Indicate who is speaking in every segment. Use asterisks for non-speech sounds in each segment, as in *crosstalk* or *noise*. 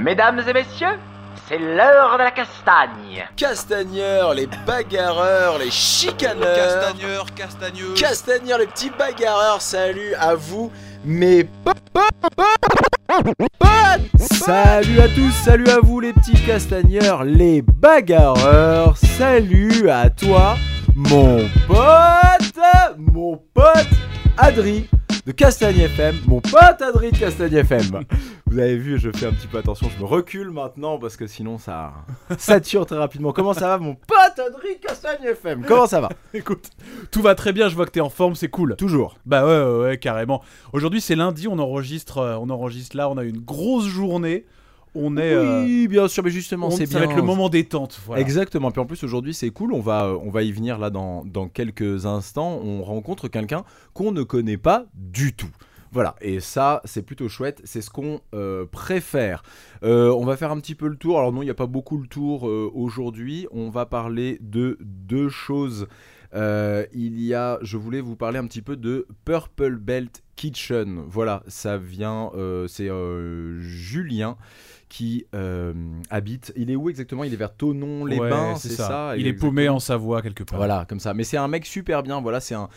Speaker 1: Mesdames et messieurs, c'est l'heure de la castagne.
Speaker 2: Castagneurs, les bagarreurs, les chicaneurs.
Speaker 3: Castagneur, castagneux.
Speaker 2: Castagneurs, les petits bagarreurs, salut à vous, mes po- po- po- potes Salut à tous, salut à vous les petits castagneurs, les bagarreurs, salut à toi, mon pote, mon pote Adri de Castagne FM, mon pote Adri de Castagne FM. Vous avez vu, je fais un petit peu attention, je me recule maintenant parce que sinon ça sature très rapidement. Comment ça va mon pote Adri de Castagne FM Comment ça va
Speaker 4: Écoute, tout va très bien, je vois que t'es en forme, c'est cool.
Speaker 2: Toujours.
Speaker 4: Bah ouais, ouais, ouais, carrément. Aujourd'hui, c'est lundi, on enregistre, euh, on enregistre là, on a eu une grosse journée. On est. euh,
Speaker 2: Oui, bien sûr, mais justement,
Speaker 4: on-
Speaker 2: c'est
Speaker 4: ça
Speaker 2: bien.
Speaker 4: va être le moment détente. Voilà.
Speaker 2: Exactement. Puis en plus, aujourd'hui, c'est cool. On va, euh, on va y venir là dans, dans quelques instants. On rencontre quelqu'un qu'on ne connaît pas du tout. Voilà, et ça, c'est plutôt chouette, c'est ce qu'on euh, préfère. Euh, on va faire un petit peu le tour, alors non, il n'y a pas beaucoup le tour euh, aujourd'hui, on va parler de deux choses. Euh, il y a, je voulais vous parler un petit peu de Purple Belt Kitchen, voilà, ça vient, euh, c'est euh, Julien qui euh, habite. Il est où exactement Il est vers Tonon les Bains,
Speaker 4: Ouais,
Speaker 2: c'est ça.
Speaker 4: Il est paumé en Savoie quelque part.
Speaker 2: Voilà, comme ça. Mais c'est un mec super bien. Voilà, c'est un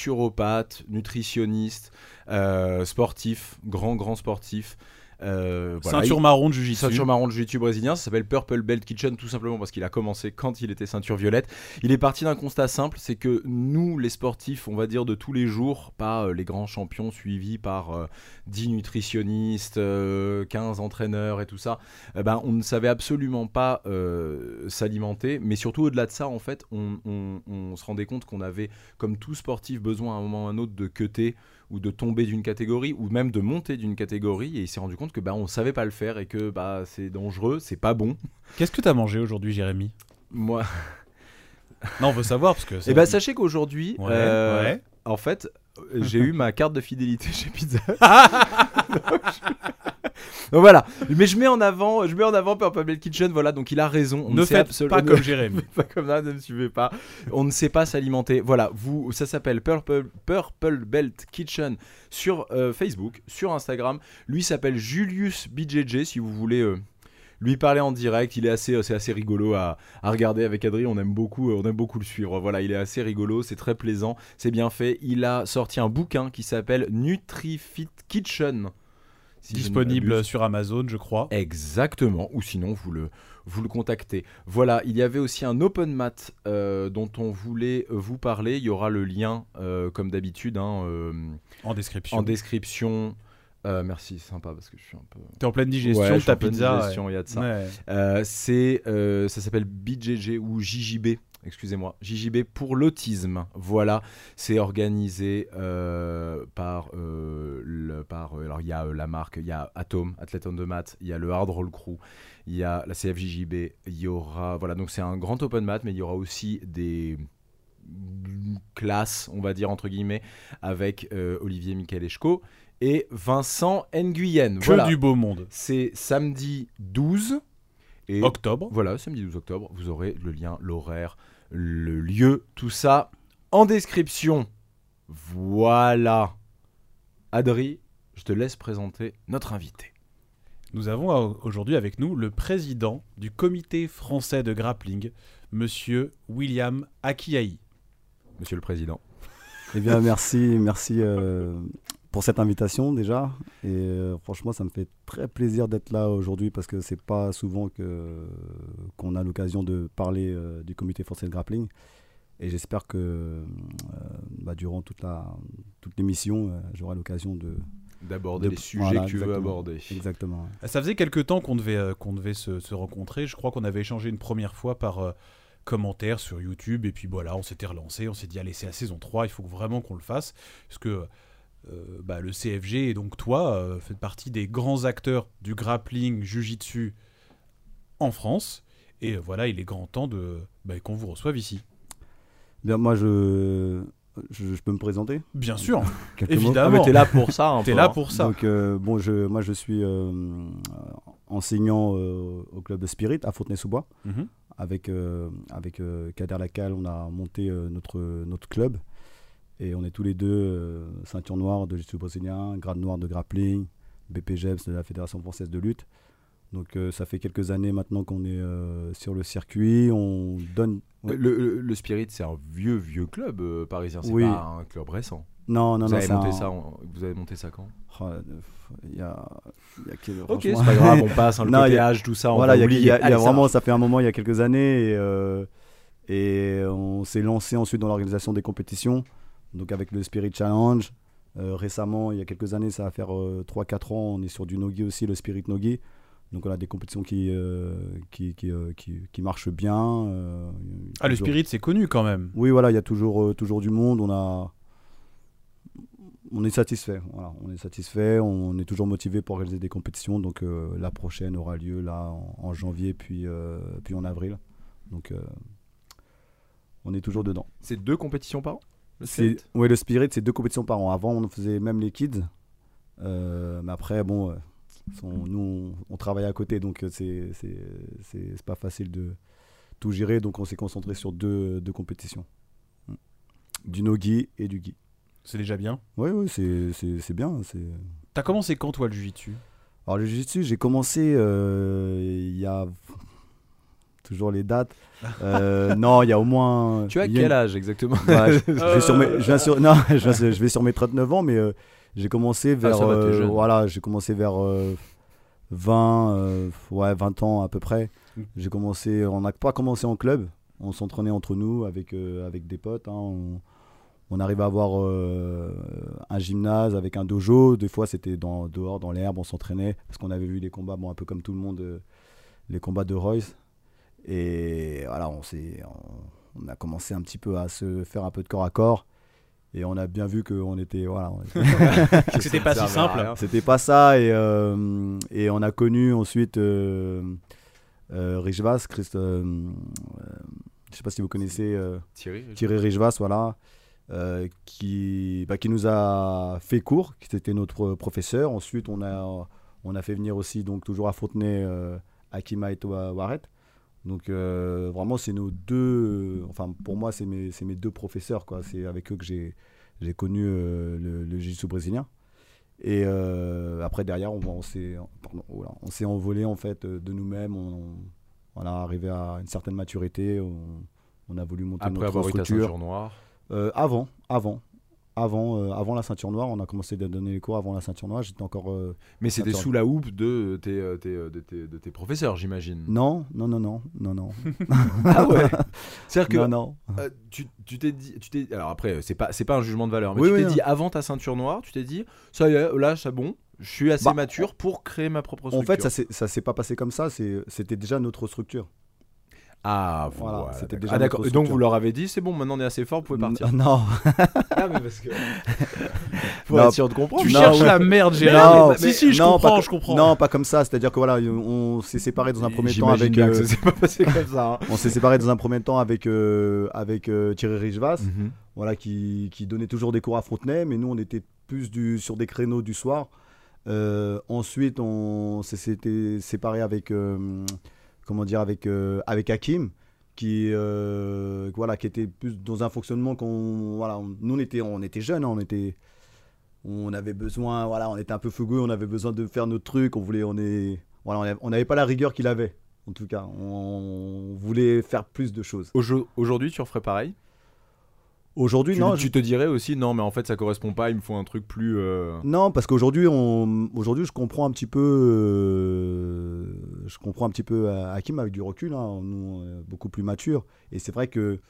Speaker 2: naturopathe, nutritionniste, euh, sportif, grand grand sportif. Euh, voilà,
Speaker 4: Ceinture
Speaker 2: il-
Speaker 4: marron de Jujitsu.
Speaker 2: Ceinture marron de jiu brésilien, ça s'appelle Purple Belt Kitchen tout simplement parce qu'il a commencé quand il était ceinture violette. Il est parti d'un constat simple, c'est que nous les sportifs, on va dire de tous les jours, pas euh, les grands champions suivis par euh, 10 nutritionnistes, euh, 15 entraîneurs et tout ça, eh ben, on ne savait absolument pas euh, s'alimenter, mais surtout au-delà de ça en fait, on, on- on se rendait compte qu'on avait comme tout sportif besoin à un moment ou à un autre de cutter ou de tomber d'une catégorie ou même de monter d'une catégorie et il s'est rendu compte que bah on savait pas le faire et que bah c'est dangereux, c'est pas bon. *laughs*
Speaker 4: Qu'est-ce que t'as mangé aujourd'hui, Jérémy
Speaker 2: Moi
Speaker 4: Non, on veut savoir parce que. ça-
Speaker 2: et bah sachez qu'aujourd'hui
Speaker 4: Ouais,
Speaker 2: euh,
Speaker 4: ouais.
Speaker 2: en fait euh, j'ai eu ma carte de fidélité chez Pizza. Hut.
Speaker 4: *laughs*
Speaker 2: Donc, je- Donc voilà, mais je mets en avant je mets en avant Purple Bell Kitchen voilà donc il a raison, on
Speaker 4: ne
Speaker 2: sait
Speaker 4: faites
Speaker 2: absolument *laughs*
Speaker 4: pas comme Jérémy.
Speaker 2: pas comme ça, ne me suivez pas. On ne sait pas s'alimenter. Voilà, vous, ça s'appelle Purple, Purple Belt Kitchen sur euh, Facebook, sur Instagram. Lui s'appelle Julius BJJ si vous voulez. euh, lui parler en direct, il est assez, euh, c'est assez rigolo à, à regarder avec Adrien. On aime beaucoup, euh, on aime beaucoup le suivre. Voilà, il est assez rigolo, c'est très plaisant, c'est bien fait. Il a sorti un bouquin qui s'appelle NutriFit Kitchen, Si je ne
Speaker 4: Disponible
Speaker 2: m'abuse.
Speaker 4: sur Amazon, je crois.
Speaker 2: Exactement, ou sinon vous le, vous le contactez. Voilà, il y avait aussi un open mat euh, dont on voulait vous parler. Il y aura le lien, euh, comme d'habitude, hein, euh,
Speaker 4: En description.
Speaker 2: en description. Euh, merci, sympa parce que je suis un peu.
Speaker 4: T'es en pleine digestion
Speaker 2: Ouais, je
Speaker 4: de
Speaker 2: suis en
Speaker 4: ta
Speaker 2: pleine
Speaker 4: pizza.
Speaker 2: digestion, il y a de ça.
Speaker 4: Ouais.
Speaker 2: Euh, c'est, euh, ça s'appelle BJJ ou JJB, excusez-moi, JJB pour l'autisme. Voilà, c'est organisé euh, par, euh, le, par euh, alors il y a euh, la marque, il y a Atom, Athlète on the Mat, il y a le Hard Roll Crew, il y a la CFJJB, il y aura, voilà, donc c'est un grand open mat, mais il y aura aussi des classes, on va dire entre guillemets, avec euh, Olivier Michaelechko et Vincent Nguyen.
Speaker 4: Que
Speaker 2: voilà.
Speaker 4: du beau monde.
Speaker 2: C'est samedi 12. Et
Speaker 4: Octobre.
Speaker 2: voilà, samedi 12 octobre, vous aurez le lien, l'horaire, le lieu, tout ça en description. Voilà. Adri, je te laisse présenter notre invité.
Speaker 4: Nous avons au- aujourd'hui avec nous le président du comité français de grappling, monsieur William Akiai.
Speaker 2: Monsieur le Président.
Speaker 5: Eh bien, merci, merci euh, pour cette invitation déjà. Et euh, franchement, ça me fait très plaisir d'être là aujourd'hui parce que c'est pas souvent que qu'on a l'occasion de parler euh, du comité français de grappling. Et j'espère que euh, bah, durant toute la toute l'émission, euh, j'aurai l'occasion de
Speaker 2: D'aborder
Speaker 5: de-
Speaker 2: les sujets
Speaker 5: voilà,
Speaker 2: que tu veux
Speaker 5: exactement.
Speaker 2: aborder.
Speaker 5: exactement. ouais.
Speaker 4: Ah, Ça faisait quelque temps qu'on devait, euh, qu'on devait se, se rencontrer. Je crois qu'on avait échangé une première fois par euh, commentaire sur YouTube. Et puis voilà, on s'était relancé. On s'est dit, allez, c'est la saison 3, il faut vraiment qu'on le fasse. Parce que euh, bah, le CFG, et donc toi, euh, faites partie des grands acteurs du grappling jujitsu en France. Et euh, voilà, il est grand temps de bah, qu'on vous reçoive ici.
Speaker 5: Eh Bien, moi, je, je je peux me présenter.
Speaker 4: Bien sûr,
Speaker 5: Quelques mots
Speaker 2: Ah,
Speaker 4: évidemment.
Speaker 2: mais t'es là pour ça. un
Speaker 4: T'es
Speaker 2: peu,
Speaker 4: là
Speaker 2: hein.
Speaker 4: pour ça.
Speaker 5: Donc, euh, bon, je, moi, je suis euh, enseignant euh, au club de Spirit à Fontenay-sous-Bois.
Speaker 4: Mhm.
Speaker 5: avec, euh, avec euh, Kader Lacal, on a monté euh, notre, notre club. Et on est tous les deux euh, ceinture noire de jiu-jitsu brésilien, grade noir de grappling, BPGEPS de la Fédération française de lutte. Donc euh, ça fait quelques années maintenant qu'on est euh, sur le circuit, on donne...
Speaker 2: Le, le- le Spirit, c'est un vieux, vieux club euh, parisien. C'est
Speaker 5: Oui.
Speaker 2: pas un club récent.
Speaker 5: Non, non,
Speaker 2: vous,
Speaker 5: non,
Speaker 2: avez
Speaker 5: c'est
Speaker 2: monté
Speaker 5: un-
Speaker 2: ça en- vous avez monté ça quand
Speaker 5: Oh, euh, Il y a... il y a quel-
Speaker 2: Ok, c'est
Speaker 5: franchement- *laughs*
Speaker 2: pas grave, on passe hein, le
Speaker 5: Non,
Speaker 2: côté
Speaker 5: il y a-
Speaker 2: âge, tout ça. On
Speaker 5: voilà,
Speaker 2: va
Speaker 5: il y a,
Speaker 2: oublier.
Speaker 5: il y a- il y a
Speaker 2: Allez, ça
Speaker 5: vraiment,
Speaker 2: marche.
Speaker 5: ça fait un moment, il y a quelques années, et, euh, et on s'est lancé ensuite dans l'organisation des compétitions, donc avec le Spirit Challenge. Euh, récemment, il y a quelques années, ça va faire euh, 3-4 ans, on est sur du Nogi aussi, le Spirit Nogi. Donc on a des compétitions qui, euh, qui, qui, euh, qui- qui marchent bien. euh, il y a
Speaker 4: Ah, le
Speaker 5: toujours-
Speaker 4: Spirit, c'est connu quand même.
Speaker 5: Oui, voilà, il y a toujours, euh, toujours du monde, on a... On est satisfait, voilà, on est satisfait, on est toujours motivé pour réaliser des compétitions. Donc euh, la prochaine aura lieu là en, en janvier, puis, euh, puis en avril. Donc euh, on est toujours dedans.
Speaker 2: C'est deux compétitions par an le
Speaker 5: C'est
Speaker 2: Spirit
Speaker 5: ouais, le Spirit, c'est deux compétitions par an. Avant, on faisait même les kids, Euh, mais après, bon, euh, on- nous, on, on travaille à côté, donc euh, c'est c'est c'est- c'est pas facile de tout gérer. Donc on s'est concentré sur deux, deux compétitions, Mm. du no-gi et du gi.
Speaker 4: C'est déjà bien.
Speaker 5: Oui, oui, c'est c'est- c'est bien. c'est-
Speaker 4: T'as commencé quand, toi, le Jiu-Jitsu
Speaker 5: Alors le jiu-jitsu, j'ai commencé euh, il y a toujours les dates.
Speaker 2: *laughs*
Speaker 5: Euh, non, il y a au moins.
Speaker 2: Tu as
Speaker 5: il y a une-
Speaker 2: quel âge Euh. exactement
Speaker 5: Bah, *laughs* je, je vais sur mes, je viens sur- non, *laughs* je, viens sur- je vais sur mes 39 ans, mais euh, j'ai commencé vers.
Speaker 2: Ah, ça va, t'es
Speaker 5: euh,
Speaker 2: jeune.
Speaker 5: voilà, j'ai commencé vers euh, 20, euh, ouais, 20 ans à peu près.
Speaker 4: Mm.
Speaker 5: J'ai commencé, on n'a pas commencé en club, on s'entraînait entre nous avec, euh, avec des potes. hein, on, on arrivait à avoir euh, un gymnase avec un dojo. Des fois, c'était dans, dehors, dans l'herbe, on s'entraînait parce qu'on avait vu les combats, bon, un peu comme tout le monde, euh, les combats de Royce. Et voilà, on, s'est, on, on a commencé un petit peu à se faire un peu de corps à corps. Et on a bien vu qu'on était. Voilà, on était-
Speaker 4: C'était pas si simple.
Speaker 5: c'était pas ça. Et, euh, et on a connu ensuite euh, euh, Rijvas, Christ, euh, euh, je sais pas si vous connaissez euh,
Speaker 2: Thierry
Speaker 5: Thierry Rijvas, voilà, euh, qui, bah, qui nous a fait cours, qui était notre professeur. Ensuite, on a, on a fait venir aussi, donc toujours à Fontenay, euh, Akima et Toa Waret. Donc euh, vraiment, c'est nos deux, enfin pour moi, c'est mes, c'est mes deux professeurs, quoi. C'est avec eux que j'ai, j'ai connu euh, le, le jiu-jitsu brésilien. Et euh, après, derrière, on, on s'est, pardon, oh là, on s'est envolé en fait euh, de nous-mêmes. On, on a arrivé à une certaine maturité. On, on a voulu monter
Speaker 2: Après
Speaker 5: notre
Speaker 2: avoir eu ta
Speaker 5: structure.
Speaker 2: ceinture noire.
Speaker 5: Euh, avant, avant, avant, euh, avant la ceinture noire, on a commencé à donner les cours avant la ceinture noire. J'étais encore euh,
Speaker 2: Mais c'était
Speaker 5: Attends.
Speaker 2: sous la houppe de tes, euh, tes, euh, de tes- de tes professeurs, j'imagine.
Speaker 5: non, non, non, non, non, non,
Speaker 2: *laughs* Ah
Speaker 5: *laughs*
Speaker 2: ouais C'est-à-dire que
Speaker 5: non, non.
Speaker 2: euh, tu tu t'es dit, tu t'es- alors après, euh, c'est pas, c'est pas un jugement de valeur, mais
Speaker 5: Oui,
Speaker 2: tu
Speaker 5: oui,
Speaker 2: t'es
Speaker 5: non.
Speaker 2: dit avant ta ceinture noire, tu t'es dit, ça y est, là, ça bon, je suis assez
Speaker 5: Bah,
Speaker 2: mature pour créer ma propre
Speaker 5: En
Speaker 2: structure.
Speaker 5: fait, ça s'est- ça s'est pas passé comme ça. c'est- C'était déjà notre structure.
Speaker 2: Ah, vous-
Speaker 5: Voilà,
Speaker 2: voilà,
Speaker 5: c'était
Speaker 2: d'accord.
Speaker 5: déjà
Speaker 2: Ah, d'accord.
Speaker 5: notre
Speaker 2: Et donc vous
Speaker 5: structure.
Speaker 2: leur avez dit, c'est bon, maintenant on est assez fort, vous pouvez
Speaker 5: *laughs*
Speaker 2: partir.
Speaker 5: N- Non,
Speaker 2: ah, mais parce que. Pour
Speaker 5: Non,
Speaker 2: être sûr de comprendre.
Speaker 4: Tu
Speaker 5: Non,
Speaker 2: *laughs*
Speaker 4: cherches
Speaker 5: ouais.
Speaker 4: la merde,
Speaker 5: Non,
Speaker 4: Gérard.
Speaker 5: mais-
Speaker 4: si, si, je
Speaker 5: non,
Speaker 4: comprends,
Speaker 5: pas-
Speaker 4: je comprends.
Speaker 5: non, pas comme ça. C'est-à-dire que voilà, on s'est séparés dans un premier temps
Speaker 2: J'imagine
Speaker 5: avec.
Speaker 2: bien *laughs*
Speaker 5: euh,
Speaker 2: que ça s'est pas passé comme ça. hein.
Speaker 5: on s'est séparés dans un premier temps avec euh, avec euh, Thierry Richevas,
Speaker 2: Mhm.
Speaker 5: voilà qui, qui donnait toujours des cours à Fontenay, mais nous on était plus du sur des créneaux du soir. Euh, ensuite, on s'est- s'était séparés avec euh, comment dire avec euh, avec Hakim qui euh, voilà qui était plus dans un fonctionnement qu'on voilà on- nous on était on était jeunes hein, on était on avait besoin voilà on était un peu fougueux on avait besoin de faire notre truc on voulait on est voilà on avait- on n'avait pas la rigueur qu'il avait en tout cas on, on voulait faire plus de choses
Speaker 2: Aujo- Aujourd'hui, tu referais pareil
Speaker 5: aujourd'hui
Speaker 2: tu,
Speaker 5: non
Speaker 2: tu te dirais aussi, non, mais en fait, ça correspond pas, il me faut un truc plus. euh,
Speaker 5: Non, parce qu'aujourd'hui, on... aujourd'hui, je comprends un petit peu, euh, je comprends un petit peu euh, Hakim avec du recul, hein, nous, on est beaucoup plus mature. Et c'est vrai que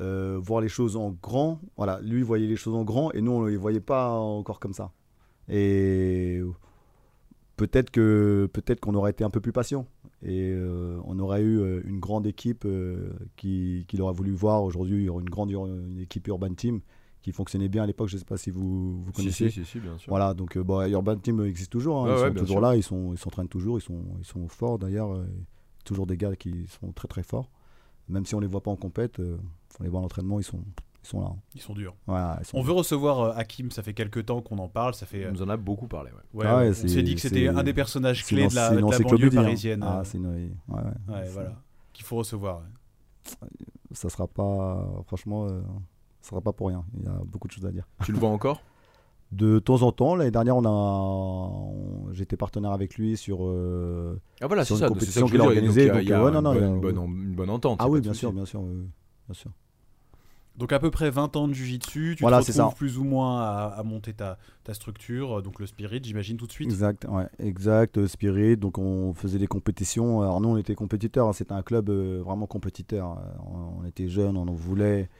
Speaker 5: euh, voir les choses en grand, voilà, lui il voyait les choses en grand et nous on les voyait pas encore comme ça. Et peut-être que peut-être qu'on aurait été un peu plus patient et euh, on aurait eu euh, une grande équipe euh, qui, qui l'aurait voulu voir. Aujourd'hui, il y aurait une grande ur- une équipe urban team qui fonctionnait bien à l'époque. Je sais pas si vous vous
Speaker 2: Si,
Speaker 5: connaissez.
Speaker 2: si, si, si, bien sûr.
Speaker 5: Voilà, donc euh, bon, Urban Team existe toujours, hein,
Speaker 2: Ouais,
Speaker 5: ils
Speaker 2: ouais,
Speaker 5: sont
Speaker 2: bien
Speaker 5: toujours
Speaker 2: sûr.
Speaker 5: là, ils sont ils s'entraînent toujours, ils sont ils sont forts d'ailleurs, euh, toujours des gars qui sont très très forts. Même si on les voit pas en compète, euh, on les voit à l'entraînement, ils sont ils sont là. hein.
Speaker 4: Ils sont durs.
Speaker 5: Voilà, ils sont
Speaker 4: On veut recevoir euh, Hakim, ça fait quelques temps qu'on en parle, ça fait... euh,
Speaker 2: On nous en a beaucoup parlé, ouais.
Speaker 4: ouais,
Speaker 5: Ah ouais,
Speaker 4: on
Speaker 5: c'est-
Speaker 4: s'est dit que c'était
Speaker 5: c'est-
Speaker 4: un des personnages
Speaker 5: c'est
Speaker 4: clés
Speaker 5: une-
Speaker 4: de la,
Speaker 5: c'est
Speaker 4: de
Speaker 5: une
Speaker 4: la banlieue
Speaker 5: encyclopédie, hein.
Speaker 4: parisienne.
Speaker 5: Ah,
Speaker 4: euh,
Speaker 5: c'est une- ouais, ouais,
Speaker 4: ouais,
Speaker 5: c'est-
Speaker 4: voilà. Qu'il faut recevoir. ouais.
Speaker 5: Ça sera pas franchement euh, ça sera pas pour rien. Il y a beaucoup de choses à dire.
Speaker 2: Tu le vois encore
Speaker 5: De temps en temps, l'année dernière, on a, on- j'étais partenaire avec lui sur. euh,
Speaker 2: Ah voilà, c'est
Speaker 5: Sur
Speaker 2: ça,
Speaker 5: une
Speaker 2: c'est ça
Speaker 5: compétition
Speaker 2: que je veux
Speaker 5: qu'il a
Speaker 2: dire,
Speaker 5: organisée,
Speaker 2: donc il y a,
Speaker 5: donc, euh,
Speaker 2: il y a
Speaker 5: ouais, non, non,
Speaker 2: une,
Speaker 5: il y a-
Speaker 2: bonne, une bonne- une bonne entente.
Speaker 5: Ah
Speaker 2: c'est
Speaker 5: oui,
Speaker 2: pas
Speaker 5: bien
Speaker 2: de
Speaker 5: sûr,
Speaker 2: souci.
Speaker 5: bien sûr, oui, oui, bien sûr.
Speaker 4: Donc à peu près 20 ans de Jujitsu, tu
Speaker 5: Voilà,
Speaker 4: te
Speaker 5: c'est
Speaker 4: retrouves
Speaker 5: ça.
Speaker 4: plus ou moins à, à monter ta, ta structure, euh, donc le spirit, j'imagine tout de suite.
Speaker 5: Exact, ouais, exact. euh, Spirit, donc on faisait des compétitions. Alors nous, on était compétiteurs. hein, C'était un club euh, vraiment compétiteur. euh, On, on était jeunes, on en voulait.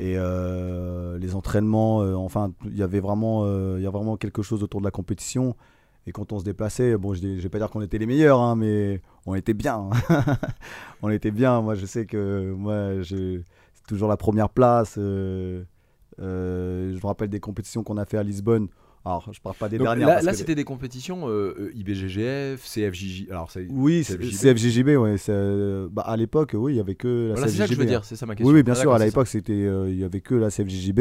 Speaker 5: Et euh, les entraînements, euh, enfin, il y avait vraiment, euh, il y a vraiment quelque chose autour de la compétition. Et quand on se déplaçait, bon, je, dis- je vais pas dire qu'on était les meilleurs, hein, mais on était bien. hein. *laughs* on était bien. Moi, je sais que moi, je- c'est toujours la première place. euh, euh, je me rappelle des compétitions qu'on a fait à Lisbonne. Alors, je parle pas des
Speaker 2: Donc
Speaker 5: dernières.
Speaker 2: là,
Speaker 5: parce
Speaker 2: là,
Speaker 5: que-
Speaker 2: c'était des compétitions euh, euh, IBGGF, CFJJ. Alors, c'est
Speaker 5: oui, c'est-
Speaker 2: CFJB.
Speaker 5: CFJB, ouais. c'est, euh, bah, à l'époque, oui, il y avait que la
Speaker 2: voilà, c'est
Speaker 5: CFJB.
Speaker 2: ça que je veux
Speaker 5: hein.
Speaker 2: dire, c'est ça ma question.
Speaker 5: Oui, oui, bien
Speaker 2: Ah,
Speaker 5: sûr.
Speaker 2: d'accord,
Speaker 5: À
Speaker 2: c'est
Speaker 5: l'époque, c'était, euh, il y avait que la CFJJB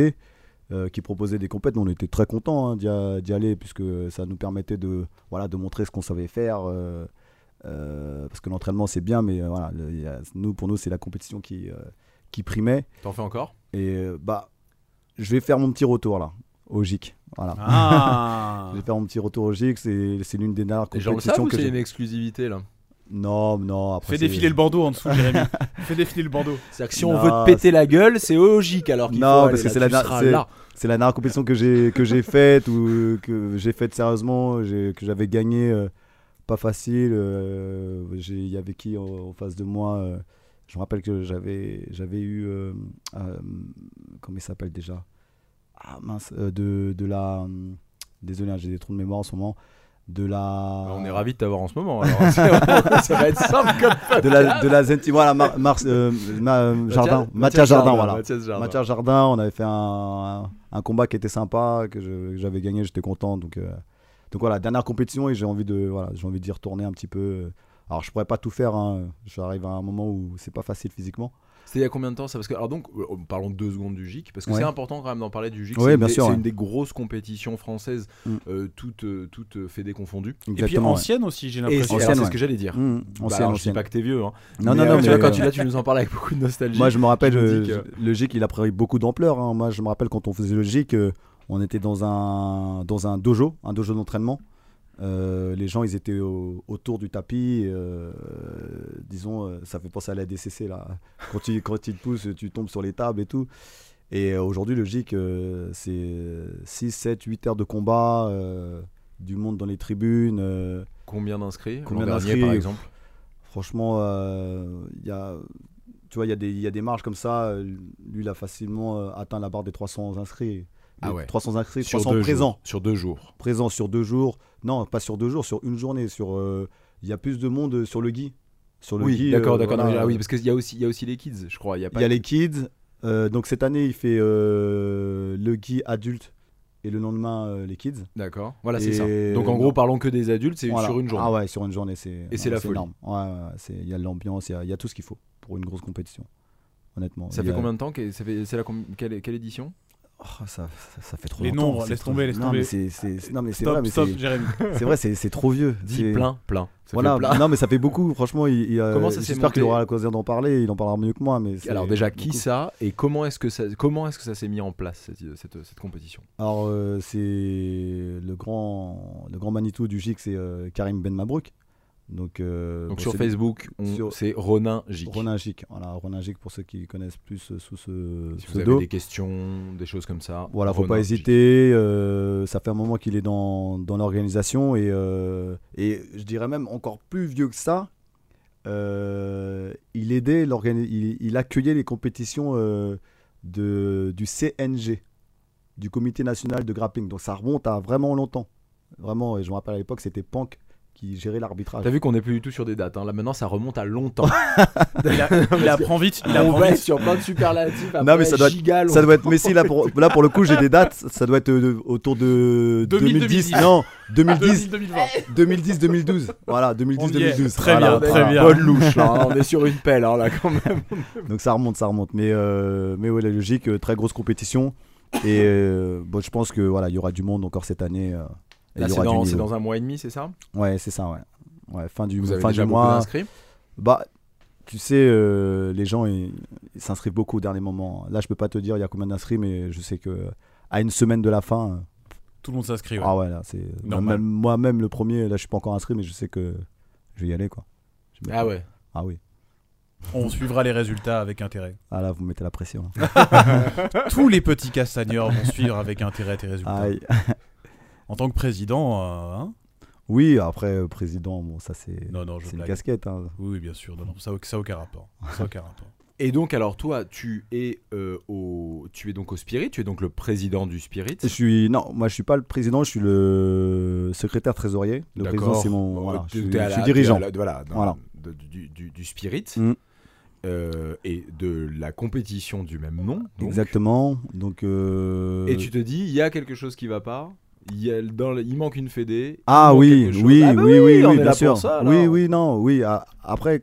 Speaker 5: euh, qui proposait des compètes. Nous, On était très contents hein, d'y, a- d'y aller puisque ça nous permettait de, voilà, de montrer ce qu'on savait faire. euh, euh, parce que l'entraînement, c'est bien, mais euh, voilà, le- il y a- nous, pour nous, c'est la compétition qui, euh, qui primait.
Speaker 2: ça. T'en fais encore
Speaker 5: Et euh, bah, je vais faire mon petit retour là, au GIC. Voilà.
Speaker 4: Ah
Speaker 5: *laughs* Je vais faire mon petit retour au GIC. C'est, c'est l'une des dernières
Speaker 2: Les gens le
Speaker 5: compétitions
Speaker 2: savent ou
Speaker 5: que
Speaker 2: c'est
Speaker 5: j'ai-
Speaker 2: une exclusivité là
Speaker 5: Non, non. Après,
Speaker 4: Fais
Speaker 5: c'est-
Speaker 4: défiler le bandeau en dessous, Jérémy. Fais défiler le bandeau.
Speaker 2: C'est-à-dire que si
Speaker 5: Non,
Speaker 2: on veut te péter la gueule, c'est logique alors qu'il
Speaker 5: Non,
Speaker 2: faut
Speaker 5: parce
Speaker 2: aller
Speaker 5: que
Speaker 2: là,
Speaker 5: c'est la
Speaker 2: tu
Speaker 5: na-
Speaker 2: seras
Speaker 5: c'est-
Speaker 2: là.
Speaker 5: C'est la dernière compétition que j'ai que j'ai faite ou que j'ai faite sérieusement, j'ai- que j'avais gagné euh, pas facile. euh, j'ai- Il y avait qui en, en face de moi euh, Je me rappelle que j'avais j'avais eu euh, euh, comment il s'appelle déjà Ah mince euh, de de la hum, désolé, hein, j'ai des trous de mémoire en ce moment. De la
Speaker 2: Ah, On est ravis de t'avoir en ce moment. Alors, *laughs* ça va être simple comme
Speaker 5: de la de la Zenti voilà Mar- Mars- euh, Ma- euh, Jardin Mathias Jardin voilà
Speaker 2: Mathias Jardin.
Speaker 5: Matière Jardin, on avait fait un, un combat qui était sympa, que je- que j'avais gagné, j'étais content. Donc, euh, donc voilà, dernière compétition et j'ai envie de voilà, j'ai envie d'y retourner un petit peu. Alors je pourrais pas tout faire, hein. j'arrive à un moment où c'est pas facile physiquement.
Speaker 2: C'était il y a combien de temps ça Parce que alors donc euh, parlons deux secondes du GIC parce que
Speaker 5: Ouais.
Speaker 2: c'est important quand même d'en parler du GIC.
Speaker 5: Ouais,
Speaker 2: c'est une,
Speaker 5: bien
Speaker 2: des-
Speaker 5: sûr,
Speaker 2: c'est
Speaker 5: ouais.
Speaker 2: une des grosses compétitions françaises,
Speaker 5: Mm.
Speaker 2: euh, toutes euh, toutes euh, fédées confondues.
Speaker 4: Et puis
Speaker 5: Exactement. ouais.
Speaker 4: ancienne aussi, j'ai
Speaker 2: Et c'est
Speaker 4: l'impression.
Speaker 5: ancienne,
Speaker 2: alors, c'est
Speaker 5: ouais.
Speaker 2: ce que j'allais dire.
Speaker 5: Mmh,
Speaker 2: Bah,
Speaker 5: ancienne,
Speaker 2: alors, je dis
Speaker 5: ancienne.
Speaker 2: pas que t'es vieux. hein.
Speaker 5: Non,
Speaker 2: Mais,
Speaker 5: non,
Speaker 2: euh,
Speaker 5: non,
Speaker 2: tu vois,
Speaker 5: mais-
Speaker 2: quand tu là, tu nous en parles avec beaucoup de nostalgie.
Speaker 5: Moi, je me rappelle,
Speaker 2: Je me
Speaker 5: euh,
Speaker 2: dis que-
Speaker 5: je- le GIC, il a pris beaucoup d'ampleur. hein. Moi, je me rappelle quand on faisait le GIC, euh, on était dans un, dans un dojo, un dojo d'entraînement. Euh, les gens, ils étaient au- autour du tapis. euh, disons, euh, ça fait penser à la DCC, là. Quand tu, quand ils te poussent, tu tombes sur les tables et tout. Et euh, aujourd'hui, le GIC, euh, c'est 6, 7, 8 heures de combat, euh, du monde dans les tribunes. euh,
Speaker 2: Combien d'inscrits
Speaker 5: Combien
Speaker 2: l'an dernier,
Speaker 5: d'inscrits
Speaker 2: par exemple
Speaker 5: Franchement, euh, il y a, tu vois, il y, a des- il y a des marges comme ça. euh, Lui, il a facilement euh, atteint la barre des 300 inscrits.
Speaker 2: Ah
Speaker 5: Des
Speaker 2: ouais.
Speaker 5: 300 inscrits,
Speaker 2: Sur
Speaker 5: 300
Speaker 2: deux
Speaker 5: présents.
Speaker 2: jours. Sur deux jours.
Speaker 5: Présents sur deux jours. Non, pas sur deux jours, sur une journée. Sur, euh, il y a plus de monde euh, sur le Guy. Sur le
Speaker 2: Oui,
Speaker 5: Guy,
Speaker 2: d'accord,
Speaker 5: euh,
Speaker 2: d'accord. non,
Speaker 5: voilà.
Speaker 2: mais- ah oui, parce qu'il y a aussi il y a aussi les kids, je crois. Il y a
Speaker 5: Il
Speaker 2: pas.
Speaker 5: y a les kids. Euh, donc cette année, il fait euh, le Guy adulte et le lendemain, euh, les kids.
Speaker 2: D'accord. Voilà, c'est
Speaker 5: Et-
Speaker 2: ça. Donc en
Speaker 5: non.
Speaker 2: gros, parlons que des adultes, c'est
Speaker 5: Voilà.
Speaker 2: sur une journée.
Speaker 5: Ah ouais, sur une journée, c'est
Speaker 2: Et c'est la folie.
Speaker 5: énorme. Ouais, ouais, ouais, c'est- il y a l'ambiance, il y a- il y, a tout ce qu'il faut pour une grosse compétition. Honnêtement.
Speaker 2: Ça
Speaker 5: Il
Speaker 2: fait
Speaker 5: y a-
Speaker 2: combien de temps que- ça fait- C'est la com- quelle, quelle édition
Speaker 5: Oh, ça, ça, ça fait trop
Speaker 4: Les
Speaker 5: longtemps.
Speaker 4: nombres,
Speaker 5: c'est
Speaker 4: laisse
Speaker 5: trop-
Speaker 4: tomber, laisse
Speaker 5: non,
Speaker 4: tomber.
Speaker 5: Mais c'est, c'est- c'est- non mais c'est vrai,
Speaker 4: Stop,
Speaker 5: mais
Speaker 4: stop,
Speaker 5: c'est, *laughs*
Speaker 4: Jérémy.
Speaker 5: c'est vrai, c'est, c'est trop vieux.
Speaker 2: Dis
Speaker 5: C'est-
Speaker 2: plein, plein. Ça fait
Speaker 5: Voilà,
Speaker 2: plein.
Speaker 5: non mais ça fait beaucoup, franchement. Il, il, euh,
Speaker 2: Comment ça s'est
Speaker 5: j'espère qu'il
Speaker 2: monté
Speaker 5: aura l'occasion d'en parler, il en parlera mieux que moi. Mais
Speaker 2: *laughs*
Speaker 5: c'est
Speaker 2: Alors déjà, qui
Speaker 5: beaucoup.
Speaker 2: ça et comment est-ce que ça, comment est-ce que ça s'est mis en place cette, cette, cette compétition
Speaker 5: Alors euh, c'est le grand, le grand Manitou du GIC, c'est euh, Karim Ben Mabrouk. Donc, euh,
Speaker 2: Donc
Speaker 5: bon,
Speaker 2: sur
Speaker 5: c'est-
Speaker 2: Facebook, on-
Speaker 5: sur-
Speaker 2: c'est Ronin Gic.
Speaker 5: Ronin Gic, voilà, Ronin Gic pour ceux qui connaissent plus euh, sous ce,
Speaker 2: si
Speaker 5: ce
Speaker 2: vous avez
Speaker 5: dos.
Speaker 2: des questions, des choses comme ça.
Speaker 5: Voilà, faut
Speaker 2: Ronin
Speaker 5: pas
Speaker 2: Gic.
Speaker 5: hésiter. euh, ça fait un moment qu'il est dans, dans l'organisation et, euh, et je dirais même encore plus vieux que ça. euh, il aidait, l'organi- il, il accueillait les compétitions euh, de, du CNG, du Comité National de Grappling. Donc ça remonte à vraiment longtemps. Vraiment, et je me rappelle à l'époque, c'était Pank qui gérait l'arbitrage.
Speaker 2: T'as vu qu'on n'est plus du tout sur des dates. hein. Là maintenant, ça remonte à longtemps.
Speaker 5: *laughs*
Speaker 4: Il, a- il apprend vite, il
Speaker 2: on
Speaker 4: apprend
Speaker 2: va être
Speaker 4: vite.
Speaker 2: sur plein de superlatifs.
Speaker 5: Ah Non, mais ça doit être- Ça doit être Messi là pour là pour le coup j'ai des dates ça doit être euh, autour de
Speaker 4: 2000,
Speaker 5: 2010 non 2010
Speaker 4: 2020.
Speaker 5: 2010-2012. Voilà, 2010-2012.
Speaker 4: Très bien,
Speaker 5: Voilà, voilà.
Speaker 4: très bien.
Speaker 2: Bonne louche. là. on est sur une pelle hein, là quand même.
Speaker 5: Donc ça remonte, ça remonte. Mais, euh, mais ouais, la logique, euh, très grosse compétition. Et euh, bon, je pense que voilà, il y aura du monde encore cette année. euh, et
Speaker 2: Là,
Speaker 5: il y
Speaker 2: c'est
Speaker 5: aura du
Speaker 2: dans, c'est
Speaker 5: niveau.
Speaker 2: dans un mois et demi, c'est ça
Speaker 5: Ouais, c'est ça, ouais. Ouais, fin du,
Speaker 2: Vous avez
Speaker 5: fin
Speaker 2: déjà
Speaker 5: du
Speaker 2: beaucoup
Speaker 5: mois.
Speaker 2: d'inscrits
Speaker 5: Bah, tu sais, euh, les gens ils ils s'inscrivent beaucoup au dernier moment. Là, je peux pas te dire il y a combien d'inscrits, mais je sais que à une semaine de la fin, euh,
Speaker 4: Tout le monde s'inscrit. ouais.
Speaker 5: ah ouais, là, c'est
Speaker 4: Normal.
Speaker 5: même- moi-même le premier. Là, je suis pas encore inscrit, mais je sais que je vais y aller quoi. Je vais-
Speaker 2: Ah ouais.
Speaker 5: Ah oui.
Speaker 4: On suivra les résultats avec intérêt.
Speaker 5: *laughs* Ah là, vous mettez
Speaker 2: *laughs*
Speaker 5: la pression.
Speaker 4: Tous les petits castagneurs vont suivre avec intérêt tes résultats.
Speaker 5: Aïe.
Speaker 4: En tant que président, euh, hein
Speaker 5: Oui, après euh, président, bon, ça c'est
Speaker 4: Non, non, je
Speaker 5: c'est une
Speaker 4: blague.
Speaker 5: casquette. hein.
Speaker 4: Oui, oui, bien sûr. Non, non, ça, a- ça a aucun rapport. Ça a
Speaker 5: *laughs*
Speaker 4: aucun rapport.
Speaker 2: Et donc, alors, toi, tu es, euh, au... tu es donc au Spirit, tu es donc le président du Spirit.
Speaker 5: Je suis non, moi je suis pas le président, je suis le secrétaire trésorier. Le
Speaker 2: D'accord.
Speaker 5: président c'est mon
Speaker 2: Euh,
Speaker 5: voilà,
Speaker 2: t'es-
Speaker 5: je, suis,
Speaker 2: t'es à la-
Speaker 5: je suis
Speaker 2: t'es à
Speaker 5: dirigeant.
Speaker 2: la- voilà, dans-
Speaker 5: Voilà.
Speaker 2: de- du, du- du Spirit
Speaker 5: Mm.
Speaker 2: euh, et de la compétition du même nom. donc.
Speaker 5: Exactement. Donc euh,
Speaker 2: Et tu te dis, il y a quelque chose qui va pas. Il, y a- dans le- il manque une fédé. il
Speaker 5: Ah
Speaker 2: manque
Speaker 5: oui,
Speaker 2: quelque chose.
Speaker 5: oui,
Speaker 2: Ah bah
Speaker 5: oui, oui,
Speaker 2: on
Speaker 5: oui,
Speaker 2: est là
Speaker 5: bien
Speaker 2: pour
Speaker 5: sûr.
Speaker 2: ça, alors.
Speaker 5: oui, oui, non, oui. ah, Après,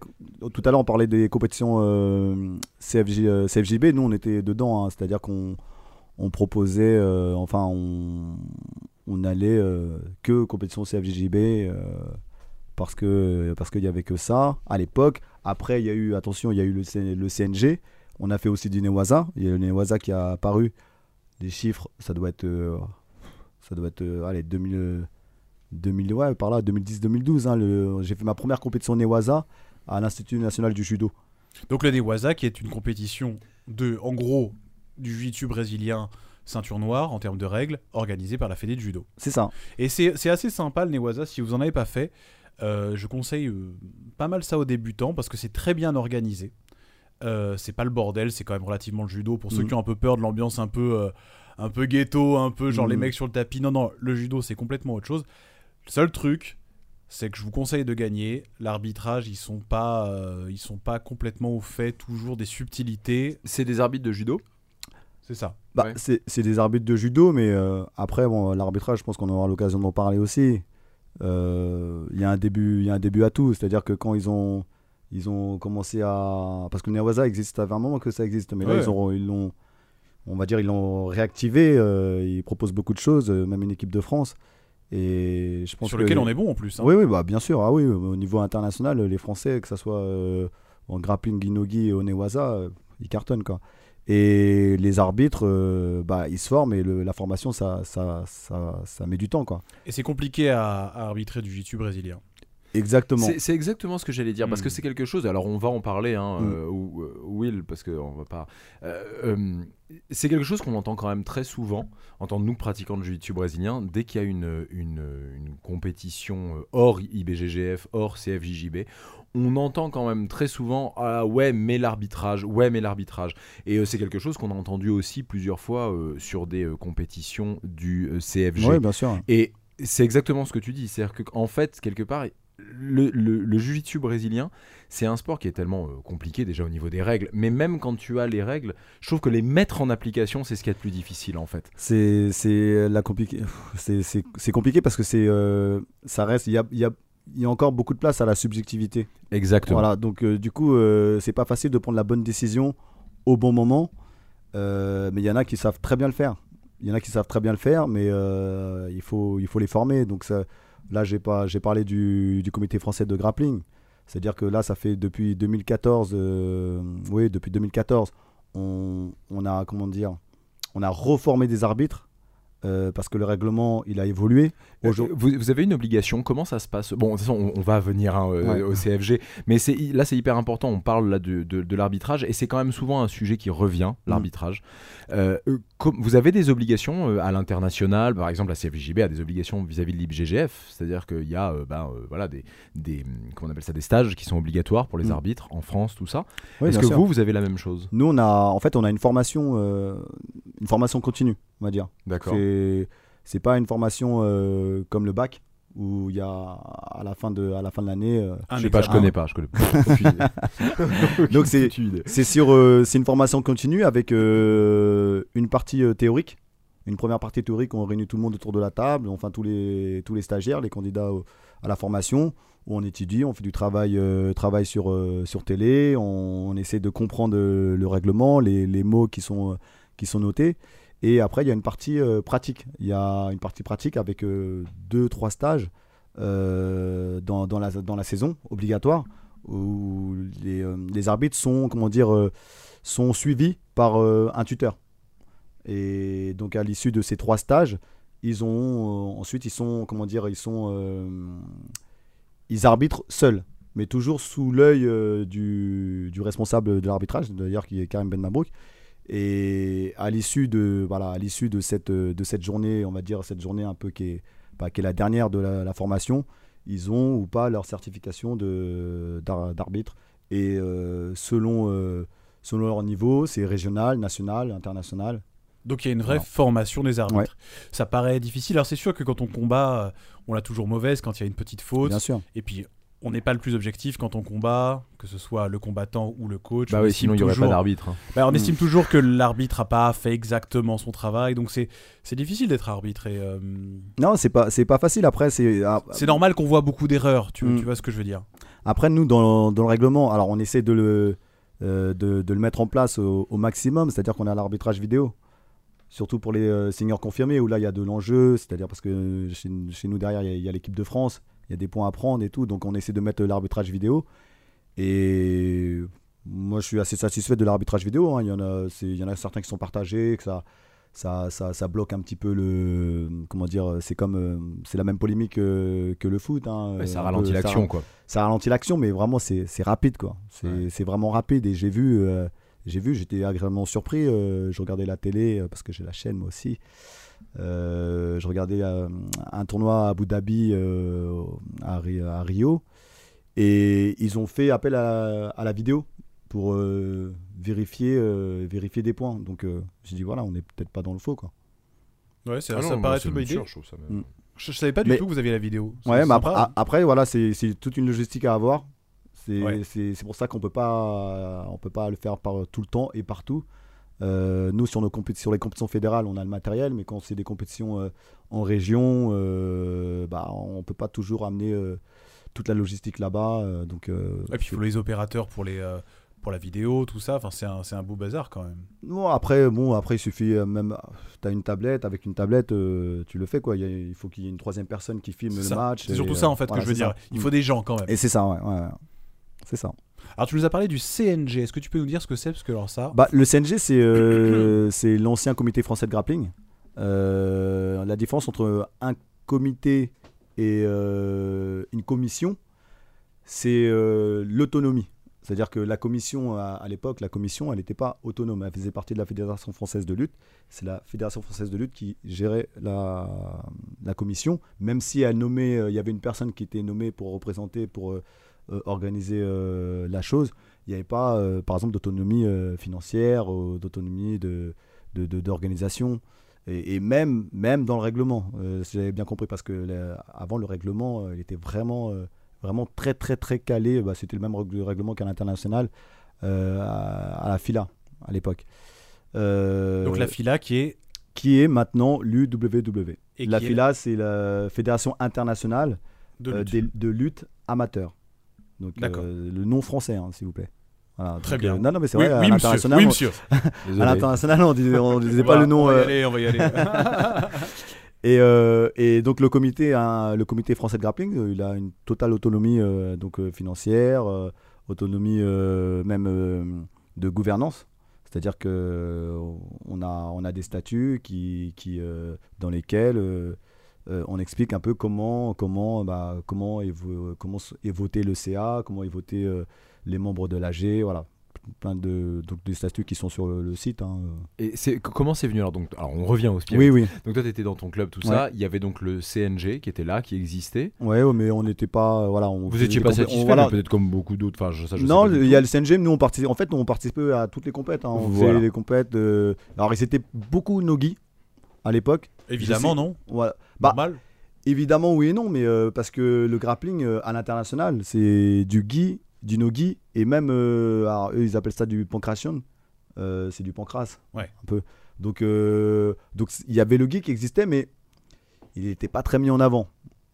Speaker 5: tout à l'heure, on parlait des compétitions euh, CFJ, euh, CFJB. Nous, on était dedans, hein, c'est-à-dire qu'on on proposait, euh, enfin, on, on allait euh, que compétitions CFJB euh, parce que parce qu'il y avait que ça à l'époque. Après, il y a eu, attention, il y a eu le, C- le CNG. On a fait aussi du Newaza. Il y a le Newaza qui a apparu. Les chiffres, ça doit être, euh, ça doit être, euh, allez, 2000. euh, 2000, ouais, par là, 2010-2012. hein, le- j'ai fait ma première compétition Newaza à l'Institut national du judo.
Speaker 4: Donc le Newaza, qui est une compétition de, en gros, du jiu-jitsu brésilien ceinture noire en termes de règles, organisée par la Fédé de judo.
Speaker 5: C'est ça.
Speaker 4: Et c'est c'est assez sympa le Newaza, si vous en avez pas fait. euh, je conseille euh, pas mal ça aux débutants parce que c'est très bien organisé. Euh, c'est pas le bordel, c'est quand même relativement le judo. Pour
Speaker 2: Mm.
Speaker 4: ceux
Speaker 5: Mhm.
Speaker 4: qui ont un peu peur de l'ambiance un peu, euh, un peu ghetto, un peu genre les
Speaker 2: Mm.
Speaker 5: Mhm.
Speaker 4: mecs sur le tapis. Non, non, le judo c'est complètement autre chose. Le seul truc, c'est que je vous conseille de gagner. L'arbitrage, ils sont pas, euh, ils sont pas complètement au fait toujours des subtilités.
Speaker 2: C'est des arbitres de judo.
Speaker 4: C'est ça.
Speaker 5: Bah,
Speaker 2: Ouais.
Speaker 5: c'est, c'est des arbitres de judo, mais euh, après, bon, l'arbitrage, je pense qu'on aura l'occasion d'en parler aussi. Euh, Il y a un début il y a un début à tout. C'est-à-dire que quand ils ont, ils ont commencé à. Parce que le Newaza existe, ça fait un moment que ça existe, mais là,
Speaker 4: Ouais.
Speaker 5: ils, ont, ils l'ont. On va dire, ils l'ont réactivé. euh, ils proposent beaucoup de choses, euh, même une équipe de France. Et je pense
Speaker 4: Sur
Speaker 5: que-
Speaker 4: lequel on est bon en plus. hein.
Speaker 5: Oui, oui, bah, bien sûr. Ah, oui, au niveau international, les Français, que ce soit euh, en grappling, inogi et onewaza, euh, ils cartonnent. Quoi. Et les arbitres, euh, bah, ils se forment et le- la formation, ça, ça, ça, ça met du temps. Quoi.
Speaker 4: Et c'est compliqué à, à arbitrer du jiu-jitsu brésilien.
Speaker 5: Exactement.
Speaker 2: C'est c'est exactement ce que j'allais dire parce
Speaker 4: Mm.
Speaker 2: que c'est quelque chose. Alors on va en parler, hein,
Speaker 5: Mm.
Speaker 2: euh, ou- euh, Will, parce que on va pas. euh, euh, c'est quelque chose qu'on entend quand même très souvent en tant que nous pratiquants de jiu-jitsu brésilien. Dès qu'il y a une, une, une compétition euh, hors IBGGF, hors CFJJB, on entend quand même très souvent ah ouais mais l'arbitrage, ouais mais l'arbitrage. Et euh, c'est quelque chose qu'on a entendu aussi plusieurs fois euh, sur des euh, compétitions du euh, CFG.
Speaker 5: Oui, bien sûr.
Speaker 2: Et c'est exactement ce que tu dis. C'est-à-dire qu'en fait, quelque part, le, le, le jiu-jitsu brésilien, c'est un sport qui est tellement euh, compliqué déjà au niveau des règles. Mais même quand tu as les règles, je trouve que les mettre en application, c'est ce qui est de plus difficile en fait.
Speaker 5: C'est c'est la compliqué. C'est c'est- c'est compliqué parce que c'est euh, ça reste. Il y a, il y a- il y a encore beaucoup de place à la subjectivité.
Speaker 2: Exactement.
Speaker 5: Voilà, donc euh, du coup, euh, c'est pas facile de prendre la bonne décision au bon moment, euh, mais il y en a qui savent très bien le faire. Il y en a qui savent très bien le faire, mais euh, il, faut, il faut les former. Donc ça, là, j'ai pas- j'ai parlé du, du comité français de grappling. C'est-à-dire que là, ça fait depuis 2014, euh, oui, depuis 2014, on, on a, comment dire, on a reformé des arbitres euh, parce que le règlement, il a évolué.
Speaker 2: Euh,
Speaker 5: Aujourd'hui-
Speaker 2: Vous, vous avez une obligation, comment ça se passe Bon, de toute façon, on, on va venir hein, euh,
Speaker 5: Ouais.
Speaker 2: au CFG, mais c'est, là c'est hyper important, on parle là de, de- de l'arbitrage, et c'est quand même souvent un sujet qui revient,
Speaker 5: Mm.
Speaker 2: l'arbitrage. Euh, euh, com- vous avez des obligations euh, à l'international, par exemple la CFJB a des obligations vis-à-vis de l'IBGGF, c'est-à-dire qu'il y a euh, ben, euh, voilà, des, des, comment on appelle ça, des stages qui sont obligatoires pour les
Speaker 5: Mm.
Speaker 2: arbitres en France, tout ça.
Speaker 5: Oui,
Speaker 2: Est-ce
Speaker 5: bien
Speaker 2: que
Speaker 5: sûr.
Speaker 2: vous, vous avez la même chose
Speaker 5: Nous, on a, en fait, on a une formation, euh, une formation continue, on va dire.
Speaker 2: D'accord.
Speaker 5: C'est c'est pas une formation euh, comme le bac où il y a à la fin de à la fin de l'année. euh,
Speaker 4: Un
Speaker 2: Je sais pas, je
Speaker 4: examen.
Speaker 2: connais pas, je
Speaker 5: *laughs*
Speaker 2: connais pas.
Speaker 5: Donc c'est c'est sur euh, c'est une formation continue avec euh, une partie euh, théorique, une première partie théorique où on réunit tout le monde autour de la table, enfin tous les tous les stagiaires, les candidats au- à la formation où on étudie, on fait du travail euh, travail sur euh, sur télé, on, on essaie de comprendre euh, le règlement, les, les mots qui sont euh, qui sont notés. Et après, il y a une partie euh, pratique. Il y a une partie pratique avec euh, deux, trois stages euh, dans, dans la, dans la saison obligatoire où les, euh, les arbitres sont, comment dire, euh, sont suivis par euh, un tuteur. Et donc à l'issue de ces trois stages, ils ont euh, ensuite ils sont, comment dire, ils sont, euh, ils arbitrent seuls, mais toujours sous l'œil euh, du, du responsable de l'arbitrage, d'ailleurs qui est Karim Ben Mabrouk. Et à l'issue de voilà, à l'issue de cette euh, de cette journée, on va dire cette journée un peu qui est, bah, qui est la dernière de la, la formation, ils ont ou pas leur certification de d'ar- d'arbitre. Et euh, selon euh, selon leur niveau, c'est régional, national, international.
Speaker 4: Donc il y a une vraie
Speaker 5: Voilà.
Speaker 4: formation des arbitres.
Speaker 5: Ouais.
Speaker 4: Ça paraît difficile. Alors c'est sûr que quand on combat, euh, on l'a toujours mauvaise quand il y a une petite faute.
Speaker 5: Bien sûr.
Speaker 4: Et puis on n'est pas le plus objectif quand on combat, que ce soit le combattant ou le coach.
Speaker 2: Bah
Speaker 4: On
Speaker 2: oui,
Speaker 4: estime
Speaker 2: sinon il n'y aurait pas
Speaker 4: toujours-
Speaker 2: d'arbitre. hein.
Speaker 4: Bah, on
Speaker 5: Mm.
Speaker 4: estime toujours que l'arbitre n'a pas fait exactement son travail, donc c'est c'est difficile d'être arbitre. Et, euh,
Speaker 5: Non, c'est pas c'est pas facile. Après, c'est ah,
Speaker 2: Bah
Speaker 4: c'est normal qu'on voit beaucoup d'erreurs, tu,
Speaker 2: Hmm.
Speaker 5: Mm.
Speaker 4: tu vois ce que je veux dire.
Speaker 5: Après, nous, dans, dans le règlement, alors on essaie de le, euh, de, de le mettre en place au, au maximum, c'est-à-dire qu'on a l'arbitrage vidéo, surtout pour les euh, seniors confirmés, où là, il y a de l'enjeu, c'est-à-dire parce que euh, chez, chez nous, derrière, il y a- il y a, l'équipe de France, il y a des points à prendre et tout, donc on essaie de mettre euh, l'arbitrage vidéo. Et moi, je suis assez satisfait de l'arbitrage vidéo, hein. il, y en a, c'est- il y en a certains qui sont partagés, que ça... Ça, ça, ça bloque un petit peu le comment dire c'est comme euh, c'est la même polémique euh, que le foot hein,
Speaker 2: Ouais, ça
Speaker 5: euh, un
Speaker 2: ralentit
Speaker 5: peu,
Speaker 2: l'action, quoi.
Speaker 5: ça ralentit l'action, mais vraiment c'est c'est rapide quoi. C'est
Speaker 2: Ouais.
Speaker 5: c'est vraiment rapide et j'ai vu, euh, j'ai vu, j'étais agréablement surpris. euh, je regardais la télé euh, parce que j'ai la chaîne moi aussi. Euh, je regardais euh, un tournoi à Abu Dhabi, euh, à, Ri- à Rio, et ils ont fait appel à, à la vidéo pour euh, vérifier, euh, vérifier des points. Donc euh, j'ai dit voilà, on n'est peut-être pas dans le faux quoi.
Speaker 4: Ouais, ça,
Speaker 2: Ah non,
Speaker 4: ça
Speaker 2: moi,
Speaker 4: paraît
Speaker 2: c'est
Speaker 4: une bonne
Speaker 2: sûr,
Speaker 4: idée.
Speaker 2: je trouve ça, mais-
Speaker 5: Mm.
Speaker 4: Je, je savais pas du
Speaker 5: Mais-
Speaker 4: tout que vous aviez la vidéo.
Speaker 2: bah,
Speaker 4: C'est-
Speaker 5: Ouais,
Speaker 4: c'est
Speaker 5: mais après,
Speaker 2: ah.
Speaker 4: sympa. hein.
Speaker 5: a- après, voilà, c'est c'est toute une logistique à avoir. C'est
Speaker 4: Ouais.
Speaker 5: c'est- c'est pour ça qu'on peut pas, on peut pas le faire par tout le temps et partout. Euh, nous, sur, nos compé- sur les compétitions fédérales, on a le matériel, mais quand c'est des compétitions euh, en région, euh, bah, on peut pas toujours amener euh, toute la logistique là-bas. euh, donc, euh,
Speaker 4: Et puis il faut les opérateurs pour les euh, pour la vidéo, tout ça. Enfin, c'est un, c'est un beau bazar quand même.
Speaker 5: Non, après, bon, après, il suffit euh, même. Tu as une tablette, avec une tablette, euh, tu le fais quoi. Il y a- il faut qu'il y ait une troisième personne qui filme
Speaker 4: C'est
Speaker 5: le
Speaker 4: ça.
Speaker 5: match.
Speaker 4: C'est
Speaker 5: et,
Speaker 4: surtout ça en
Speaker 5: euh,
Speaker 4: fait
Speaker 5: voilà,
Speaker 4: que je veux
Speaker 5: c'est
Speaker 4: dire.
Speaker 5: ça.
Speaker 4: Il faut des gens quand même.
Speaker 5: Et c'est ça, ouais, ouais, ouais. C'est ça.
Speaker 4: Alors tu nous as parlé du CNG. Est-ce que tu peux nous dire ce que c'est parce que alors ça.
Speaker 5: Bah, le CNG, c'est euh, *clears throat* c'est l'ancien comité français de grappling. Euh, la différence entre un comité et euh, une commission, c'est euh, l'autonomie. C'est-à-dire que la commission, à, à l'époque, la commission, elle n'était pas autonome. Elle faisait partie de la Fédération française de lutte. C'est la Fédération française de lutte qui gérait la, la commission, même si elle nommait, euh, il y avait une personne qui était nommée pour représenter, pour euh, euh, organiser euh, la chose il n'y avait pas, euh, par exemple, d'autonomie euh, financière, euh, d'autonomie de, de- de- d'organisation, et, et même, même dans le règlement. Euh, si J'avais bien compris parce que la- avant le règlement, euh, il était vraiment, euh, vraiment très très très calé. Bah, C'était le même règle- règlement qu'à l'international euh, à, à la FILA à l'époque. Euh,
Speaker 4: Donc la fila qui est
Speaker 5: qui est maintenant l'UWW.
Speaker 4: et
Speaker 5: la
Speaker 4: qui est
Speaker 5: FILA, c'est la Fédération internationale
Speaker 4: de
Speaker 5: euh,
Speaker 4: lutte.
Speaker 5: des- de lutte amateur. Donc
Speaker 4: D'accord.
Speaker 5: euh, le nom français, hein, s'il vous plaît. Voilà,
Speaker 4: Très
Speaker 5: donc,
Speaker 4: bien.
Speaker 5: euh, non, non, mais c'est
Speaker 4: Oui,
Speaker 5: vrai,
Speaker 4: oui, monsieur.
Speaker 5: à l'international,
Speaker 4: Oui,
Speaker 5: on-
Speaker 4: monsieur.
Speaker 5: à
Speaker 2: Désolé.
Speaker 5: l'international, on disait, on disait
Speaker 4: On
Speaker 5: pas
Speaker 4: va-
Speaker 5: le nom.
Speaker 4: On va y
Speaker 5: euh,
Speaker 4: aller, on va y
Speaker 5: *laughs*
Speaker 4: aller.
Speaker 5: et, euh, et donc le comité, hein, le comité français de grappling, euh, il a une totale autonomie euh, donc euh, financière, euh, autonomie euh, même euh, de gouvernance. C'est-à-dire que euh, on a on a des statuts qui, qui euh, dans lesquels euh, euh, on explique un peu comment comment bah, comment est vo- comment s- est voté le CA, comment est voté euh, les membres de l'AG, voilà plein de donc des statuts qui sont sur le, le site. hein.
Speaker 2: Et c'est- comment c'est venu alors, donc, alors, on revient au spirit.
Speaker 5: Oui oui.
Speaker 2: Donc toi, t'étais dans ton club, tout
Speaker 5: Ouais.
Speaker 2: ça. Il y avait donc le CNG qui était là, qui existait.
Speaker 5: Ouais, ouais, mais on n'était pas. Voilà, on
Speaker 2: Vous
Speaker 5: faisait
Speaker 2: étiez
Speaker 5: des
Speaker 2: pas
Speaker 5: compé- on-
Speaker 2: satisfait,
Speaker 5: voilà.
Speaker 2: mais peut-être comme beaucoup d'autres. Enfin, je, ça, je
Speaker 5: non,
Speaker 2: sais pas
Speaker 5: le-
Speaker 2: du
Speaker 5: il y a
Speaker 2: tout.
Speaker 5: le CNG, mais nous on participait. En fait, on participait à toutes les compètes. hein. On
Speaker 2: Voilà.
Speaker 5: faisait les compètes. euh, Alors, ils étaient beaucoup nogi à l'époque.
Speaker 4: Évidemment, non.
Speaker 5: Voilà. Bah,
Speaker 4: Normal.
Speaker 5: Évidemment, oui et non, mais euh, parce que le grappling euh, à l'international, c'est du gi, du no-gi, et même, euh, alors, eux, ils appellent ça du pancration. Euh, c'est du pancras,
Speaker 4: Ouais.
Speaker 5: un peu. Donc, euh, donc c- il y avait le gi qui existait, mais il n'était pas très mis en avant.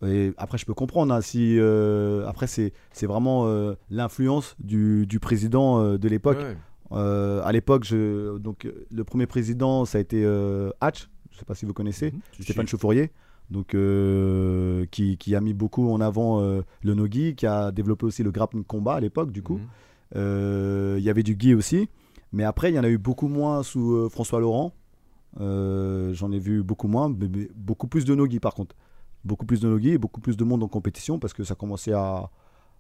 Speaker 5: Et après, je peux comprendre. hein, si euh, après, c'est c'est vraiment euh, l'influence du, du président euh, de l'époque.
Speaker 2: Ouais, ouais.
Speaker 5: Euh, à l'époque, je- donc euh, le premier président, ça a été euh, Hatch. Je sais pas si vous connaissez.
Speaker 2: Mhm.
Speaker 5: Stéphane Chauffourier. donc euh, qui, qui a mis beaucoup en avant euh, le nogi, qui a développé aussi le grappling combat à l'époque, du coup.
Speaker 2: Mhm.
Speaker 5: Euh, Il y avait du gi aussi, mais après, il y en a eu beaucoup moins sous euh, François Laurent. Euh, J'en ai vu beaucoup moins, mais- mais beaucoup plus de nogi par contre. Beaucoup plus de nogi et beaucoup plus de monde en compétition parce que ça commençait à.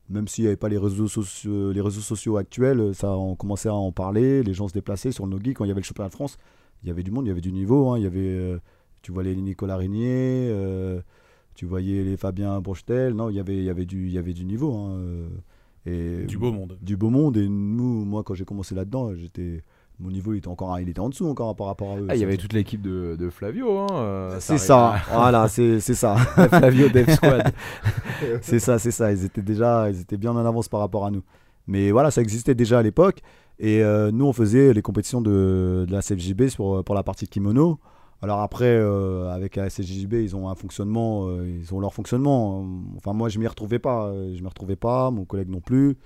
Speaker 5: Même s'il n'y avait pas les réseaux, sociaux, les réseaux sociaux actuels, ça, on commençait à en parler, les gens se déplaçaient sur le nogi. Quand il y avait le championnat de France, il y avait du monde, il y avait du niveau. hein, il y avait, euh, tu voyais les Nicolas Régnier, euh, tu voyais les Fabien Brochetel. Non, il y avait, il y avait, du, il y avait du niveau. hein, euh, et
Speaker 4: Du beau monde.
Speaker 5: du beau monde. Et nous, moi, quand j'ai commencé là-dedans, j'étais mon niveau, il était encore, il était en dessous encore par rapport à eux.
Speaker 2: Ah, il y avait toute l'équipe de, de Flavio. hein, euh,
Speaker 5: C'est
Speaker 2: arrive-
Speaker 5: ça,
Speaker 2: *laughs*
Speaker 5: *laughs* voilà, c'est c'est ça, *laughs*
Speaker 2: Flavio Dev Squad.
Speaker 5: c'est ça, c'est ça. Ils étaient déjà, ils étaient bien en avance par rapport à nous. Mais voilà, ça existait déjà à l'époque. Et euh, nous, on faisait les compétitions de, de la CFJB sur, euh, pour la partie kimono. Alors après, euh, avec la CFJB, ils ont un fonctionnement, euh, ils ont leur fonctionnement. Enfin, moi, je m'y retrouvais pas, euh, je m'y retrouvais pas, mon collègue non plus.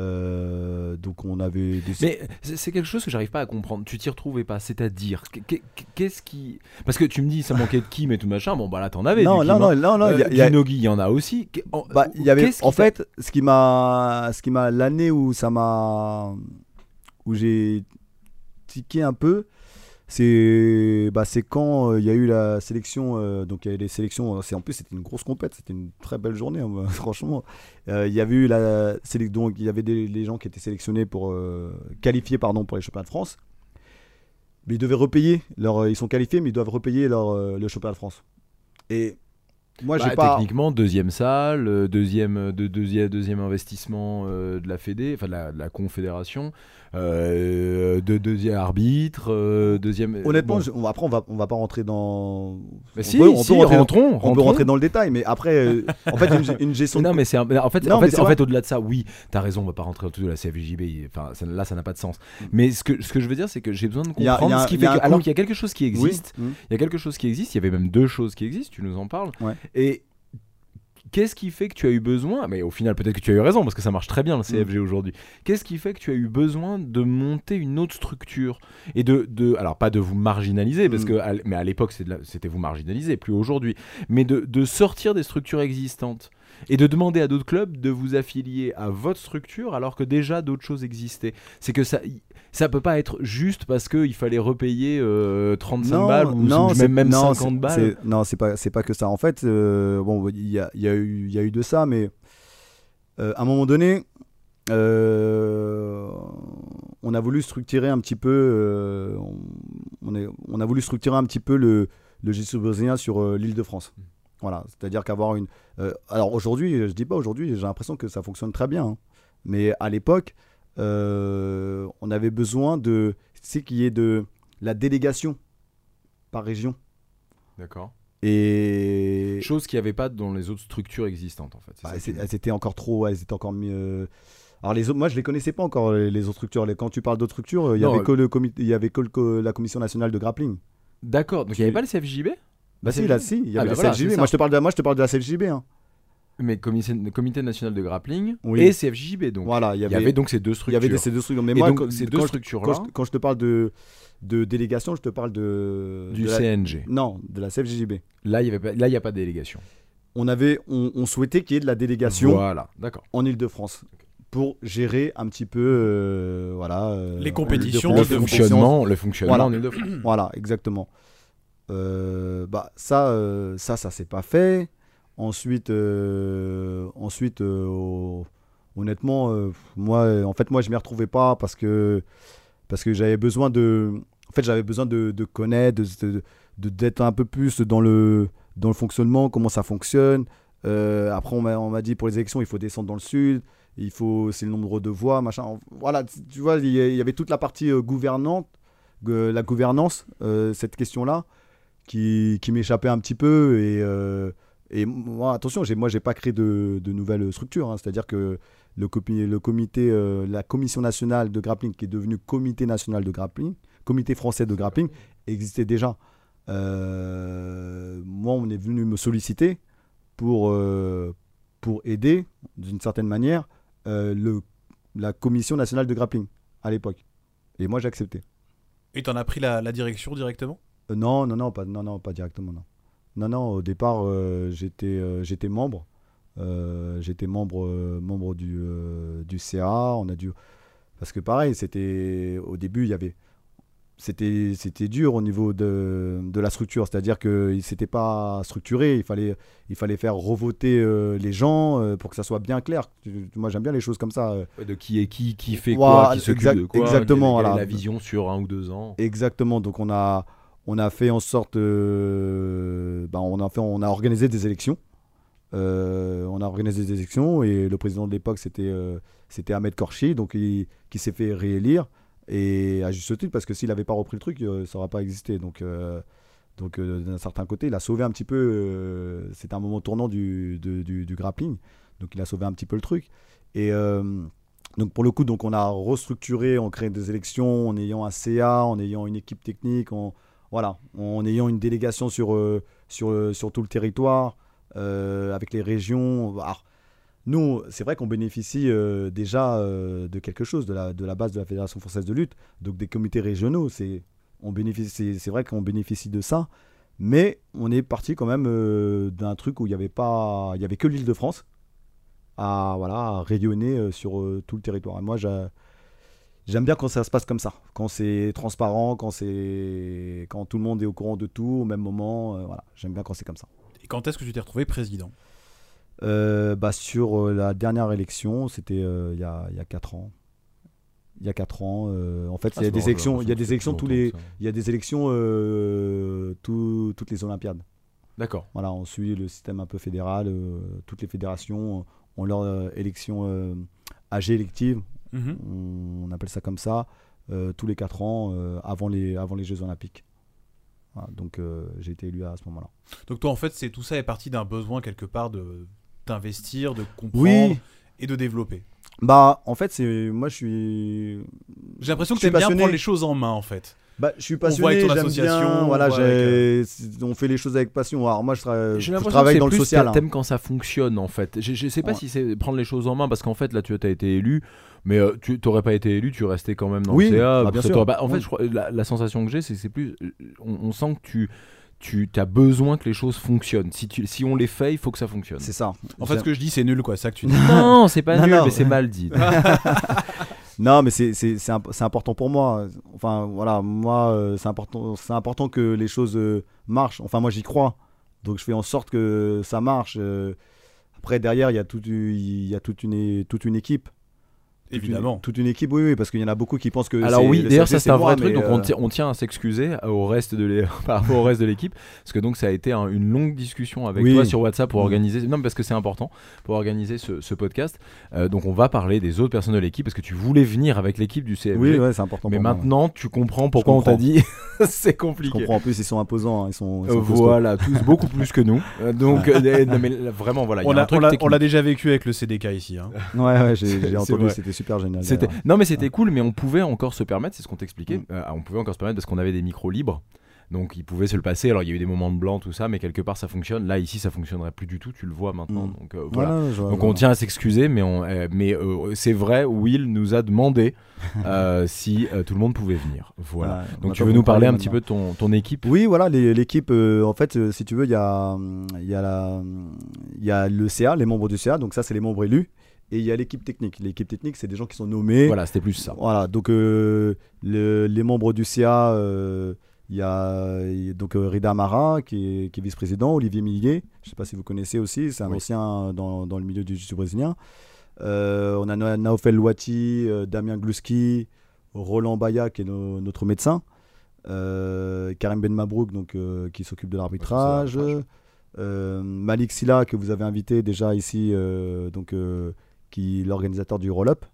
Speaker 5: Euh, donc on avait des...
Speaker 2: *laughs* Mais c'est c'est quelque chose que j'arrive pas à comprendre. Tu t'y retrouvais pas, c'est-à-dire qu'est- qu'est- qu'est-ce qui Parce que tu me dis ça manquait de Kim et tout machin. Bon bah là t'en avais.
Speaker 5: non,
Speaker 2: du
Speaker 5: non,
Speaker 2: Kim,
Speaker 5: non,
Speaker 2: hein.
Speaker 5: non, non,
Speaker 2: Euh,
Speaker 5: il y a- il
Speaker 2: du
Speaker 5: y a-
Speaker 2: Nogi, il y en a aussi. Qu'est- en-
Speaker 5: Bah, il y avait,
Speaker 2: qu'est-ce qui
Speaker 5: en
Speaker 2: t'a-
Speaker 5: fait, ce qui m'a, ce qui m'a l'année où ça m'a, où j'ai tiqué un peu, c'est, bah, c'est quand euh, il y a eu la sélection, euh, donc il y a eu les sélections, euh, c'est en plus c'était une grosse compète, c'était une très belle journée, hein, *laughs* moi, franchement. Euh, il y avait eu la sélec- donc il y avait des les gens qui étaient sélectionnés pour euh, qualifiés pardon pour les championnats de France, mais ils devaient repayer leur, euh, ils sont qualifiés mais ils doivent repayer leur euh, le championnat de France. Et moi
Speaker 2: Bah,
Speaker 5: j'ai pas
Speaker 2: Techniquement, deuxième salle, euh, deuxième, euh, de- deuxième, deuxième investissement euh, de la Fédé, enfin de la, de la Confédération, euh, de deuxième arbitre, euh, deuxième.
Speaker 5: Honnêtement,
Speaker 2: bon.
Speaker 5: je- on va- après, on va, on va pas rentrer dans.
Speaker 2: Mais
Speaker 5: on
Speaker 2: si,
Speaker 5: peut- on
Speaker 2: si,
Speaker 5: peut rentrer dans-
Speaker 2: rentrons,
Speaker 5: on peut rentrer dans le détail, mais après, euh, en fait, une, une gestion.
Speaker 2: Non, mais *laughs* c'est un- en fait,
Speaker 5: Non,
Speaker 2: en fait,
Speaker 5: mais c'est
Speaker 2: en
Speaker 5: vrai.
Speaker 2: fait, au-delà de ça, oui, t'as raison, on va pas rentrer autour de la CFJB. il- Enfin, ça- là, ça n'a pas de sens. Mais ce que, ce que je veux dire, c'est que j'ai besoin de
Speaker 5: Mm. Il y a-
Speaker 2: comprendre
Speaker 5: il y a-
Speaker 2: ce qui
Speaker 5: il y
Speaker 2: fait
Speaker 5: a
Speaker 2: que,
Speaker 5: un
Speaker 2: alors
Speaker 5: coup-
Speaker 2: qu'il y a quelque chose qui
Speaker 5: Oui,
Speaker 2: existe,
Speaker 5: mm.
Speaker 2: il y a quelque chose qui existe. Il y avait même deux choses qui existent. Tu nous en parles.
Speaker 5: Ouais.
Speaker 2: Et qu'est-ce qui fait que tu as eu besoin Mais au final, peut-être que tu as eu raison parce que ça marche très
Speaker 5: Mm.
Speaker 2: bien le CFG aujourd'hui. Qu'est-ce qui fait que tu as eu besoin de monter une autre structure et de, de alors pas de vous marginaliser parce
Speaker 5: Mm.
Speaker 2: que à l- mais à l'époque c'est de la- c'était vous marginaliser, plus aujourd'hui, mais de, de sortir des structures existantes et de demander à d'autres clubs de vous affilier à votre structure alors que déjà d'autres choses existaient. C'est que ça ça peut pas être juste parce que il fallait repayer euh, 35 balles ou
Speaker 5: c'est-
Speaker 2: même, même
Speaker 5: non,
Speaker 2: 50
Speaker 5: c'est-
Speaker 2: balles.
Speaker 5: c'est- Non, c'est pas, c'est pas que ça. En fait, euh, bon, il y a, il y, a eu- il y a eu de ça, mais euh, à un moment donné, euh, on a voulu structurer un petit peu. euh, on, on est- on a voulu structurer un petit peu le, le jiu-jitsu brésilien sur euh, l'île de France.
Speaker 2: Mm.
Speaker 5: Voilà, c'est-à-dire qu'avoir une. euh, alors aujourd'hui, je dis pas aujourd'hui, j'ai l'impression que ça fonctionne très bien. hein. Mais à l'époque, euh, on avait besoin de. C'est qu'il y ait de la délégation par région.
Speaker 2: D'accord.
Speaker 5: Et
Speaker 2: Chose qu'il n'y avait pas dans les autres structures existantes en fait. c'est
Speaker 5: bah,
Speaker 2: ça que tu
Speaker 5: elles
Speaker 2: dis.
Speaker 5: elles étaient encore trop, elles étaient encore mieux. euh. Alors les autres, moi je les connaissais pas encore les, les autres structures. Les- Quand tu parles d'autres structures, il y
Speaker 2: Non,
Speaker 5: avait
Speaker 2: euh,
Speaker 5: que le comi- il y avait que le co- la commission nationale de grappling.
Speaker 2: D'accord. Donc il n'y avait pas le CFJB
Speaker 5: Bah si,
Speaker 2: c'est
Speaker 5: là
Speaker 2: vrai.
Speaker 5: si, il y
Speaker 2: Ah,
Speaker 5: avait
Speaker 2: bah
Speaker 5: la
Speaker 2: voilà,
Speaker 5: CFJB.
Speaker 2: c'est
Speaker 5: Moi
Speaker 2: ça.
Speaker 5: je te parle de, moi je te parle de la CFJB. hein.
Speaker 2: Mais comité, comité national de grappling
Speaker 5: Oui.
Speaker 2: et CFJB donc.
Speaker 5: Voilà, il y
Speaker 2: Il
Speaker 5: avait,
Speaker 2: y avait donc ces deux
Speaker 5: il
Speaker 2: structures.
Speaker 5: y avait des- ces deux structures. Mais
Speaker 2: Et
Speaker 5: moi
Speaker 2: donc,
Speaker 5: quand,
Speaker 2: ces
Speaker 5: quand
Speaker 2: deux
Speaker 5: je-
Speaker 2: structures
Speaker 5: quand
Speaker 2: là
Speaker 5: je, quand je te parle de de délégation, je te parle de
Speaker 2: du
Speaker 5: de la-
Speaker 2: CNG.
Speaker 5: non de la CFJB.
Speaker 2: Là il y avait pas- là il y a pas de délégation.
Speaker 5: On avait, on, on souhaitait qu'il y ait de la délégation
Speaker 2: Voilà. D'accord.
Speaker 5: en Ile-de-France pour gérer un petit peu euh, voilà euh,
Speaker 4: Les compétitions,
Speaker 5: en
Speaker 2: Le
Speaker 5: Île-de-France,
Speaker 4: de-
Speaker 5: les
Speaker 2: fonctionnement, le fonctionnement
Speaker 5: Voilà.
Speaker 2: en Ile-de-France.
Speaker 5: compétitions. voilà exactement Euh, bah ça euh, ça ça s'est pas fait ensuite euh, ensuite euh, au- honnêtement euh, pff, moi euh, en fait moi je m'y retrouvais pas parce que parce que j'avais besoin de en fait j'avais besoin de, de connaître de- de de- d'être un peu plus dans le dans le fonctionnement comment ça fonctionne Euh, après on m'a on m'a dit pour les élections il faut descendre dans le sud il faut c'est le nombre de voix machin voilà tu tu vois il y a- il y avait toute la partie euh, gouvernante euh, la gouvernance euh, cette question là qui, qui m'échappait un petit peu et euh, et moi attention j'ai moi j'ai pas créé de, de nouvelles structures c'est à dire que le, copi- le comité euh, la commission nationale de grappling qui est devenue comité national de grappling comité français de grappling existait déjà Euh, moi on est venu me solliciter pour euh, pour aider d'une certaine manière euh, le, la commission nationale de grappling à l'époque. Et moi, j'ai accepté.
Speaker 4: Et t'en as pris la, la direction directement
Speaker 5: Euh, non, non, non, pas, non, non, pas directement, non. Non, non, au départ, euh, j'étais euh, j'étais membre. Euh, j'étais membre, euh, membre du, euh, du CA. On a dû... Parce que pareil, c'était au début, il y avait... C'était c'était dur au niveau de, de la structure, c'est-à-dire que c'était pas structuré, il fallait, il fallait faire revoter euh, les gens euh, pour que ça soit bien clair. Tu- tu- Moi j'aime bien les choses comme ça. euh.
Speaker 2: Ouais, de qui est qui, qui fait
Speaker 5: Ouais,
Speaker 2: quoi, qui s'occupe
Speaker 5: exact-
Speaker 2: de quoi,
Speaker 5: exactement,
Speaker 2: quelle est
Speaker 5: voilà.
Speaker 2: la vision sur un ou deux ans.
Speaker 5: Exactement. Donc on a, on a fait en sorte, euh, ben, on a fait, on a organisé des élections. Euh, on a organisé des élections et le président de l'époque c'était, euh, c'était Ahmed Korchi, donc il- qui s'est fait réélire et à juste titre parce que s'il n'avait pas repris le truc, euh, ça n'aurait pas existé. Donc euh, donc euh, d'un certain côté, il a sauvé un petit peu. euh, c'est un moment tournant du, de- du, du grappling, donc il a sauvé un petit peu le truc. Et euh, donc pour le coup, donc on a restructuré, on crée des élections, en ayant un CA, en ayant une équipe technique, en voilà, en ayant une délégation sur euh, sur euh, sur tout le territoire, euh, avec les régions. Alors, nous, c'est vrai qu'on bénéficie euh, déjà euh, de quelque chose, de la, de la base de la Fédération française de lutte, donc des comités régionaux. C'est on bénéficie, c'est- c'est vrai qu'on bénéficie de ça, mais on est parti quand même euh, d'un truc où il n'y avait pas, il y avait que l'Île-de-France à voilà à rayonner euh, sur euh, tout le territoire. Et moi, j'a- j'aime bien quand ça se passe comme ça, quand c'est transparent, quand c'est quand tout le monde est au courant de tout au même moment. euh, voilà, j'aime bien quand c'est comme ça.
Speaker 4: Et quand est-ce que tu t'es retrouvé président
Speaker 5: Euh, bah, sur euh, la dernière élection, c'était euh, il y, a, il y a 4 ans. Il y a 4 ans. euh, en fait,
Speaker 2: Ah,
Speaker 5: il y a des élections, il y a des élections tous les, il y a des élections euh, tout- toutes les Olympiades.
Speaker 2: D'accord.
Speaker 5: Voilà, on suit le système un peu fédéral. euh, toutes les fédérations euh, ont leur euh, élection euh, AG élective, Mhm. on, on appelle ça comme ça, euh, tous les 4 ans euh, avant, les, avant les Jeux Olympiques. Voilà, donc euh, j'ai été élu à ce moment-là.
Speaker 4: Donc toi, en fait, c'est tout ça est parti d'un besoin quelque part de d'investir, de comprendre
Speaker 5: Oui.
Speaker 4: et de développer.
Speaker 5: Bah, en fait, c'est moi je suis
Speaker 4: J'ai l'impression que
Speaker 5: Je suis
Speaker 4: t'aimes bien
Speaker 5: passionné.
Speaker 4: prendre les choses en main, en fait.
Speaker 5: Bah, je suis
Speaker 4: voit
Speaker 5: passionné,
Speaker 4: avec ton
Speaker 5: j'aime
Speaker 4: association,
Speaker 5: bien.
Speaker 4: on
Speaker 5: Voilà,
Speaker 4: voit euh,
Speaker 5: j'ai- on fait les choses avec passion. Alors moi, je, tra-
Speaker 2: J'ai
Speaker 5: je
Speaker 2: l'impression que
Speaker 5: travaille
Speaker 2: c'est
Speaker 5: Euh, dans le
Speaker 2: plus
Speaker 5: social. hein.
Speaker 2: T'aimes quand ça fonctionne en fait. Je, je sais pas
Speaker 5: Ouais.
Speaker 2: si c'est prendre les choses en main parce qu'en fait là tu as été élu, mais euh, tu t'aurais pas été élu, tu restais quand même dans
Speaker 5: Oui,
Speaker 2: le CA.
Speaker 5: bah, bien
Speaker 2: ça
Speaker 5: sûr.
Speaker 2: t'aurait pas- En fait,
Speaker 5: Oui.
Speaker 2: je crois- la, la sensation que j'ai, c'est que c'est plus. euh, On, on sent que tu, tu as besoin que les choses fonctionnent. Si, tu, si on les fait, il faut que ça fonctionne.
Speaker 5: C'est ça.
Speaker 4: En fait, ce que je dis, c'est nul, quoi. Ça
Speaker 5: *laughs*
Speaker 4: que tu dis.
Speaker 2: Non, c'est pas
Speaker 5: Non,
Speaker 2: nul,
Speaker 5: non.
Speaker 2: mais c'est mal dit.
Speaker 5: Non, mais c'est c'est- c'est imp- c'est important pour moi. Enfin, voilà, moi, euh, c'est important, c'est important que les choses euh, marchent. Enfin, moi, j'y crois. Donc, je fais en sorte que ça marche. Euh, après, derrière, il y a, toute, une- il y a toute, une, toute une équipe. Toute une-
Speaker 4: Évidemment.
Speaker 5: Toute une équipe, oui, oui, parce qu'il y en a beaucoup qui pensent que.
Speaker 2: Alors
Speaker 5: c'est-
Speaker 2: oui,
Speaker 5: le
Speaker 2: d'ailleurs ça
Speaker 5: CFD,
Speaker 2: c'est un
Speaker 5: moi,
Speaker 2: vrai truc,
Speaker 5: mais,
Speaker 2: donc on,
Speaker 5: euh,
Speaker 2: ti- on tient à s'excuser au reste de l'é- *laughs* par rapport au reste de l'équipe, parce que donc ça a été un- une longue discussion avec
Speaker 5: Oui.
Speaker 2: toi sur WhatsApp pour
Speaker 5: Mm.
Speaker 2: organiser, non mais parce que c'est important, pour organiser ce, ce podcast, Euh, donc on va parler des autres personnes de l'équipe, parce que tu voulais venir avec l'équipe du CFG,
Speaker 5: Oui, ouais, c'est important
Speaker 2: mais
Speaker 5: pour moi, ouais.
Speaker 2: maintenant tu comprends pourquoi on t'a
Speaker 5: comprends.
Speaker 2: dit *laughs* c'est
Speaker 5: Je
Speaker 2: compliqué.
Speaker 5: comprends. En plus, ils sont imposants. hein, Ils sont, ils
Speaker 2: Euh,
Speaker 5: sont costauds.
Speaker 2: voilà, tous beaucoup plus que
Speaker 5: *laughs*
Speaker 2: nous. Euh, Donc, euh, non, mais là, vraiment, voilà. il y a
Speaker 4: On
Speaker 2: un
Speaker 4: l'a-
Speaker 2: truc
Speaker 4: on l'a-
Speaker 2: technique. Euh,
Speaker 4: on l'a déjà vécu avec le CDK ici. hein.
Speaker 5: *laughs* Ouais, ouais, j'ai-
Speaker 2: *laughs* C'est
Speaker 5: j'ai entendu,
Speaker 2: vrai.
Speaker 5: c'était super génial.
Speaker 2: C'était-
Speaker 5: d'ailleurs.
Speaker 2: non mais c'était cool mais on pouvait encore se permettre c'est ce qu'on t'expliquait
Speaker 5: Ah. Mm.
Speaker 2: euh, on pouvait encore se permettre parce qu'on avait des micros libres donc ils pouvaient se le passer alors il y a eu des moments de blanc tout ça mais quelque part ça fonctionne là ici ça fonctionnerait plus du tout tu le vois maintenant
Speaker 5: Mm.
Speaker 2: donc euh, voilà
Speaker 5: Ouais, ouais, je vois,
Speaker 2: donc
Speaker 5: voilà.
Speaker 2: on tient à s'excuser, mais, on, euh, mais euh, c'est vrai, Will nous a
Speaker 5: *laughs*
Speaker 2: demandé euh, si euh, tout le monde pouvait venir. Voilà.
Speaker 5: Ouais, on
Speaker 2: Donc
Speaker 5: va
Speaker 2: tu
Speaker 5: pas
Speaker 2: veux
Speaker 5: vous
Speaker 2: nous parler un
Speaker 5: maintenant.
Speaker 2: petit peu de ton, ton équipe
Speaker 5: Oui, voilà, les- l'équipe, euh, en fait, euh, si tu veux, il y a, hum, il y, a la- il y a le CA, les membres du CA, donc ça, c'est les membres élus, et il y a l'équipe technique. L'équipe technique, c'est des gens qui sont nommés.
Speaker 2: Voilà, c'était plus ça.
Speaker 5: Voilà, donc euh, le- les membres du CA, euh, il y a il y a donc euh, Reda Mara qui est, qui est vice-président, Olivier Millier, je ne sais pas si vous connaissez aussi, c'est un
Speaker 2: Oui.
Speaker 5: ancien dans, dans le milieu du jiu-jitsu brésilien. Euh, on a Na- Naofel Louati, euh, Damien Gluski, Roland Baya qui est no- notre médecin, euh, Karim Ben Mabrouk donc, euh, qui s'occupe
Speaker 2: Bah,
Speaker 5: de l'arbitrage, euh, Malik Silla que vous avez invité déjà ici, euh, donc, euh, qui est l'organisateur du Roll Up.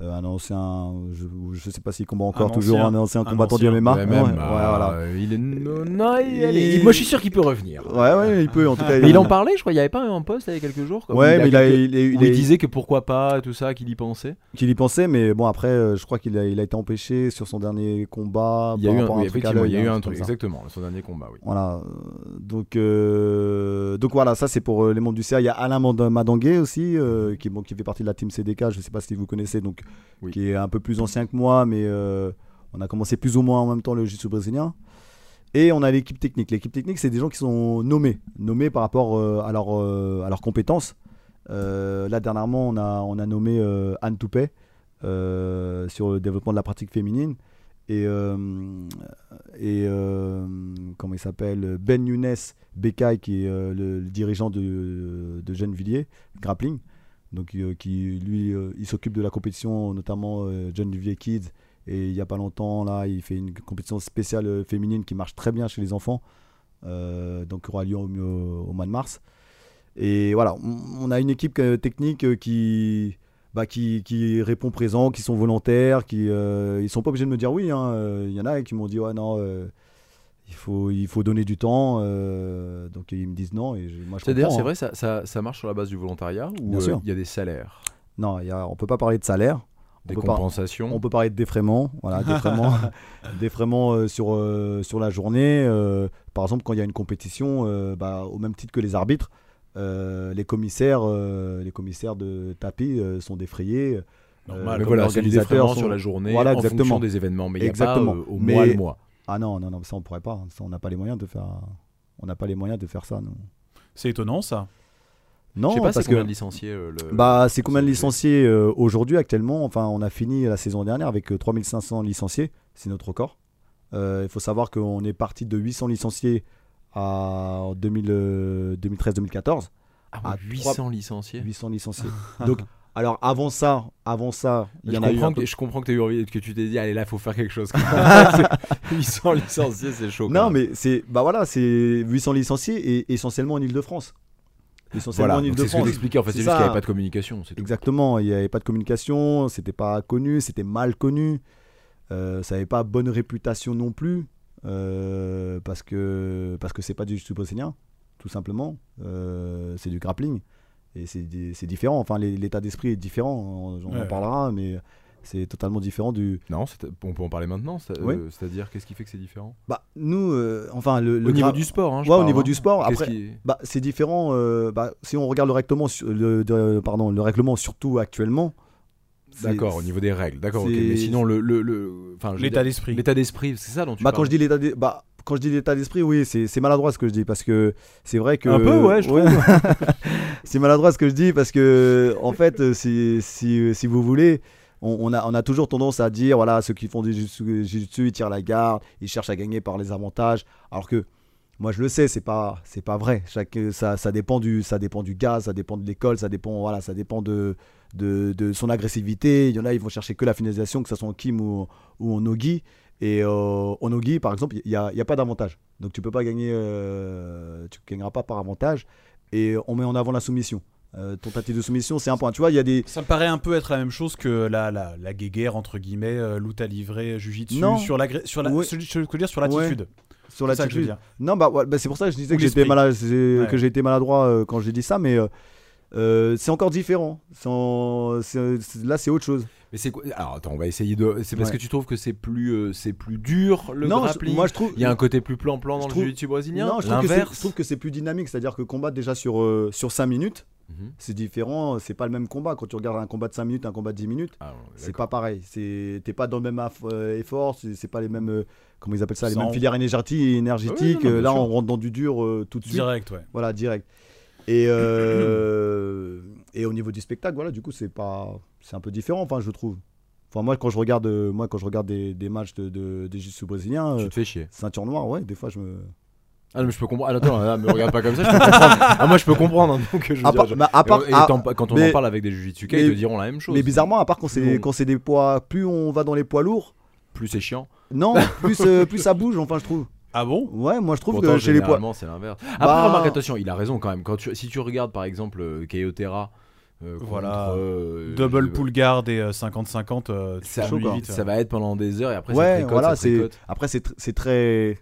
Speaker 5: Euh, un ancien, je ne sais pas s'il combat encore,
Speaker 4: Un
Speaker 5: toujours
Speaker 4: ancien.
Speaker 5: un ancien
Speaker 4: Un
Speaker 5: combattant
Speaker 4: ancien.
Speaker 5: du MMA.
Speaker 2: Ouais,
Speaker 5: Ouais,
Speaker 2: même,
Speaker 5: Ah, ouais,
Speaker 2: euh,
Speaker 5: voilà.
Speaker 2: il est- non, non, il- allez,
Speaker 5: Et-
Speaker 2: il- moi je suis sûr qu'il peut revenir.
Speaker 5: Ouais, ouais, il peut, en tout cas.
Speaker 2: Mais il en parlait, je crois, il n'y avait pas un post il y a quelques jours. quoi, où
Speaker 5: Ouais,
Speaker 2: il
Speaker 5: mais il, a-
Speaker 2: quelques-
Speaker 5: il, est- il
Speaker 2: Où il
Speaker 5: est-
Speaker 2: disait que pourquoi pas, tout ça, qu'il y pensait.
Speaker 5: qu'il y pensait, mais bon, après, euh, je crois qu'il a, il a été empêché sur son dernier combat.
Speaker 2: Il y a
Speaker 5: Ah, par
Speaker 2: eu un,
Speaker 5: rapport à
Speaker 2: oui,
Speaker 5: un truc à
Speaker 2: effectivement, il
Speaker 5: l'œil,
Speaker 2: y a eu
Speaker 5: hein,
Speaker 2: un
Speaker 5: c'est
Speaker 2: truc,
Speaker 5: comme ça.
Speaker 2: exactement, son dernier combat, oui.
Speaker 5: Voilà. euh, Donc, euh, donc voilà, ça c'est pour euh, les membres du CA. Il y a Alain Mand- Madangué aussi, euh, qui, bon, qui fait partie de la team CDK. Je ne sais pas si vous connaissez, donc
Speaker 2: Mm-hmm. Oui.
Speaker 5: qui est un peu plus ancien que moi, mais euh, on a commencé plus ou moins en même temps le jiu-jitsu brésilien. Et on a l'équipe technique. L'équipe technique, c'est des gens qui sont nommés, nommés par rapport euh, à, leur, euh, à leurs compétences. Euh, là, dernièrement, on a, on a nommé euh, Anne Toupet euh, sur le développement de la pratique féminine. Et, euh, et euh, comment il s'appelle Ben Younes Bekai, qui est euh, le, le dirigeant de, de Gennevilliers, grappling. Donc, euh, qui lui, euh, il s'occupe de la compétition, notamment euh, Gennevilliers Kids. Et il n'y a pas longtemps, là, il fait une compétition spéciale euh, féminine qui marche très bien chez les enfants, euh, donc qui aura lieu au, au- au mois de mars. Et voilà, on- on a une équipe euh, technique euh, qui, bah, qui, qui répond présent, qui sont volontaires, qui euh, ils sont pas obligés de me dire oui. hein. Euh, Il y en a qui m'ont dit ouais non, euh, il faut il faut donner du temps. euh, donc ils me disent non et je- moi je
Speaker 2: C'est d'ailleurs,
Speaker 5: comprends,
Speaker 2: c'est
Speaker 5: hein.
Speaker 2: vrai, ça, ça, ça marche sur la base du volontariat
Speaker 5: Bien
Speaker 2: ou euh, il
Speaker 5: sûr.
Speaker 2: y a des salaires,
Speaker 5: Non, il y a- on peut pas parler de salaire. On
Speaker 2: des
Speaker 5: peut pas-
Speaker 2: compensations.
Speaker 5: On peut parler de défraiement,
Speaker 2: *laughs*
Speaker 5: voilà, défraiement, défraiement euh, sur, euh, sur la journée. euh, par exemple, quand il y a une compétition, euh, bah, au même titre que les arbitres, euh, les, commissaires, euh, les commissaires de tapis euh, sont défrayés.
Speaker 4: Normal.
Speaker 5: Mais
Speaker 2: Mais
Speaker 5: comme
Speaker 2: voilà, c'est du
Speaker 5: l'organisateur,
Speaker 2: défraiement
Speaker 5: son-
Speaker 2: sur la journée
Speaker 5: Voilà,
Speaker 2: en
Speaker 5: exactement.
Speaker 2: fonction des événements, mais il y a pas
Speaker 5: Exactement.
Speaker 2: euh, au
Speaker 5: Mais-
Speaker 2: mois le mois.
Speaker 5: Ah non, non, non, ça on pourrait pas. hein. Ça, on n'a pas les moyens de faire. On n'a pas les moyens de faire ça, nous.
Speaker 4: C'est étonnant ça.
Speaker 5: Non,
Speaker 2: Je sais pas,
Speaker 5: parce
Speaker 2: c'est
Speaker 5: que
Speaker 2: combien de licenciés euh, le...
Speaker 5: Bah, c'est combien de
Speaker 2: c'est-
Speaker 5: licenciés euh, aujourd'hui actuellement Enfin, on a fini la saison dernière avec euh, 3500 licenciés, c'est notre record. Euh, il faut savoir qu'on est parti de 800 licenciés à 2000, euh, 2013-2014.
Speaker 2: Ah,
Speaker 5: à
Speaker 2: ouais, 800 licenciés.
Speaker 5: 800 licenciés.
Speaker 2: *laughs*
Speaker 5: Donc, alors avant ça, avant ça, il y
Speaker 2: je,
Speaker 5: en a eu.
Speaker 2: comprends
Speaker 5: un
Speaker 2: que,
Speaker 5: peu-
Speaker 2: je comprends que tu eu envie, que tu t'es dit, allez là, faut faire quelque
Speaker 5: *laughs*
Speaker 2: chose. *laughs* 800 licenciés, c'est chaud.
Speaker 5: Non, mais c'est bah voilà, c'est 800 licenciés et essentiellement en Île-de-France. Essentiellement
Speaker 2: voilà,
Speaker 5: en
Speaker 2: donc c'est ce que
Speaker 5: Île-de-France.
Speaker 2: j'expliquais. En fait,
Speaker 5: C'est
Speaker 2: c'est juste qu'il n'y
Speaker 5: ça.
Speaker 2: avait pas de communication. c'est tout.
Speaker 5: Exactement, il n'y avait pas de communication, c'était pas connu, c'était mal connu, euh, ça n'avait pas bonne réputation non plus, euh, parce que parce que c'est pas du jiu-jitsu brésilien, tout simplement, Euh, c'est du grappling, et c'est di- c'est différent, enfin l'é- l'état d'esprit est différent, on, on en
Speaker 4: Ouais.
Speaker 5: parlera, mais c'est totalement différent du...
Speaker 2: Non, c'est- on peut en parler maintenant. c'est-
Speaker 5: Oui.
Speaker 2: euh, C'est-à-dire, qu'est-ce qui fait que c'est différent
Speaker 5: Bah nous, euh, enfin le... le
Speaker 2: Au niveau
Speaker 5: gra-
Speaker 2: du sport, hein, je
Speaker 5: Ouais, au
Speaker 2: parle,
Speaker 5: niveau
Speaker 2: hein.
Speaker 5: du sport,
Speaker 2: Qu'est-ce
Speaker 5: après...
Speaker 2: qui-
Speaker 5: Bah, c'est différent. euh, bah, si on regarde le règlement, sur- le, de- pardon, le règlement surtout actuellement. c'est-
Speaker 2: D'accord, au niveau des règles. D'accord, ok.
Speaker 5: c'est-
Speaker 2: Mais sinon, le. le, le- enfin, je veux
Speaker 4: L'état
Speaker 2: dire,
Speaker 4: d'esprit.
Speaker 2: l'état d'esprit, c'est ça dont tu
Speaker 5: Bah,
Speaker 2: parles.
Speaker 5: quand je dis l'état d'es- bah, quand je dis l'état d'esprit, oui, c'est c'est maladroit ce que je dis parce que c'est vrai que
Speaker 4: Un peu, ouais, je
Speaker 5: *laughs* c'est maladroit ce que je dis parce que en fait, euh, si, si, si vous voulez, on, on a, on a toujours tendance à dire voilà, ceux qui font du jiu-jitsu, jiu-jitsu, ils tirent la garde, ils cherchent à gagner par les avantages, alors que moi je le sais, c'est pas c'est pas vrai. Chaque ça, ça dépend du ça dépend du gars, ça dépend de l'école, ça dépend voilà, ça dépend de de, de son agressivité. Il y en a, ils vont chercher que la finalisation, que ce soit en Kim ou, ou en Ogi. Et euh, en Ogi, par exemple, il n'y a, il y a pas d'avantage. Donc tu peux pas gagner, euh, tu gagneras pas par avantage. Et on met en avant la soumission. Euh, ton tentative de soumission, c'est un point. Tu vois, il y a des.
Speaker 4: Ça me paraît un peu être la même chose que la, la, la guéguerre, entre guillemets, euh, lutte à livrer, jujitsu,
Speaker 5: Non.
Speaker 4: sur l'agré- sur la,
Speaker 5: Ouais.
Speaker 4: sur- je veux dire, sur l'attitude.
Speaker 5: Sur
Speaker 4: C'est ça que je veux
Speaker 5: l'attitude.
Speaker 4: dire.
Speaker 5: Non, bah, ouais, bah, c'est pour ça que je disais
Speaker 4: Ou
Speaker 5: que j'étais
Speaker 4: l'esprit.
Speaker 5: malade, c'est-
Speaker 4: Ouais.
Speaker 5: que j'ai été maladroit euh, quand j'ai dit ça, mais euh, euh, c'est encore différent. C'est en- c'est- c'est- là, c'est autre chose.
Speaker 2: Mais c'est quoi Alors attends, on va essayer de. C'est parce
Speaker 5: Ouais.
Speaker 2: que tu trouves que c'est plus, euh, c'est plus dur le
Speaker 5: non, je-
Speaker 2: grappling.
Speaker 5: moi je trouve.
Speaker 2: Il y a un côté plus plan-plan
Speaker 5: Je
Speaker 2: dans
Speaker 5: trouve-
Speaker 2: le jiu-jitsu brésilien.
Speaker 5: non, je trouve que c'est- je
Speaker 2: l'inverse.
Speaker 5: trouve que c'est plus dynamique, c'est-à-dire que combattre déjà sur, euh, sur 5 minutes,
Speaker 2: Mhm.
Speaker 5: c'est différent, c'est pas le même combat. Quand tu regardes un combat de 5 minutes, un combat de 10 minutes,
Speaker 2: Ah, on est
Speaker 5: c'est
Speaker 2: d'accord.
Speaker 5: pas pareil. C'est- T'es pas dans le même aff- euh, effort, c'est c'est pas les mêmes, euh, comment ils appellent ça, les
Speaker 4: Sans-
Speaker 5: mêmes filières énergétiques. énergétiques.
Speaker 2: Ah oui, non, bien
Speaker 5: Euh, là,
Speaker 2: sûr.
Speaker 5: on rentre dans du dur euh, tout de suite.
Speaker 4: Direct, ouais.
Speaker 5: Voilà, direct. Et, euh, et au niveau du spectacle, voilà, du coup, c'est pas, c'est un peu différent, enfin, je trouve. Enfin, moi, quand je regarde, euh, moi, quand je regarde des, des matchs de, de, des jiu-jitsu brésiliens, euh,
Speaker 2: Tu te fais chier.
Speaker 5: ceinture noire, ouais, des fois, je me.
Speaker 2: Ah non, mais je peux comprendre. Ah, attends, ah, *laughs* me regarde pas comme ça, je peux comprendre. Ah, moi je peux comprendre. hein, donc, je veux
Speaker 5: À
Speaker 2: dire,
Speaker 5: part-
Speaker 2: je-
Speaker 5: bah, à part-
Speaker 2: Et
Speaker 5: à-
Speaker 2: t'en- quand on
Speaker 5: mais-
Speaker 2: en ah, parle avec des jujitsuka,
Speaker 5: mais-
Speaker 2: ils te diront la même chose.
Speaker 5: mais bizarrement, à part quand
Speaker 2: Plus
Speaker 5: c'est
Speaker 2: on-
Speaker 5: quand c'est des poids, plus on va dans les poids lourds,
Speaker 2: Plus c'est chiant. *laughs*
Speaker 5: non, plus euh, plus ça bouge, enfin, je trouve.
Speaker 4: Ah bon
Speaker 5: Ouais, moi, je trouve
Speaker 2: Pourtant,
Speaker 5: que chez les poids.
Speaker 2: généralement, c'est l'inverse. Après,
Speaker 5: Bah-
Speaker 2: remarque, attention, il a raison quand même. Quand tu- si tu regardes par exemple euh, Keotera, euh, contre,
Speaker 4: Voilà.
Speaker 2: euh,
Speaker 4: Double
Speaker 2: je-
Speaker 4: pull guard et euh, 50-50, euh, tu
Speaker 2: ça,
Speaker 4: t'ennuies
Speaker 5: quoi.
Speaker 4: vite.
Speaker 2: ça va être pendant des heures et après ça
Speaker 5: ouais,
Speaker 2: tricote,
Speaker 5: voilà,
Speaker 2: ça
Speaker 5: c'est
Speaker 2: tricote.
Speaker 5: après c'est tr- c'est très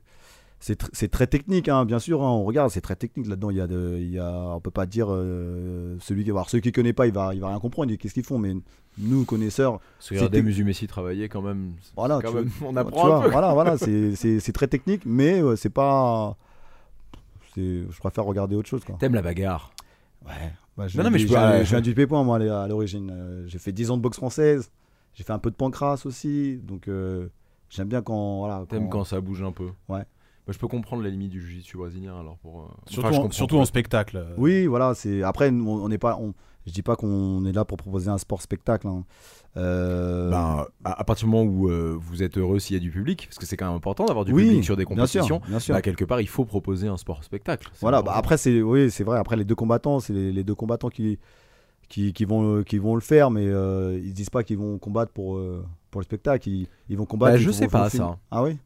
Speaker 5: c'est tr- c'est très technique, hein, bien sûr. hein, on regarde, c'est très technique là-dedans. Il y a, de, il y a, on peut pas dire euh, celui qui, alors, celui qui connaît pas, il va, il va rien comprendre. il dit, Qu'est-ce qu'ils font Mais nous connaisseurs,
Speaker 2: Parce que regarder
Speaker 5: C'était-
Speaker 2: Musu Messi travailler quand même. c'est
Speaker 5: voilà,
Speaker 2: quand
Speaker 5: Ah, tu
Speaker 2: même- on
Speaker 5: vois- tu
Speaker 2: apprend
Speaker 5: vois,
Speaker 2: un peu.
Speaker 5: voilà,
Speaker 2: *laughs*
Speaker 5: voilà, c'est- c'est c'est très technique, mais euh, c'est pas, c'est, je préfère regarder autre chose. Quoi.
Speaker 2: T'aimes la bagarre.
Speaker 5: Ouais. Bah, je
Speaker 2: Non,
Speaker 5: viens
Speaker 2: non, mais
Speaker 5: du-
Speaker 2: je peux-
Speaker 5: viens-
Speaker 2: ouais.
Speaker 5: je viens du Pépin, moi, à l'é- à l'origine. Euh, J'ai fait 10 ans de boxe française. J'ai fait un peu de pancras aussi. Donc, euh, j'aime bien quand. Voilà,
Speaker 2: T'aimes
Speaker 5: quand-
Speaker 2: quand ça bouge un peu.
Speaker 5: Ouais.
Speaker 2: Bah, je peux comprendre la limite du jiu-jitsu brésilien alors pour. euh,
Speaker 4: Surtout,
Speaker 2: enfin, je
Speaker 4: en,
Speaker 2: comprends
Speaker 4: surtout
Speaker 2: pas.
Speaker 4: en spectacle. euh,
Speaker 5: Oui, voilà. C'est après, nous, on n'est pas. On... Je dis pas qu'on est là pour proposer un sport spectacle. hein. Euh,
Speaker 2: Ben, à, à partir du moment où euh, vous êtes heureux s'il y a du public, parce que c'est quand même important d'avoir du
Speaker 5: oui,
Speaker 2: public sur des
Speaker 5: bien sûr,
Speaker 2: compétitions,
Speaker 5: Bien sûr.
Speaker 2: bah, quelque part il faut proposer un sport spectacle. C'est
Speaker 5: Voilà, bah,
Speaker 2: important.
Speaker 5: après, c'est oui, c'est vrai. Après, les deux combattants, c'est les, les deux combattants qui, qui, qui vont, qui vont le faire, mais euh, ils disent pas qu'ils vont combattre pour, euh, pour le spectacle. Ils, ils vont combattre.
Speaker 2: Bah, je
Speaker 5: pour-
Speaker 2: sais
Speaker 5: pour le
Speaker 2: pas,
Speaker 5: film.
Speaker 2: ça.
Speaker 5: Ah oui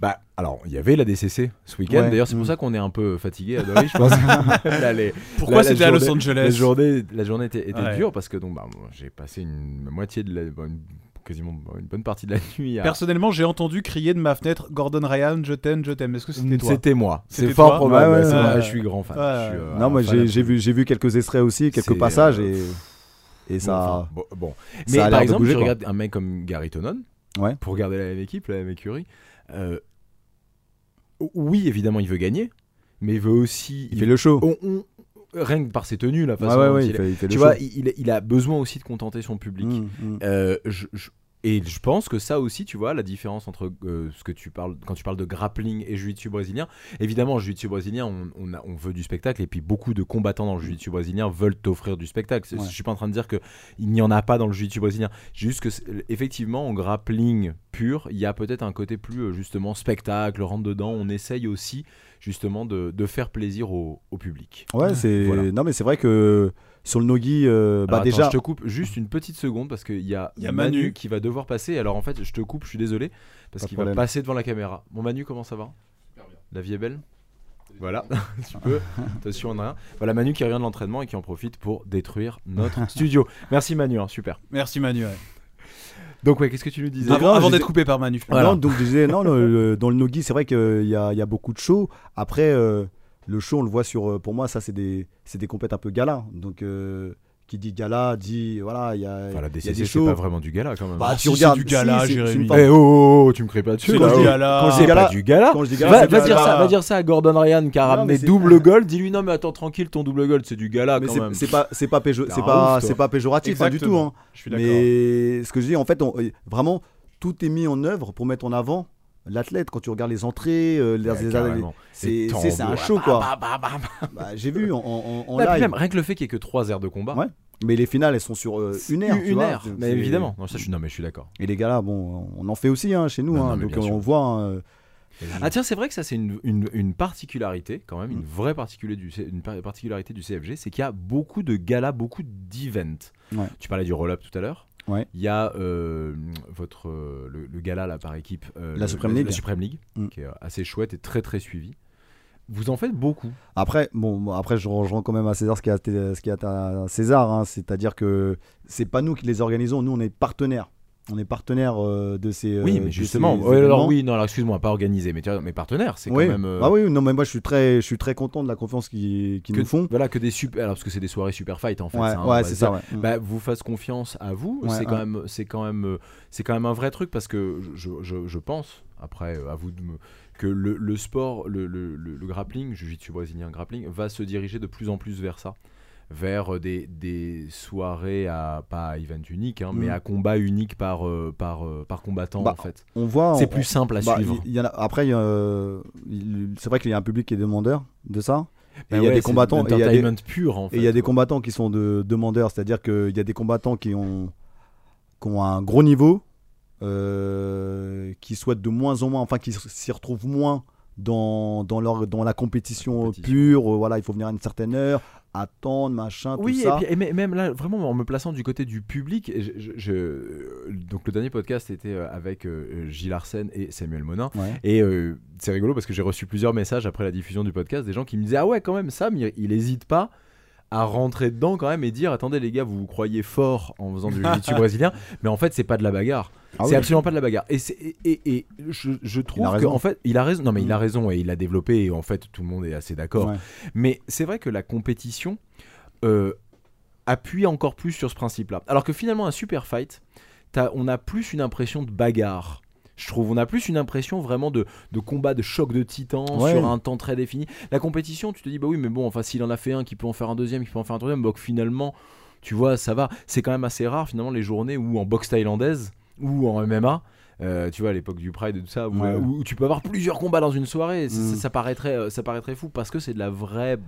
Speaker 2: Bah, alors, il y avait la DCC ce week-end.
Speaker 5: Ouais.
Speaker 2: D'ailleurs, c'est pour
Speaker 5: Mm.
Speaker 2: ça qu'on est un peu fatigué
Speaker 5: *laughs*
Speaker 2: à Dolly, je pense. *laughs* Là, les-
Speaker 4: Pourquoi
Speaker 2: la- la
Speaker 4: c'était à Los
Speaker 2: journée- la
Speaker 4: Angeles
Speaker 2: journée, la journée était, était
Speaker 4: Ouais.
Speaker 2: dure parce que donc, bah, moi, j'ai passé une moitié de la. bah, une- quasiment bah, une bonne partie de la *laughs* nuit à.
Speaker 4: Personnellement, j'ai entendu crier de ma fenêtre Gordon Ryan, je t'aime, je t'aime. Est-ce que c'était toi
Speaker 2: C'était moi.
Speaker 4: C'était
Speaker 2: C'est fort
Speaker 4: toi
Speaker 2: probable.
Speaker 5: Ouais, ouais,
Speaker 2: c'est
Speaker 4: ouais.
Speaker 2: vrai,
Speaker 4: Ouais.
Speaker 2: Je suis grand fan.
Speaker 4: Ouais.
Speaker 2: Je suis, euh,
Speaker 5: Non, moi,
Speaker 2: un fan
Speaker 5: j'ai j'ai vu, j'ai vu quelques extraits aussi,
Speaker 2: C'est, euh,
Speaker 5: quelques passages, et, et
Speaker 2: Bon,
Speaker 5: ça.
Speaker 2: enfin, bon, bon.
Speaker 5: ça
Speaker 2: Mais
Speaker 5: a l'air
Speaker 2: par
Speaker 5: de
Speaker 2: exemple,
Speaker 5: bouger,
Speaker 2: je
Speaker 5: quoi.
Speaker 2: regarde un mec comme Gary Tonon
Speaker 5: Ouais.
Speaker 2: pour regarder la même équipe, la même écurie. euh, oui, évidemment, il veut gagner, mais il veut aussi.
Speaker 5: il fait le show.
Speaker 2: on- on- rien que par ses tenues, la
Speaker 5: Ouais,
Speaker 2: façon
Speaker 5: ouais,
Speaker 2: dont
Speaker 5: ouais,
Speaker 2: il
Speaker 5: il
Speaker 2: est-
Speaker 5: fait, il fait le
Speaker 2: Tu
Speaker 5: show.
Speaker 2: vois, il, il- il a besoin aussi de contenter son public.
Speaker 5: Mm, mm.
Speaker 2: Euh, je- je- et je pense que ça aussi, tu vois, la différence entre euh, ce que tu parles quand tu parles de grappling et jiu-jitsu brésilien. Évidemment, en jiu-jitsu brésilien, on, on a- on veut du spectacle, et puis beaucoup de combattants dans le jiu-jitsu brésilien veulent t'offrir du spectacle. C'est-
Speaker 5: Mm. Ouais.
Speaker 2: Je suis pas en train de dire que il n'y en a pas dans le jiu-jitsu brésilien. J'ai Juste que, c'est- effectivement, en grappling pur, il y a peut-être un côté plus euh, justement spectacle, rentre dedans. On essaye aussi justement de, de faire plaisir au, au public.
Speaker 5: Ouais, c'est.
Speaker 2: Voilà.
Speaker 5: Non, mais c'est vrai que sur le nogi, euh, bah
Speaker 2: Alors,
Speaker 5: déjà.
Speaker 2: attends, je te coupe juste une petite seconde parce qu'il y a,
Speaker 4: Il y a
Speaker 2: Manu,
Speaker 4: Manu.
Speaker 2: qui va devoir passer. Alors en fait, je te coupe, je suis désolé parce
Speaker 5: Pas de
Speaker 2: qu'il va
Speaker 5: problème.
Speaker 2: passer devant la caméra. Bon Manu, comment ça va La vie est belle. Voilà, *laughs* tu peux. Attention, on a rien. Voilà Manu qui revient de l'entraînement et qui en profite pour détruire
Speaker 5: *laughs*
Speaker 2: notre studio. Merci Manu, hein, super.
Speaker 4: Merci Manu. ouais.
Speaker 2: Donc ouais, qu'est-ce que tu nous disais
Speaker 4: Avant,
Speaker 5: grave,
Speaker 4: avant
Speaker 5: j'étais-
Speaker 4: d'être coupé par Manu.
Speaker 2: Voilà.
Speaker 5: Non, donc je disais, non, le- le- dans le Nogi, c'est vrai qu'il y a, il y a beaucoup de shows. Après, euh, le show, on le voit sur. euh, Pour moi, ça, c'est des, c'est des compètes un peu gala. Donc, euh, qui dit gala, dit. Voilà, il y a,
Speaker 2: Enfin, la
Speaker 5: il y a
Speaker 2: DCC,
Speaker 5: des
Speaker 2: c'est pas
Speaker 5: shows.
Speaker 2: vraiment du gala quand même.
Speaker 5: Bah,
Speaker 4: Ah,
Speaker 5: tu
Speaker 4: si, c'est
Speaker 5: regardes.
Speaker 4: du gala,
Speaker 5: si, c'est-
Speaker 4: Jérémy.
Speaker 5: c'est une
Speaker 2: Eh,
Speaker 5: parole.
Speaker 2: oh, oh, oh, tu me crées pas dessus là.
Speaker 5: C'est quand je
Speaker 2: oh.
Speaker 5: dis
Speaker 4: gala.
Speaker 5: quand je
Speaker 2: C'est
Speaker 5: dis gala-
Speaker 2: pas du gala.
Speaker 5: Quand je dis gala,
Speaker 2: Va,
Speaker 5: c'est
Speaker 2: va
Speaker 5: gala.
Speaker 2: dire ça, va dire ça à Gordon Ryan qui a
Speaker 5: Non,
Speaker 2: ramené
Speaker 5: mais c'est-
Speaker 2: double gold. Dis-lui non mais attends tranquille, ton double gold c'est du gala
Speaker 5: Mais
Speaker 2: quand
Speaker 5: c'est-
Speaker 2: même.
Speaker 5: c'est pas, c'est pas, péjo-
Speaker 2: T'es
Speaker 5: c'est
Speaker 2: un
Speaker 5: pas,
Speaker 2: ouf, toi.
Speaker 5: c'est pas péjoratif hein, du tout.
Speaker 4: Exactement.
Speaker 5: hein.
Speaker 4: Je suis d'accord.
Speaker 5: Mais ce que je dis, en fait, on- euh, vraiment, tout est mis en œuvre pour mettre en avant l'athlète. Quand tu regardes les entrées, euh, les-
Speaker 2: Ouais,
Speaker 5: les-
Speaker 2: carrément.
Speaker 5: c'est
Speaker 2: Les
Speaker 5: c'est- c'est un
Speaker 2: tambours,
Speaker 5: show, quoi.
Speaker 2: bah, bah, bah, bah.
Speaker 5: *laughs* Bah, J'ai vu en, en- en
Speaker 2: Ah, puis
Speaker 5: live.
Speaker 2: même, rien que le fait qu'il n'y ait que 3 aires de combat.
Speaker 5: Ouais, Mais les finales, elles sont sur euh,
Speaker 2: c'est
Speaker 5: une heure. tu vois. C'est-
Speaker 2: mais
Speaker 5: c'est-
Speaker 2: évidemment. Non, ça, je suis, non, mais je suis d'accord.
Speaker 5: Et les gars là, bon, on en fait aussi hein, chez nous.
Speaker 2: Non,
Speaker 5: hein,
Speaker 2: non, mais
Speaker 5: donc
Speaker 2: bien
Speaker 5: on
Speaker 2: sûr.
Speaker 5: voit. hein, euh,
Speaker 2: Ah, tiens, c'est vrai que ça, c'est une, une- une particularité, quand même, une
Speaker 5: Mm.
Speaker 2: vraie particularité du, C- une par- particularité du CFG, c'est qu'il y a beaucoup de galas, beaucoup d'events.
Speaker 5: Ouais.
Speaker 2: Tu parlais du roll-up tout à l'heure.
Speaker 5: Ouais.
Speaker 2: Il y a euh, votre, euh, le, le gala là, par équipe. euh,
Speaker 5: La
Speaker 2: le-
Speaker 5: Supreme
Speaker 2: le-
Speaker 5: League.
Speaker 2: La Supreme League,
Speaker 5: Mm.
Speaker 2: qui est euh, assez chouette et très très suivi. Vous en faites beaucoup.
Speaker 5: Après, bon, moi, après je rejoins quand même à César ce qui est à, ce qui est à César. hein, C'est-à-dire que c'est pas nous qui les organisons. Nous, on est partenaires. On est partenaire de ces. euh,
Speaker 2: oui,
Speaker 5: de
Speaker 2: mais justement.
Speaker 5: ces
Speaker 2: ouais, alors
Speaker 5: événements.
Speaker 2: oui, non, alors excuse-moi, pas organisé, mais tu vois, mes partenaires, c'est
Speaker 5: Oui.
Speaker 2: quand même. euh,
Speaker 5: Ah oui, non mais moi je suis très, je suis très content de la confiance qu'ils qu'ils
Speaker 2: que,
Speaker 5: nous font.
Speaker 2: Voilà, que des super. Alors, parce que c'est des soirées super fight en fait.
Speaker 5: ouais,
Speaker 2: ça, hein, on va
Speaker 5: ouais, c'est
Speaker 2: dire.
Speaker 5: ça. ouais.
Speaker 2: Bah, vous fasse confiance à vous,
Speaker 5: Ouais,
Speaker 2: c'est quand
Speaker 5: ouais.
Speaker 2: même, c'est quand même, euh, c'est quand même un vrai truc parce que je, je- je pense après euh, à vous de me- que le, le sport, le, le, le, le grappling, jiu-jitsu brésilien grappling, va se diriger de plus en plus vers ça, vers euh, des, des soirées à pas à event unique, hein, mais
Speaker 5: Mhm.
Speaker 2: à combat unique par euh, par euh, par combattant
Speaker 5: Bah,
Speaker 2: en fait.
Speaker 5: On voit.
Speaker 2: C'est
Speaker 5: on-
Speaker 2: plus simple à
Speaker 5: bah,
Speaker 2: suivre.
Speaker 5: il- il y en a- après, il y a, euh, il- c'est vrai qu'il y a un public qui est demandeur de ça. Et
Speaker 2: Bah
Speaker 5: il y a
Speaker 2: ouais,
Speaker 5: des
Speaker 2: c'est
Speaker 5: combattants. et il y a des-
Speaker 2: l'entertainment pur en fait. hein.
Speaker 5: Et il y a des
Speaker 2: quoi.
Speaker 5: combattants qui sont de demandeurs, c'est-à-dire qu'il y a des combattants qui ont, qui ont un gros niveau, euh, qui souhaitent de moins en moins, enfin qui s- s'y retrouvent moins dans, dans, leur, dans la compétition,
Speaker 2: La compétition.
Speaker 5: pure. euh, voilà, il faut venir à une certaine heure, attendre, machin,
Speaker 2: Oui,
Speaker 5: tout
Speaker 2: et,
Speaker 5: ça.
Speaker 2: puis- et mê- même là, vraiment en me plaçant du côté du public, et je, je- je- euh, donc le dernier podcast était euh, avec euh, Gilles Arsène et Samuel Monin.
Speaker 5: Ouais.
Speaker 2: Et euh, c'est rigolo parce que j'ai reçu plusieurs messages après la diffusion du podcast des gens qui me disaient Ah ouais, quand même, Sam, il, il hésite pas à rentrer dedans quand même et dire Attendez, les gars, vous vous croyez fort en faisant du
Speaker 5: *laughs*
Speaker 2: jiu-jitsu brésilien, mais en fait, c'est pas de la bagarre.
Speaker 5: Ah
Speaker 2: c'est
Speaker 5: oui.
Speaker 2: absolument pas de la bagarre. Et, c'est- et, et- et je, je trouve
Speaker 5: raison.
Speaker 2: qu'en fait, il a raison. Non, mais il a
Speaker 5: Mm.
Speaker 2: raison et il a développé et en fait, tout le monde est assez d'accord.
Speaker 5: Ouais.
Speaker 2: Mais c'est vrai que la compétition euh, appuie encore plus sur ce principe-là. Alors que finalement, un super fight, t'as- on a plus une impression de bagarre. Je trouve, on a plus une impression vraiment de, de combat, de choc de titans
Speaker 5: Ouais.
Speaker 2: sur un temps très défini. La compétition, tu te dis, bah oui, mais bon, enfin, s'il en a fait un, qui peut en faire un deuxième, qui peut en faire un troisième, donc finalement, tu vois, ça va. C'est quand même assez rare, finalement, les journées où en boxe thaïlandaise ou en MMA, euh, tu vois, à l'époque du Pride et tout ça, où,
Speaker 5: Ouais.
Speaker 2: où tu peux avoir plusieurs combats dans une soirée. Ça,
Speaker 5: Mm.
Speaker 2: ça- ça paraîtrait, euh, ça paraîtrait fou parce que c'est de la vraie.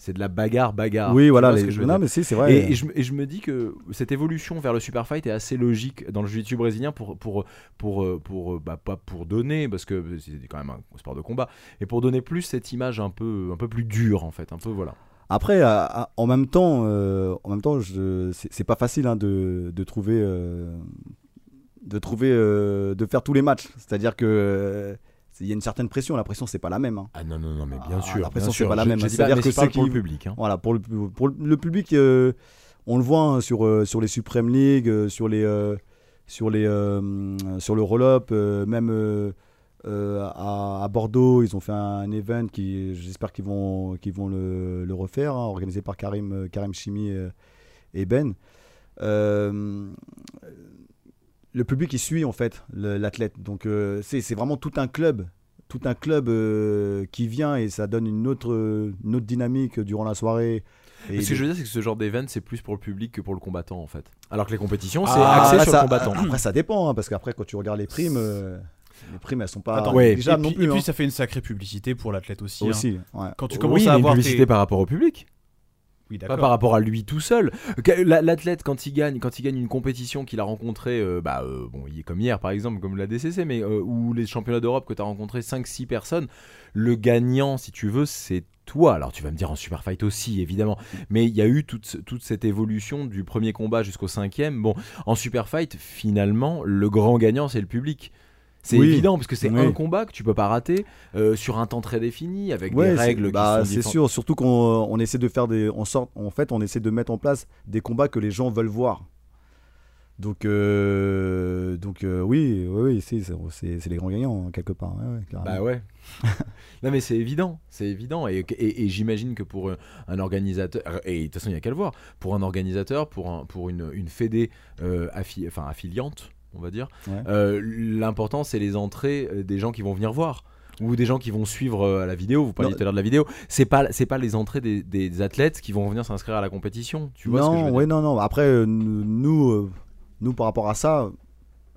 Speaker 2: C'est de la bagarre, bagarre.
Speaker 5: oui,
Speaker 2: Tu
Speaker 5: voilà.
Speaker 2: vois ce
Speaker 5: les-
Speaker 2: que je veux
Speaker 5: non,
Speaker 2: dire.
Speaker 5: mais si, c'est vrai.
Speaker 2: Et, et je, me- et je me dis que cette évolution vers le super fight est assez logique dans le jiu-jitsu brésilien pour pour pour, pour, pour- bah, pas pour donner parce que c'est quand même un sport de combat et pour donner plus cette image un peu un peu plus dure en fait un peu voilà.
Speaker 5: Après, à- à- en même temps, euh, en même temps, je- c'est c'est pas facile hein, de, de trouver, euh, de trouver, euh, de faire tous les matchs. C'est-à-dire que euh, il y a une certaine pression. La pression, c'est pas la même. hein.
Speaker 2: Ah non non non mais
Speaker 5: bien Ah, sûr, la bien pression, c'est
Speaker 2: sûr.
Speaker 5: sûr. pas la même.
Speaker 2: à
Speaker 5: C'est-à-dire
Speaker 2: dire
Speaker 5: que
Speaker 2: que c'est
Speaker 5: ceux
Speaker 2: pour le
Speaker 5: qui-
Speaker 2: public. hein.
Speaker 5: Voilà, pour le, pub- pour le public, euh, on le voit hein, sur, euh, sur les Supreme League, euh, sur, les, euh, sur, les, euh, hum, sur le roll-up, euh, même euh, euh, à, à Bordeaux, ils ont fait un event qui, j'espère qu'ils vont, qu'ils vont le, le refaire, hein, organisé par Karim, euh, Karim Chimi euh, et Ben. Euh, le public, il suit en fait le- l'athlète. Donc euh, c'est c'est vraiment tout un club tout un club euh, qui vient et ça donne une autre, euh, une autre dynamique durant la soirée. Et
Speaker 2: Mais ce que je veux dire, c'est que ce genre d'événement, c'est plus pour le public que pour le combattant, en fait. Alors que les compétitions, c'est
Speaker 5: Ah,
Speaker 2: axé
Speaker 5: après,
Speaker 2: sur
Speaker 5: ça-
Speaker 2: le combattant.
Speaker 5: *clears throat* Après, ça dépend, hein, parce qu'après, quand tu regardes les primes, euh, les primes, elles sont pas
Speaker 4: Attends,
Speaker 2: ouais.
Speaker 5: négligeables
Speaker 4: et
Speaker 5: non
Speaker 4: puis,
Speaker 5: plus.
Speaker 4: et puis
Speaker 5: hein.
Speaker 4: ça fait une sacrée publicité pour l'athlète aussi. hein.
Speaker 5: Aussi, ouais.
Speaker 4: Quand tu commences
Speaker 2: oui,
Speaker 4: à
Speaker 2: mais
Speaker 4: avoir
Speaker 2: une publicité
Speaker 4: tes-
Speaker 2: par rapport au public,
Speaker 4: Oui,
Speaker 2: pas
Speaker 4: d'accord.
Speaker 2: par rapport à lui tout seul. Que- la- L'athlète, quand il gagne, quand il gagne une compétition qu'il a rencontrée, euh, bah, euh, bon, il est comme hier, par exemple, comme la DCC, mais euh, ou les championnats d'Europe que tu as rencontré 5-6 personnes, le gagnant, si tu veux, c'est toi. Alors tu vas me dire en super fight aussi, évidemment, mais il y a eu toute, ce- toute cette évolution du premier combat jusqu'au cinquième. Bon, en super fight, finalement, le grand gagnant, c'est le public. C'est
Speaker 5: Oui.
Speaker 2: évident parce que c'est
Speaker 5: Oui.
Speaker 2: un combat que tu peux pas rater euh, sur un temps très défini avec
Speaker 5: Ouais,
Speaker 2: des
Speaker 5: c'est-
Speaker 2: règles qui
Speaker 5: bah,
Speaker 2: sont
Speaker 5: c'est
Speaker 2: différentes.
Speaker 5: sûr, surtout qu'on euh, on essaie de faire des. On sort, en fait, on essaie de mettre en place des combats que les gens veulent voir. Donc, euh, donc euh, oui, oui, oui, si, c'est c'est- c'est les grands gagnants, hein, quelque part. ouais, ouais, carrément.
Speaker 2: Bah ouais. *laughs* non mais c'est évident, c'est évident et, et- et j'imagine que pour euh, un organisateur euh, et de toute façon il y a qu'à le voir, pour un organisateur, pour un pour une une fédé euh, affi- enfin affiliante, on va dire,
Speaker 5: Ouais.
Speaker 2: euh, l'important c'est les entrées euh, des gens qui vont venir voir ou des gens qui vont suivre euh, à la vidéo, vous parliez
Speaker 5: Non.
Speaker 2: tout à l'heure de la vidéo, c'est pas c'est pas les entrées des, des athlètes qui vont venir s'inscrire à la compétition, tu vois
Speaker 5: non,
Speaker 2: ce que je veux
Speaker 5: ouais,
Speaker 2: dire
Speaker 5: non, non. Après, euh, nous, nous, euh, nous, par rapport à ça,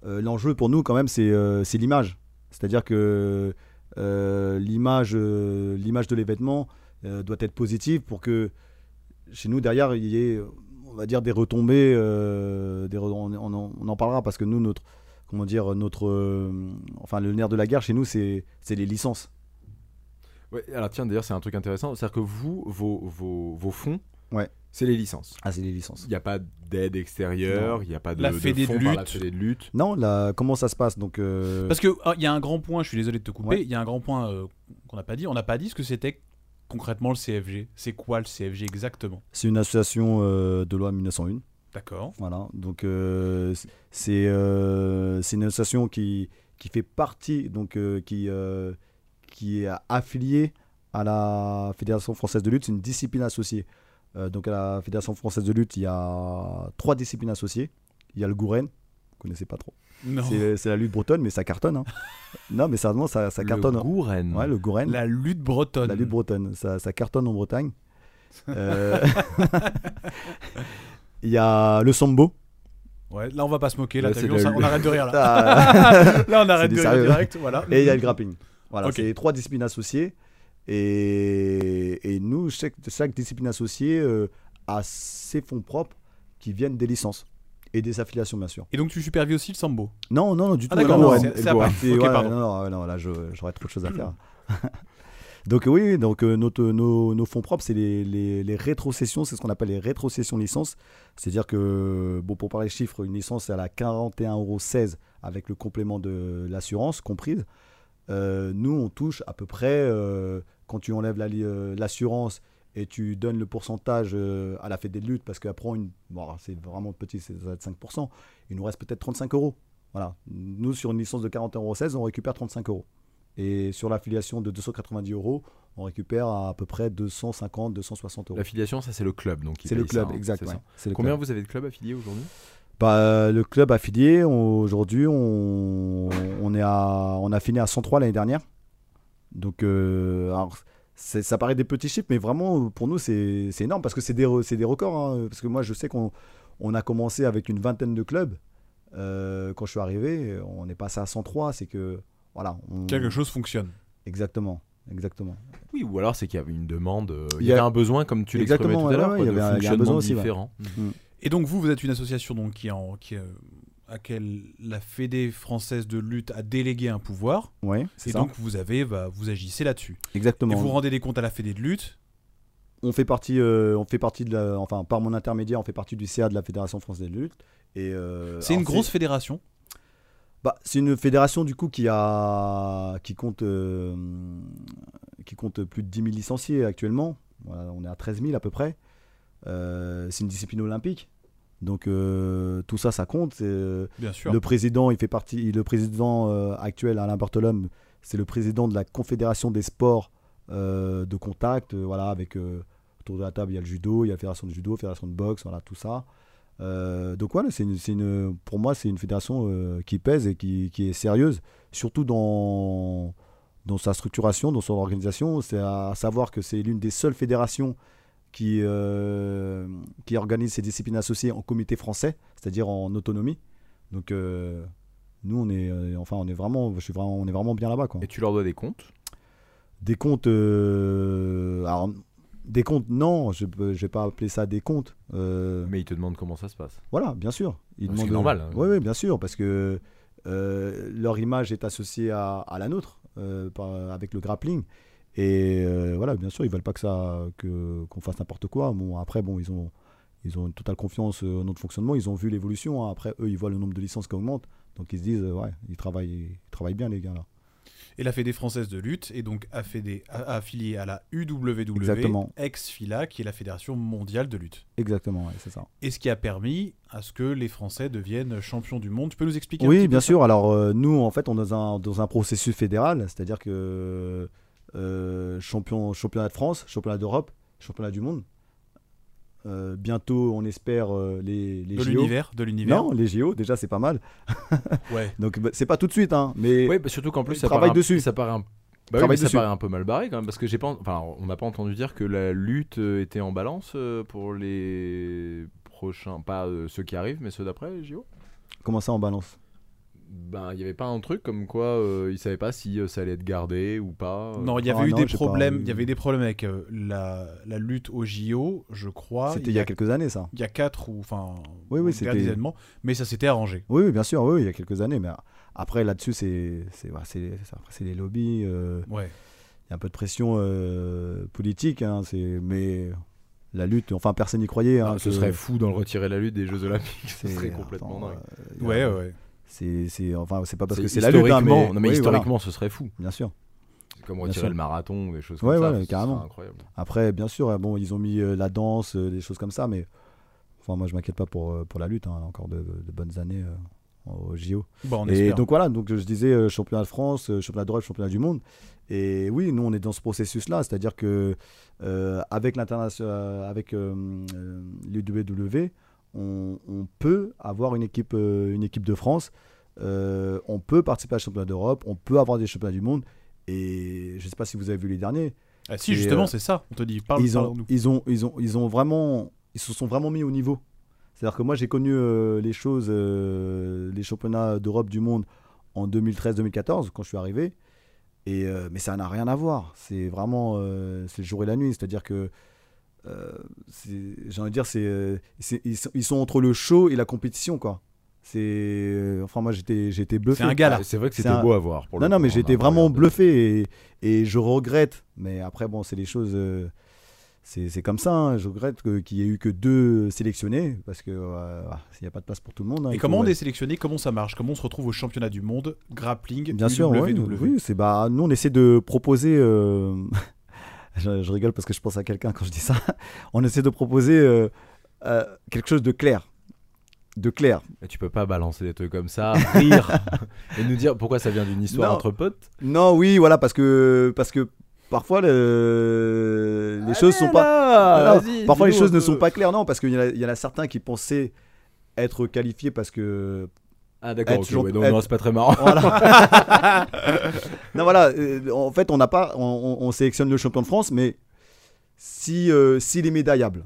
Speaker 5: euh, l'enjeu pour nous, quand même, c'est euh, c'est l'image. C'est-à-dire que euh, l'image euh, l'image de l'événement euh, doit être positive pour que chez nous, derrière, il y ait, on va dire, des retombées. euh, des re- on, on en- on en parlera parce que nous, notre. Comment dire, notre. euh, enfin, le nerf de la guerre chez nous, c'est c'est les licences.
Speaker 2: Ouais, alors tiens d'ailleurs c'est un truc intéressant, c'est-à-dire que vous vos vos, vos fonds
Speaker 5: Ouais.
Speaker 2: c'est les licences.
Speaker 5: Ah, c'est les licences.
Speaker 2: Il n'y a pas d'aide extérieure, il n'y a pas de,
Speaker 4: La
Speaker 2: de
Speaker 4: fédé de
Speaker 2: fonds par la
Speaker 4: lutte.
Speaker 2: fédé de lutte.
Speaker 5: Non, là, comment ça se passe Donc, euh,
Speaker 4: Parce qu'il y a un grand point, je suis désolé de te couper, il
Speaker 5: Ouais.
Speaker 4: y a un grand point euh, qu'on n'a pas dit. On n'a pas dit ce que c'était concrètement le CFG. C'est quoi le CFG exactement
Speaker 5: c'est une association euh, de loi 1901.
Speaker 4: D'accord.
Speaker 5: Voilà, donc euh, c- c'est euh, c'est une association qui, qui fait partie, donc euh, qui, euh, qui est affiliée à la Fédération française de lutte, c'est une discipline associée. Euh, donc à la Fédération française de lutte, il y a trois disciplines associées. Il y a le Gouren, vous connaissez pas trop.
Speaker 4: Non.
Speaker 5: C'est c'est la lutte bretonne, mais ça cartonne. hein. non, mais sérieusement, ça, ça cartonne. hein.
Speaker 2: Le Gouren.
Speaker 5: Ouais, le Gouren.
Speaker 4: La lutte bretonne.
Speaker 5: La lutte bretonne, ça, ça cartonne en Bretagne. Euh, *laughs* Il y a le sambo.
Speaker 4: Ouais, là on va pas se moquer, là,
Speaker 2: Là,
Speaker 4: t'as
Speaker 2: c'est
Speaker 4: vu, on,
Speaker 2: de la
Speaker 4: s'a- on
Speaker 2: lutte.
Speaker 4: arrête de rire
Speaker 5: *laughs*
Speaker 4: là.
Speaker 5: Ah.
Speaker 4: là on arrête
Speaker 5: du
Speaker 4: de rire
Speaker 5: sérieux.
Speaker 4: direct, voilà.
Speaker 5: et il y a le grappling. Voilà,
Speaker 4: Ok.
Speaker 5: c'est les trois disciplines associées. Et, et nous, chaque, chaque discipline associée euh, a ses fonds propres qui viennent des licences et des affiliations, bien sûr.
Speaker 4: Et donc tu supervises aussi le sambo.
Speaker 5: Non, non, non, du tout.
Speaker 4: Ah, d'accord,
Speaker 5: non,
Speaker 4: non,
Speaker 5: non,
Speaker 4: c'est-
Speaker 5: elle-
Speaker 4: c'est
Speaker 5: elle
Speaker 4: à
Speaker 5: doit
Speaker 4: part.
Speaker 5: arrêter,
Speaker 4: Ok,
Speaker 5: ouais,
Speaker 4: pardon.
Speaker 5: non, non, ouais, non, là, je- j'aurais trop de choses à faire. *laughs* donc, oui, oui, donc euh, notre, nos, nos fonds propres, c'est les, les, les rétrocessions, c'est ce qu'on appelle les rétrocessions licences. C'est-à-dire que, bon, pour parler chiffres, une licence, elle à 41,16€ avec le complément de l'assurance comprise. Euh, nous, on touche à peu près, euh, quand tu enlèves la li- euh, l'assurance et tu donnes le pourcentage euh, à la fête des luttes, parce qu'après, une... bon, alors, c'est vraiment petit, c'est ça va être 5%, il nous reste peut-être 35 euros. Voilà. Nous, sur une licence de 41,16€, on récupère 35 euros. Et sur l'affiliation de 290 euros, on récupère à, peu près 250, 260 euros.
Speaker 2: L'affiliation, ça c'est le club. donc qui
Speaker 5: C'est le
Speaker 2: paye
Speaker 5: club,
Speaker 2: ça, hein,
Speaker 5: exact.
Speaker 2: c'est
Speaker 5: ouais.
Speaker 2: ça.
Speaker 5: C'est le
Speaker 2: Combien
Speaker 5: club.
Speaker 2: vous avez de clubs affiliés aujourd'hui
Speaker 5: Bah, Le club affilié, on- aujourd'hui, on, on, est à, on a fini à 103 l'année dernière. Donc, euh, alors, c'est- ça paraît des petits chiffres, mais vraiment, pour nous, c'est c'est énorme parce que c'est des, re- c'est des records. hein. Parce que moi, je sais qu'on on a commencé avec une vingtaine de clubs. euh, quand je suis arrivé, on est passé à 103. C'est que, voilà. on-
Speaker 4: Quelque chose fonctionne.
Speaker 5: Exactement. Exactement.
Speaker 2: Oui, ou alors c'est qu'il y avait une demande, euh, il
Speaker 5: Il
Speaker 2: y
Speaker 5: y a-
Speaker 2: avait un besoin, comme tu l'exprimais
Speaker 5: Exactement,
Speaker 2: tout à l'heure,
Speaker 5: ouais,
Speaker 2: quoi, de
Speaker 5: ouais, il y avait un- il y a un
Speaker 2: fonctionnement
Speaker 5: besoin aussi, ouais. Mm.
Speaker 2: différent.
Speaker 4: Et donc vous, vous êtes une association donc qui est en qui est, euh, à laquelle la Fédé française de lutte a délégué un pouvoir.
Speaker 5: Oui,
Speaker 4: Et
Speaker 5: c'est ça.
Speaker 4: donc vous avez, bah, vous agissez là-dessus. Et
Speaker 5: Exactement.
Speaker 4: vous rendez des comptes à la Fédé de lutte.
Speaker 5: on fait partie, euh, on fait partie de la, enfin par mon intermédiaire, on fait partie du CA de la Fédération française de lutte. Et euh,
Speaker 4: C'est
Speaker 5: alors,
Speaker 4: une grosse fédération.
Speaker 5: bah, c'est une fédération du coup qui a, qui compte, euh, qui compte plus de 10 000 licenciés actuellement. Voilà, on est à 13 000 à peu près. Euh, c'est une discipline olympique, donc euh, tout ça, ça compte. C'est, euh,
Speaker 4: Bien sûr.
Speaker 5: Le président, il fait partie. Le président euh, actuel, Alain Bartholome, c'est le président de la Confédération des sports euh, de contact. euh, voilà, avec euh, autour de la table, il y a le judo, il y a la fédération de judo, fédération de boxe, voilà, tout ça. Euh, donc voilà, c'est une, c'est une- pour moi, c'est une fédération euh, qui pèse et qui, qui est sérieuse, surtout dans dans sa structuration, dans son organisation. C'est à savoir que c'est l'une des seules fédérations qui euh, qui organise ses disciplines associées en comité français, c'est-à-dire en autonomie. Donc euh, nous on est euh, enfin on est vraiment je suis vraiment on est vraiment bien là-bas quoi.
Speaker 2: Et tu leur dois des comptes.
Speaker 5: Des comptes euh, alors, des comptes non, je peux- je vais pas appeler ça des comptes. euh,
Speaker 2: Mais ils te demandent comment ça se passe.
Speaker 5: voilà, bien sûr. Ils
Speaker 2: Parce que
Speaker 5: demandent-
Speaker 2: normal, hein.
Speaker 5: Oui, oui, bien sûr, parce que euh, leur image est associée à, à la nôtre euh, par- avec le grappling. Et euh, voilà, bien sûr, ils veulent pas que ça que qu'on fasse n'importe quoi. Bon, après, bon, ils ont ils ont une totale confiance euh, en notre fonctionnement. Ils ont vu l'évolution. hein. Après, eux, ils voient le nombre de licences qui augmente, donc ils se disent, euh, ouais, ils travaillent, ils travaillent bien les gars là.
Speaker 4: Et la Fédé française de lutte est donc affédé- a- affiliée à la UWW,
Speaker 5: Exactement.
Speaker 4: ex-FILA, qui est la Fédération mondiale de lutte.
Speaker 5: Exactement, ouais, c'est ça.
Speaker 4: Et ce qui a permis à ce que les Français deviennent champions du monde. Tu peux nous expliquer un petit
Speaker 5: Oui,
Speaker 4: peu
Speaker 5: bien
Speaker 4: ça
Speaker 5: sûr. Alors, euh, nous, en fait, on est dans un, dans un processus fédéral, c'est-à-dire que euh, champion, championnat de France, championnat d'Europe, championnat du monde. Euh, bientôt, on espère euh, les, les
Speaker 4: De
Speaker 5: JO.
Speaker 4: l'univers, de l'univers.
Speaker 5: Non, les JO, déjà, c'est pas mal.
Speaker 4: Ouais.
Speaker 5: Donc, bah, c'est pas tout de suite, hein, mais
Speaker 2: Oui, bah, surtout qu'en plus,
Speaker 5: ils
Speaker 2: ça
Speaker 5: travaillent
Speaker 2: paraît, un-
Speaker 5: dessus.
Speaker 2: ça paraît un. Bah oui,
Speaker 5: travaillent
Speaker 2: mais ça
Speaker 5: dessus.
Speaker 2: paraît un peu mal barré quand même parce que j'ai pas, en- enfin, on n'a pas entendu dire que la lutte euh, était en balance euh, pour les prochains, pas euh, ceux qui arrivent, mais ceux d'après les JO.
Speaker 5: comment ça en balance
Speaker 2: Ben, il y avait pas un truc comme quoi euh, ils savaient pas si euh, ça allait être gardé ou pas. euh.
Speaker 4: Non, il y
Speaker 5: Ah
Speaker 4: avait eu
Speaker 5: non,
Speaker 4: des
Speaker 5: j'ai pas
Speaker 4: problèmes.
Speaker 5: eu.
Speaker 4: Il y avait des problèmes avec euh, la, la lutte au JO, je crois.
Speaker 5: C'était il y a quelques années, ça.
Speaker 4: Ah, il y a quatre ou enfin
Speaker 5: Oui, oui,
Speaker 4: ou des
Speaker 5: c'était-
Speaker 4: événements, mais ça s'était arrangé.
Speaker 5: Oui, oui, bien sûr, oui, oui, il y a quelques années, mais euh, après, là-dessus, c'est c'est- ouais, c'est- c'est- après, c'est les lobbies. euh,
Speaker 4: Ouais.
Speaker 5: il y a un peu de pression euh, politique, hein, c'est mais la lutte, enfin personne n'y croyait. hein,
Speaker 2: Ah, ce
Speaker 5: que-
Speaker 2: serait fou d'en retirer la lutte des Jeux Olympiques, ce
Speaker 5: c'est-
Speaker 2: serait complètement
Speaker 5: attends,
Speaker 2: dingue.
Speaker 5: euh, il y a-
Speaker 4: Ouais, ouais.
Speaker 5: C'est, c'est- enfin c'est pas parce
Speaker 2: C'est
Speaker 5: que c'est la lutte, hein,
Speaker 2: historiquement-
Speaker 5: mais,
Speaker 2: non mais
Speaker 5: oui, voilà,
Speaker 2: historiquement ce serait fou.
Speaker 5: bien sûr.
Speaker 2: C'est comme
Speaker 5: Bien
Speaker 2: retirer
Speaker 5: sûr.
Speaker 2: le marathon ou des choses comme
Speaker 5: Ouais,
Speaker 2: ça.
Speaker 5: ouais,
Speaker 2: ce
Speaker 5: carrément.
Speaker 2: serait incroyable.
Speaker 5: Après, bien sûr, euh, bon, ils ont mis euh, la danse, euh, des choses comme ça, mais enfin moi je m'inquiète pas pour euh, pour la lutte, hein, encore de, de bonnes années euh, au JO.
Speaker 4: Bon, Bah, on
Speaker 5: Et
Speaker 4: espère.
Speaker 5: donc voilà, donc je disais euh, championnat de France, euh, championnat d'Europe, championnat du monde. Et oui, nous on est dans ce processus-là, c'est-à-dire que euh, avec l'international, avec euh, euh, l'UWW, on, on peut avoir une équipe, euh, une équipe de France, euh, on peut participer à championnat d'Europe, on peut avoir des championnats du monde. Et je ne sais pas si vous avez vu les derniers.
Speaker 4: Ah, si,
Speaker 5: et,
Speaker 4: justement,
Speaker 5: euh,
Speaker 4: c'est ça. On te dit, parle,
Speaker 5: ils, ont,
Speaker 4: parle-nous.
Speaker 5: ils, ont, ils, ont, ils ont vraiment, ils se sont vraiment mis au niveau. C'est-à-dire que moi j'ai connu euh, les choses, euh, les championnats d'Europe du monde en 2013-2014 quand je suis arrivé. Et, euh, mais ça n'a rien à voir. C'est vraiment euh, c'est le jour et la nuit. C'est-à-dire que euh, c'est- j'ai envie de dire c'est euh, c'est- ils, sont, ils sont entre le show et la compétition quoi. C'est euh, enfin moi j'étais j'étais bluffé.
Speaker 4: C'est un gala.
Speaker 2: Ah, c'est vrai que
Speaker 5: C'est
Speaker 2: c'était
Speaker 5: un-
Speaker 2: beau à voir. Pour
Speaker 5: Non,
Speaker 2: le coup,
Speaker 5: non,
Speaker 2: hein,
Speaker 5: mais
Speaker 2: on a
Speaker 5: j'étais vraiment
Speaker 2: regardé.
Speaker 5: bluffé et, et je regrette. Mais après, bon, c'est les choses. euh, c'est c'est comme ça. hein. Je regrette que- qu'il n'y ait eu que deux sélectionnés parce que euh, ah, s'il n'y a pas de place pour tout le monde. hein,
Speaker 4: Et
Speaker 5: il
Speaker 4: comment
Speaker 5: faut-
Speaker 4: on est sélectionné Comment ça marche Comment on se retrouve au championnat du monde Grappling E.
Speaker 5: Bien sûr, ouais,
Speaker 2: E?
Speaker 4: UWW.
Speaker 5: oui, c'est bah nous on essaie de proposer. euh, *laughs* je, je rigole parce que je pense à quelqu'un quand je dis ça. On essaie de proposer euh, euh, quelque chose de clair, de clair.
Speaker 2: Mais tu peux pas balancer des trucs comme *laughs* ça, rire et nous dire pourquoi ça vient d'une histoire
Speaker 5: Non.
Speaker 2: entre potes.
Speaker 5: Non, oui, voilà, parce que parce que parfois le-
Speaker 2: Ah
Speaker 5: les choses sont pas.
Speaker 2: pas. Ah,
Speaker 5: Alors, parfois les choses ne sont pas claires, non, parce qu'il y, en a- il y en a certains qui pensaient être qualifiés parce que
Speaker 2: Ah d'accord.
Speaker 5: Être
Speaker 2: ok,
Speaker 5: toujours-
Speaker 2: ouais, donc
Speaker 5: être-
Speaker 2: non, c'est pas très marrant.
Speaker 5: voilà. non voilà, euh, en fait on n'a pas, on, on- on sélectionne le champion de France, mais si euh, s'il est médaillable,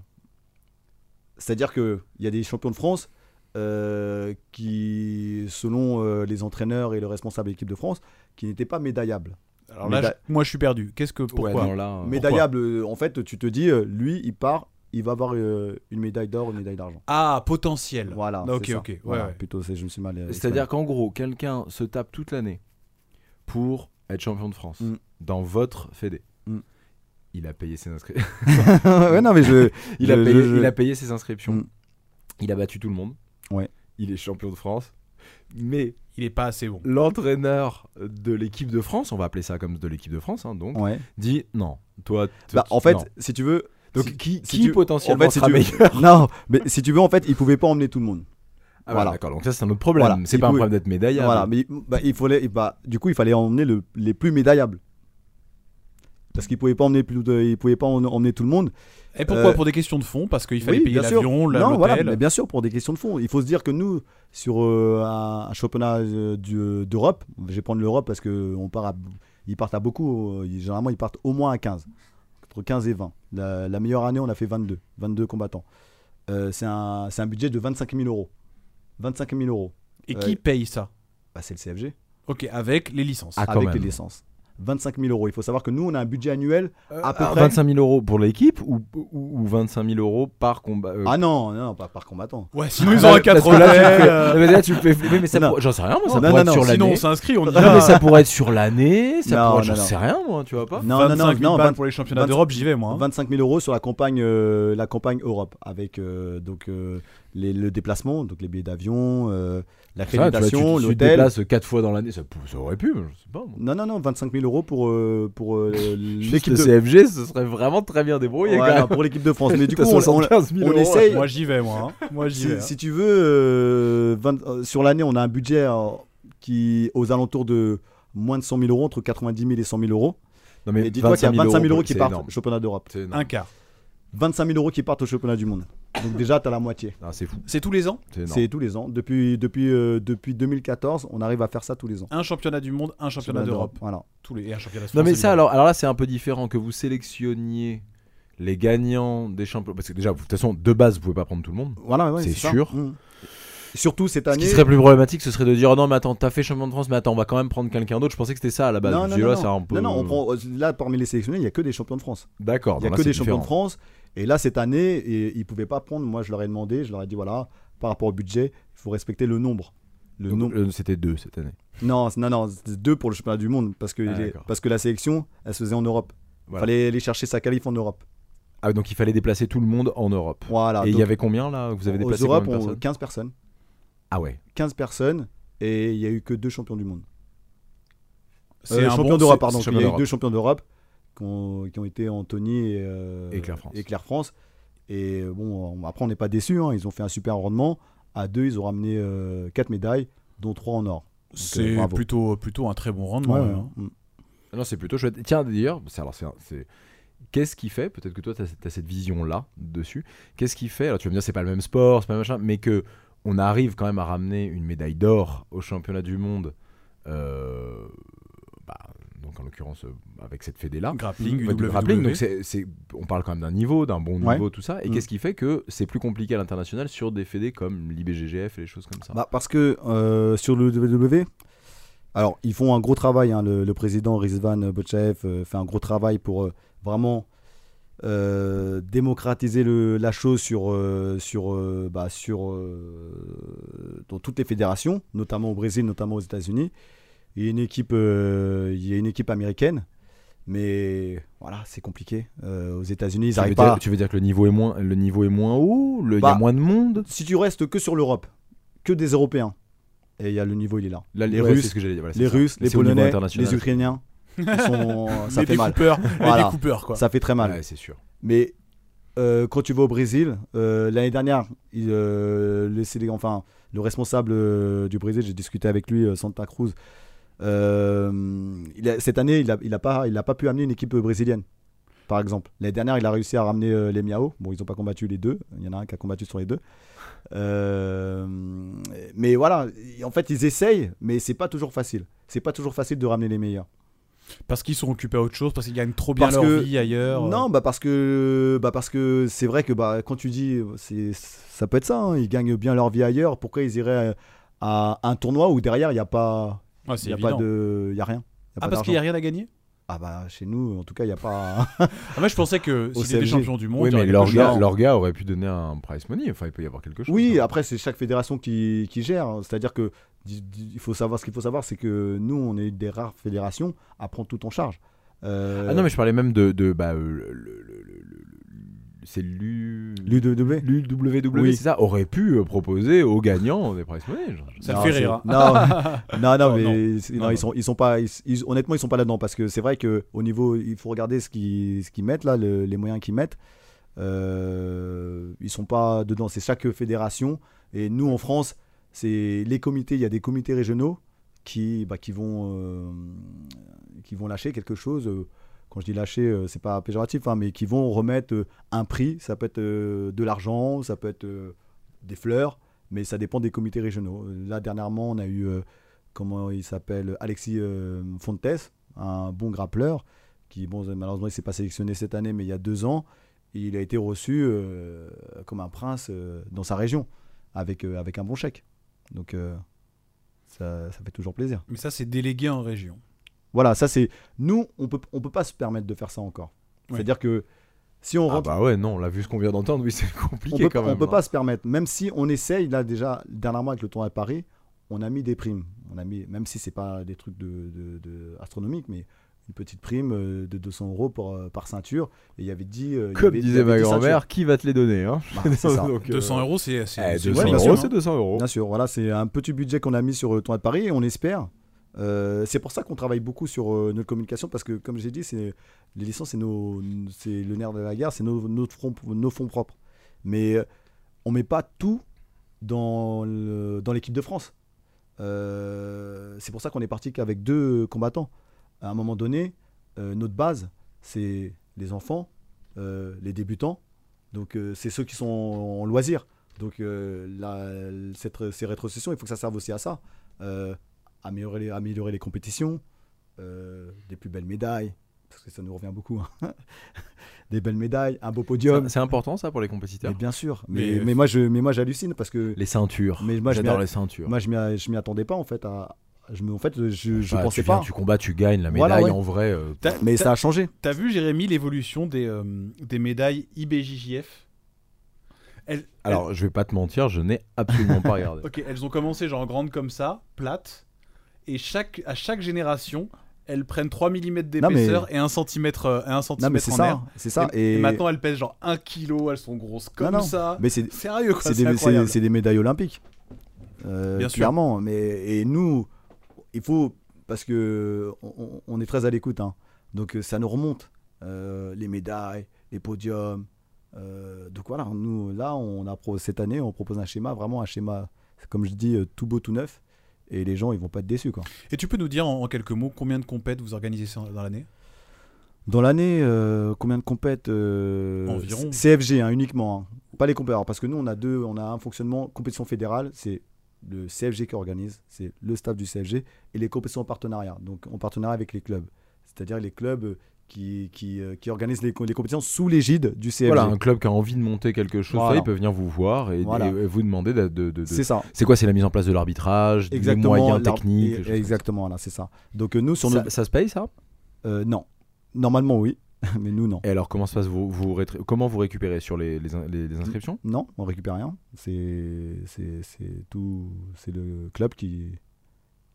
Speaker 5: c'est-à-dire que il y a des champions de France euh, qui, selon euh, les entraîneurs et le responsable de l'équipe de France, qui n'était pas médaillable.
Speaker 4: Alors là,
Speaker 5: Méda-
Speaker 4: je- moi, je suis perdu. Qu'est-ce que pourquoi
Speaker 2: Ouais, non, là, euh,
Speaker 5: Médaillable, euh, en fait, tu te dis, euh, lui, il part, il va avoir euh, une médaille d'or, une médaille d'argent.
Speaker 4: Ah, potentiel.
Speaker 5: Voilà.
Speaker 4: Ah, ok,
Speaker 5: c'est ça.
Speaker 4: ok. Ouais,
Speaker 5: Voilà,
Speaker 4: ouais.
Speaker 5: Plutôt, c'est- je me suis mal. euh,
Speaker 2: C'est-à-dire qu'en gros, quelqu'un se tape toute l'année pour être champion de France
Speaker 5: Mm.
Speaker 2: dans votre fédé.
Speaker 5: Mm.
Speaker 2: Il a payé ses
Speaker 5: *laughs*
Speaker 2: inscriptions.
Speaker 5: exprimé. ouais, non, mais *laughs* je.
Speaker 2: Il, a
Speaker 5: Je-
Speaker 2: payé,
Speaker 5: je-
Speaker 2: il a payé ses inscriptions.
Speaker 5: Mm.
Speaker 2: Il a battu tout le monde.
Speaker 5: Ouais.
Speaker 2: Il est champion de France. Mais
Speaker 4: Il est pas assez bon.
Speaker 2: l'entraîneur de l'équipe de France, on va appeler ça comme de l'équipe de France, hein, donc,
Speaker 5: Ouais.
Speaker 2: dit non. Toi, t-
Speaker 5: Mm. Bah,
Speaker 2: t-
Speaker 5: en fait,
Speaker 2: non.
Speaker 5: si tu veux.
Speaker 2: donc
Speaker 5: si-
Speaker 2: qui,
Speaker 5: si
Speaker 2: qui
Speaker 5: tu-
Speaker 2: potentiellement
Speaker 5: en fait, si
Speaker 2: sera
Speaker 5: tu veux-
Speaker 2: meilleur
Speaker 5: *laughs* non, mais si tu veux, en fait, il pouvait pas emmener tout le monde.
Speaker 2: Ah, bah,
Speaker 5: voilà.
Speaker 2: D'accord. Donc ça, c'est un autre problème.
Speaker 5: Voilà.
Speaker 2: C'est
Speaker 5: Il
Speaker 2: pas un
Speaker 5: pouvait-
Speaker 2: problème d'être médaillable.
Speaker 5: Voilà, mais bah, il fallait, bah, du coup, il fallait emmener le- les plus médaillables. Parce qu'il ne pouvait pas emmener plus de, il pouvait pas en- emmener tout le monde.
Speaker 4: Et pourquoi
Speaker 5: Euh,
Speaker 4: Pour des questions de fond, parce qu'il fallait
Speaker 5: oui,
Speaker 4: payer
Speaker 5: bien sûr.
Speaker 4: l'avion, la-
Speaker 5: non, voilà,
Speaker 4: l'hôtel.
Speaker 5: mais bien sûr, pour des questions de fond. Il faut se dire que nous, sur euh, un, un championnat euh, du- d'Europe, je vais prendre l'Europe parce qu'ils partent à beaucoup. euh, ils- généralement, ils partent au moins à 15, entre 15 et 20. La, la meilleure année, on a fait 22, 22 combattants. Euh, c'est un, c'est un budget de 25 000 euros. 25 000 euros.
Speaker 4: Et qui
Speaker 5: Ouais.
Speaker 4: paye ça
Speaker 5: Bah, c'est le CFG.
Speaker 4: Ok, avec les licences.
Speaker 2: Ah, quand
Speaker 5: avec
Speaker 2: même.
Speaker 5: les licences. 25 000 euros. Il faut savoir que nous, on a un budget annuel à peu
Speaker 2: Alors,
Speaker 5: près.
Speaker 2: 25 000 Euh, euros pour l'équipe ou, ou, ou 25 000 euros par combat euh,
Speaker 5: Ah non, non, pas par combattant.
Speaker 4: Ouais, sinon ils
Speaker 2: Bah,
Speaker 4: ont un
Speaker 2: parce
Speaker 4: 4
Speaker 2: que là, tu me fais- Non, mais là, tu me fais flipper, mais ça
Speaker 5: Non.
Speaker 2: pour- j'en sais rien, moi, ça
Speaker 5: Non,
Speaker 2: pourrait
Speaker 5: non,
Speaker 2: être
Speaker 5: non,
Speaker 2: sur
Speaker 4: Sinon on
Speaker 2: l'année.
Speaker 4: s'inscrit, on ah, y
Speaker 2: Non, mais
Speaker 4: va.
Speaker 2: ça pourrait être sur l'année, ça
Speaker 5: Non,
Speaker 2: pourrait être,
Speaker 5: non,
Speaker 2: j'en
Speaker 5: non.
Speaker 2: sais rien, moi, tu vois pas.
Speaker 5: Non, non, non,
Speaker 4: 25 000
Speaker 5: non,
Speaker 4: balles
Speaker 5: 20
Speaker 4: pour les championnats
Speaker 5: 25
Speaker 4: d'Europe, j'y vais moi. hein.
Speaker 5: 25 000 euros sur la campagne, euh, la campagne Europe, avec euh, donc, euh, les- le déplacement, donc les billets d'avion, euh,
Speaker 2: Ça, tu vois, tu-
Speaker 5: l'accréditation,
Speaker 2: tu te
Speaker 5: l'hôtel.
Speaker 2: déplaces 4 fois dans l'année, ça, pou- ça aurait pu, mais je sais pas. moi.
Speaker 5: Non, non, non, 25 000 euros pour, euh, pour *laughs* euh,
Speaker 2: Juste
Speaker 5: l'équipe
Speaker 2: le
Speaker 5: de...
Speaker 2: CFG, ce serait vraiment très bien débrouillé.
Speaker 5: Ouais,
Speaker 2: quand
Speaker 5: non,
Speaker 2: même.
Speaker 5: pour l'équipe
Speaker 2: *laughs*
Speaker 5: de France. Mais du *laughs*
Speaker 2: T'as
Speaker 5: coup, on, on-
Speaker 2: 75 000
Speaker 5: on
Speaker 2: euros,
Speaker 5: essaye-
Speaker 2: ouais.
Speaker 4: Moi j'y vais moi. hein. Moi j'y vais.
Speaker 5: si,
Speaker 4: hein.
Speaker 5: si tu veux, euh, 20 euh, sur l'année, on a un budget euh, qui aux alentours de moins de 100 000 euros, entre 90 000 et 100 000 euros.
Speaker 2: Non,
Speaker 5: Mais dis-toi qu'il y a 25 000 euros qui
Speaker 2: c'est
Speaker 5: partent
Speaker 2: énorme.
Speaker 5: au championnat d'Europe.
Speaker 2: C'est énorme.
Speaker 4: Un quart.
Speaker 5: 25 000 euros qui partent au championnat du monde. Donc déjà, tu as la moitié.
Speaker 2: Ah, C'est fou.
Speaker 4: C'est tous les ans
Speaker 2: C'est énorme.
Speaker 5: C'est tous les ans. Depuis, depuis, euh, depuis 2014, on arrive à faire ça tous les ans.
Speaker 4: Un championnat du monde, un championnat d'Europe.
Speaker 5: Voilà.
Speaker 4: Tous les... Et un championnat de
Speaker 2: Non
Speaker 4: France,
Speaker 2: mais ça
Speaker 4: évidemment.
Speaker 2: alors, alors là c'est un peu différent que vous sélectionniez les gagnants des championnats parce que déjà vous- de toute façon de base vous pouvez pas prendre tout le monde.
Speaker 5: Voilà, ouais,
Speaker 2: C'est
Speaker 5: ça.
Speaker 2: sûr.
Speaker 5: Mm. Surtout cette
Speaker 2: Ce
Speaker 5: année.
Speaker 2: qui serait plus problématique ce serait de dire oh non mais attends t'as fait champion de France mais attends on va quand même prendre quelqu'un d'autre. Je pensais que c'était ça à la base. Je
Speaker 5: non,
Speaker 2: me
Speaker 5: non,
Speaker 2: dis,
Speaker 5: non,
Speaker 2: là,
Speaker 5: non.
Speaker 2: c'est un peu-
Speaker 5: Non, non, on prend- euh, là parmi les sélectionnés, il n'y a que des champions de France.
Speaker 2: D'accord.
Speaker 5: Il n'y a
Speaker 2: non, là,
Speaker 5: que
Speaker 2: c'est
Speaker 5: des champions de
Speaker 2: différent.
Speaker 5: France. Et là, cette année, et, ils ne pouvaient pas prendre. Moi, je leur ai demandé, je leur ai dit, voilà, par rapport au budget, il faut respecter le nombre. Le
Speaker 2: Donc,
Speaker 5: nombre.
Speaker 2: euh, C'était deux cette année.
Speaker 5: Non, c'est- non, non, c'est deux pour le championnat du monde, parce que,
Speaker 2: Ah,
Speaker 5: les-
Speaker 2: d'accord.
Speaker 5: parce que la sélection, elle se faisait en Europe. Il
Speaker 2: Voilà.
Speaker 5: fallait aller chercher sa qualif en Europe.
Speaker 2: Ah donc il fallait déplacer tout le monde en Europe.
Speaker 5: Voilà.
Speaker 2: Et il
Speaker 5: Ah, donc,
Speaker 2: y avait combien là Vous avez
Speaker 5: aux
Speaker 2: déplacé
Speaker 5: Europes,
Speaker 2: combien de
Speaker 5: on-
Speaker 2: personnes
Speaker 5: 15 personnes.
Speaker 2: Ah ouais.
Speaker 5: 15 personnes, et il n'y a eu que deux champions du monde.
Speaker 4: C'est
Speaker 5: Euh,
Speaker 4: un
Speaker 5: champion
Speaker 4: bon-
Speaker 5: d'Europe,
Speaker 4: c'est-
Speaker 5: pardon.
Speaker 2: c'est
Speaker 5: Il y a
Speaker 2: champion
Speaker 5: eu deux champions d'Europe qui ont, qui ont été Anthony et, euh,
Speaker 2: Et Claire France.
Speaker 5: Et France. Et, euh, bon, on- après, on n'est pas déçus. hein, ils ont fait un super rendement. À deux, ils ont ramené euh, quatre médailles, dont trois en or.
Speaker 4: C'est
Speaker 5: bravo.
Speaker 4: plutôt, plutôt un très bon rendement.
Speaker 5: Ouais,
Speaker 4: hein.
Speaker 5: ouais. Mm.
Speaker 2: Ah Non c'est plutôt chouette. Tiens d'ailleurs c'est alors c'est un- c'est- Qu'est-ce qui fait, peut-être que toi tu as, cette vision-là dessus, qu'est-ce qui fait, alors tu vas me dire c'est pas le même sport, c'est pas le machin, mais que on arrive quand même à ramener une médaille d'or au championnat du monde, euh, bah, donc en l'occurrence euh, avec cette fédé-là,
Speaker 4: Grappling, E.
Speaker 2: Bah, du
Speaker 4: UWW.
Speaker 2: grappling, donc c'est- c'est- on parle quand même d'un niveau, d'un bon
Speaker 5: E. Ouais.
Speaker 2: niveau, tout ça, et
Speaker 5: Mm.
Speaker 2: qu'est-ce qui fait que c'est plus compliqué à l'international sur des fédés comme l'IBGGF et les choses comme ça
Speaker 5: Bah, parce que euh, sur le WWE, alors ils font un gros travail. hein, le, le président Rizvan Bochaev euh, fait un gros travail pour euh, vraiment euh, démocratiser le- la chose sur, euh, sur, euh, bah, sur euh, dans toutes les fédérations, notamment au Brésil, notamment aux États-Unis. Il y a une équipe, euh, il y a une équipe américaine, mais voilà, c'est compliqué. Euh, aux États-Unis, ils
Speaker 2: tu, veux
Speaker 5: n'arrivent
Speaker 2: dire,
Speaker 5: pas.
Speaker 2: tu veux dire que le niveau est moins, le niveau est moins haut, le- il y a
Speaker 5: Bah,
Speaker 2: moins de monde
Speaker 5: Si tu restes que sur l'Europe, que des Européens, et il y a le niveau, il est là.
Speaker 2: Là,
Speaker 5: les
Speaker 2: ouais,
Speaker 5: Russes,
Speaker 2: c'est ce que j'allais dire, voilà,
Speaker 5: les
Speaker 2: c'est ça.
Speaker 5: Russes, les
Speaker 2: C'est au niveau
Speaker 5: Polonais,
Speaker 2: international.
Speaker 5: les Ukrainiens, ils sont- ça
Speaker 4: les
Speaker 5: fait mal.
Speaker 4: découpeurs, les
Speaker 5: Voilà.
Speaker 4: découpeurs, quoi.
Speaker 5: Ça fait très mal.
Speaker 2: Ouais, c'est sûr.
Speaker 5: Mais euh, quand tu vas au Brésil, euh, l'année dernière, il, euh, le, CD enfin, le responsable euh, du Brésil, j'ai discuté avec lui, euh, Santa Cruz. euh, il a- cette année, il n'a il a pas, il a pas pu amener une équipe euh, brésilienne, par exemple. L'année dernière, il a réussi à ramener euh, les Miao. Bon, ils n'ont pas combattu les deux. Il y en a un qui a combattu sur les deux. Euh, mais voilà, en fait, ils essayent, mais c'est pas toujours facile. C'est pas toujours facile de ramener les meilleurs.
Speaker 4: Parce qu'ils sont occupés à autre chose, parce qu'ils gagnent trop bien
Speaker 5: Parce
Speaker 4: leur
Speaker 5: que-
Speaker 4: vie ailleurs.
Speaker 5: Non, bah parce que bah parce que c'est vrai que bah quand tu dis c'est ça peut être ça, hein, ils gagnent bien leur vie ailleurs. Pourquoi ils iraient à un tournoi où derrière il y a pas
Speaker 4: Ah,
Speaker 5: il
Speaker 4: c'est
Speaker 5: y a
Speaker 4: évident.
Speaker 5: pas de il y a rien. il y a
Speaker 4: Ah,
Speaker 5: pas
Speaker 4: parce qu'il n'y a
Speaker 5: d'argent.
Speaker 4: rien à gagner
Speaker 5: ah bah chez nous en tout cas il y a pas *laughs*
Speaker 4: Ah, Moi, je pensais que
Speaker 5: Au
Speaker 4: s'il était
Speaker 5: CMG.
Speaker 4: champion du monde,
Speaker 2: Oui,
Speaker 4: il y
Speaker 2: mais
Speaker 4: aurait
Speaker 2: leur
Speaker 4: quelque
Speaker 2: gars,
Speaker 4: chose.
Speaker 2: leur gars aurait pu donner un prize money. Enfin, il peut y avoir quelque chose.
Speaker 5: Oui,
Speaker 2: hein.
Speaker 5: après c'est chaque fédération qui, qui gère, hein. c'est-à-dire que di- di- il faut savoir ce qu'il faut savoir c'est que nous on est une des rares fédérations à prendre tout en charge. Euh,
Speaker 2: Ah non, mais je parlais même de. de bah, euh, le- le- le- le- le- c'est l'U.
Speaker 5: l'UWW
Speaker 2: L'UWW,
Speaker 5: Oui.
Speaker 2: c'est ça, aurait pu euh, proposer aux gagnants des prize money. genre.
Speaker 4: Ça
Speaker 5: Non,
Speaker 4: le fait
Speaker 5: c'est-
Speaker 4: rire. hein.
Speaker 5: *laughs* Non, non, non,
Speaker 4: Oh,
Speaker 5: mais
Speaker 4: non.
Speaker 5: c'est- non,
Speaker 4: Non, non.
Speaker 5: ils sont, ils sont pas. ils- ils- honnêtement, ils sont pas là-dedans parce que c'est vrai que au niveau, il faut regarder ce qu'ils, ce qu'ils mettent là, le- les moyens qu'ils mettent. Euh, ils sont pas dedans. C'est chaque fédération. Et nous en France, c'est les comités. Il y a des comités régionaux qui, bah, qui vont, euh, qui vont lâcher quelque chose. euh, Quand je dis lâcher, euh, c'est pas péjoratif, hein, mais qui vont remettre euh, un prix. Ça peut être euh, de l'argent, ça peut être euh, des fleurs, mais ça dépend des comités régionaux. Euh, Là, dernièrement, on a eu, euh, comment il s'appelle, Alexis euh, Fontes, un bon grappleur, qui, bon, malheureusement, il s'est pas sélectionné cette année, mais il y a deux ans, il a été reçu euh, comme un prince euh, dans sa région, avec, euh, avec un bon chèque. Donc, euh, ça, ça fait toujours plaisir.
Speaker 4: Mais ça, c'est délégué en région.
Speaker 5: Voilà, ça c'est. Nous, on peut, on peut pas se permettre de faire ça encore.
Speaker 4: Ouais.
Speaker 5: C'est-à-dire que si on
Speaker 2: Ah
Speaker 5: rentre,
Speaker 2: bah ouais, non, là, vu ce qu'on vient d'entendre, oui, c'est *laughs* compliqué
Speaker 5: on peut,
Speaker 2: quand même.
Speaker 5: on peut
Speaker 2: hein.
Speaker 5: pas se permettre. Même si on essaye, là déjà, dernièrement avec le tournoi à Paris, on a mis des primes. On a mis, même si c'est pas des trucs de, de- de- astronomiques, mais une petite prime euh, de 200 euros pour, euh, par ceinture. Et il y avait 10. euh, il y
Speaker 2: Comme
Speaker 5: avait- il y
Speaker 2: disait
Speaker 5: avait
Speaker 2: ma
Speaker 5: 10
Speaker 2: grand-mère, qui va te les donner hein
Speaker 5: ceintures. Bah, c'est
Speaker 2: *laughs*
Speaker 5: ça.
Speaker 2: Donc, euh,
Speaker 4: 200 euros, c'est. c'est-
Speaker 2: eh,
Speaker 4: c'est- hein.
Speaker 2: 200
Speaker 5: ouais, bien
Speaker 2: euros,
Speaker 5: sûr.
Speaker 2: c'est 200 euros.
Speaker 5: Bien sûr, voilà, c'est un petit budget qu'on a mis sur le tournoi de Paris et on espère. euh, c'est pour ça qu'on travaille beaucoup sur euh, notre communication parce que, comme j'ai dit, c'est, les licences, c'est, nos, c'est le nerf de la guerre, c'est nos, notre front- nos fonds propres. Mais euh, on met pas tout dans, le- dans l'équipe de France. Euh, c'est pour ça qu'on est parti qu'avec deux combattants. À un moment donné, euh, notre base, c'est les enfants, euh, les débutants, donc euh, c'est ceux qui sont en loisir. Donc euh, la- cette- ces rétrocessions, il faut que ça serve aussi à ça. Euh, améliorer, les, améliorer les compétitions, euh, des plus belles médailles, parce que ça nous revient beaucoup. hein. *laughs* des belles médailles, un beau podium.
Speaker 2: C'est- C'est important ça pour les compétiteurs
Speaker 5: mais bien sûr.
Speaker 4: Mais-
Speaker 5: Mais, mais moi, je, mais moi, j'hallucine parce que
Speaker 2: Les ceintures.
Speaker 5: Mais moi, je
Speaker 2: J'adore
Speaker 5: mets-
Speaker 2: les ceintures.
Speaker 5: moi, je m'y, je m'y attendais pas en fait. À, je, me- en fait, je, je
Speaker 2: Bah,
Speaker 5: pensais
Speaker 2: tu viens,
Speaker 5: pas.
Speaker 2: Tu combats, tu gagnes la médaille
Speaker 5: Voilà, ouais.
Speaker 2: en vrai. euh,
Speaker 4: T'as-
Speaker 5: Mais
Speaker 4: t'as-
Speaker 5: ça a changé.
Speaker 4: T'as vu, Jérémy, l'évolution des, euh, des médailles IBJJF elles,
Speaker 2: Alors, je vais pas te mentir, je n'ai absolument
Speaker 5: *laughs*
Speaker 2: pas regardé.
Speaker 4: elles- ok, elles ont commencé genre grandes comme ça, plates, et chaque, à chaque génération, elles prennent 3 mm d'épaisseur et 1 cm, un
Speaker 5: Non, mais
Speaker 4: centimètre
Speaker 5: c'est
Speaker 4: en
Speaker 5: ça,
Speaker 4: air.
Speaker 5: c'est ça.
Speaker 4: Et,
Speaker 5: Et,
Speaker 4: maintenant, elles pèsent genre 1 kg, elles sont grosses comme
Speaker 5: non.
Speaker 4: ça.
Speaker 5: mais c'est,
Speaker 4: Sérieux, quoi,
Speaker 5: c'est
Speaker 4: c'est
Speaker 5: des, c'est-
Speaker 4: incroyable.
Speaker 5: c'est des médailles olympiques. Euh,
Speaker 4: Bien sûr.
Speaker 5: clairement. Mais, et nous, il faut. Parce que on, on est très à l'écoute. hein. Donc euh, ça nous remonte. Euh, les médailles, les podiums. Euh, donc voilà, nous, là, on a, pro- cette année, on propose un schéma, vraiment un schéma, comme je dis, euh, tout beau, tout neuf. Et les gens, ils vont pas être déçus. Quoi.
Speaker 4: Et tu peux nous dire en, en quelques mots combien de compètes vous organisez ça- dans l'année
Speaker 5: Dans l'année, euh, combien de compètes euh,
Speaker 4: Environ.
Speaker 5: C- CFG hein, uniquement, hein. pas les compètes. Alors, Parce que nous, on a deux, on a un fonctionnement compétition fédérale, c'est le CFG qui organise, c'est le staff du CFG et les compétitions en partenariat, donc en partenariat avec les clubs, c'est-à-dire les clubs euh, qui, qui, euh, qui organisent les, co- les compétitions sous l'égide du CFG.
Speaker 2: Voilà, un club qui a envie de monter quelque chose,
Speaker 5: Voilà.
Speaker 2: il peut venir vous voir et,
Speaker 5: Voilà.
Speaker 2: et vous demander de. de- de- de-
Speaker 5: C'est ça,
Speaker 2: C'est quoi C'est la mise en place de l'arbitrage, des
Speaker 5: exactement.
Speaker 2: moyens
Speaker 5: la-
Speaker 2: techniques.
Speaker 5: et-
Speaker 2: des choses comme
Speaker 5: exactement, là, c'est ça. Donc euh, nous,
Speaker 2: ça.
Speaker 5: sur
Speaker 2: Ça,
Speaker 5: nos-
Speaker 2: ça se paye ça
Speaker 5: euh, non, normalement oui, *laughs* mais nous non.
Speaker 2: Et alors comment se passe vous, vous rétri- comment vous récupérez sur les, les in- les- les inscriptions
Speaker 5: Non, on récupère rien. C'est c'est- c'est tout, c'est le club qui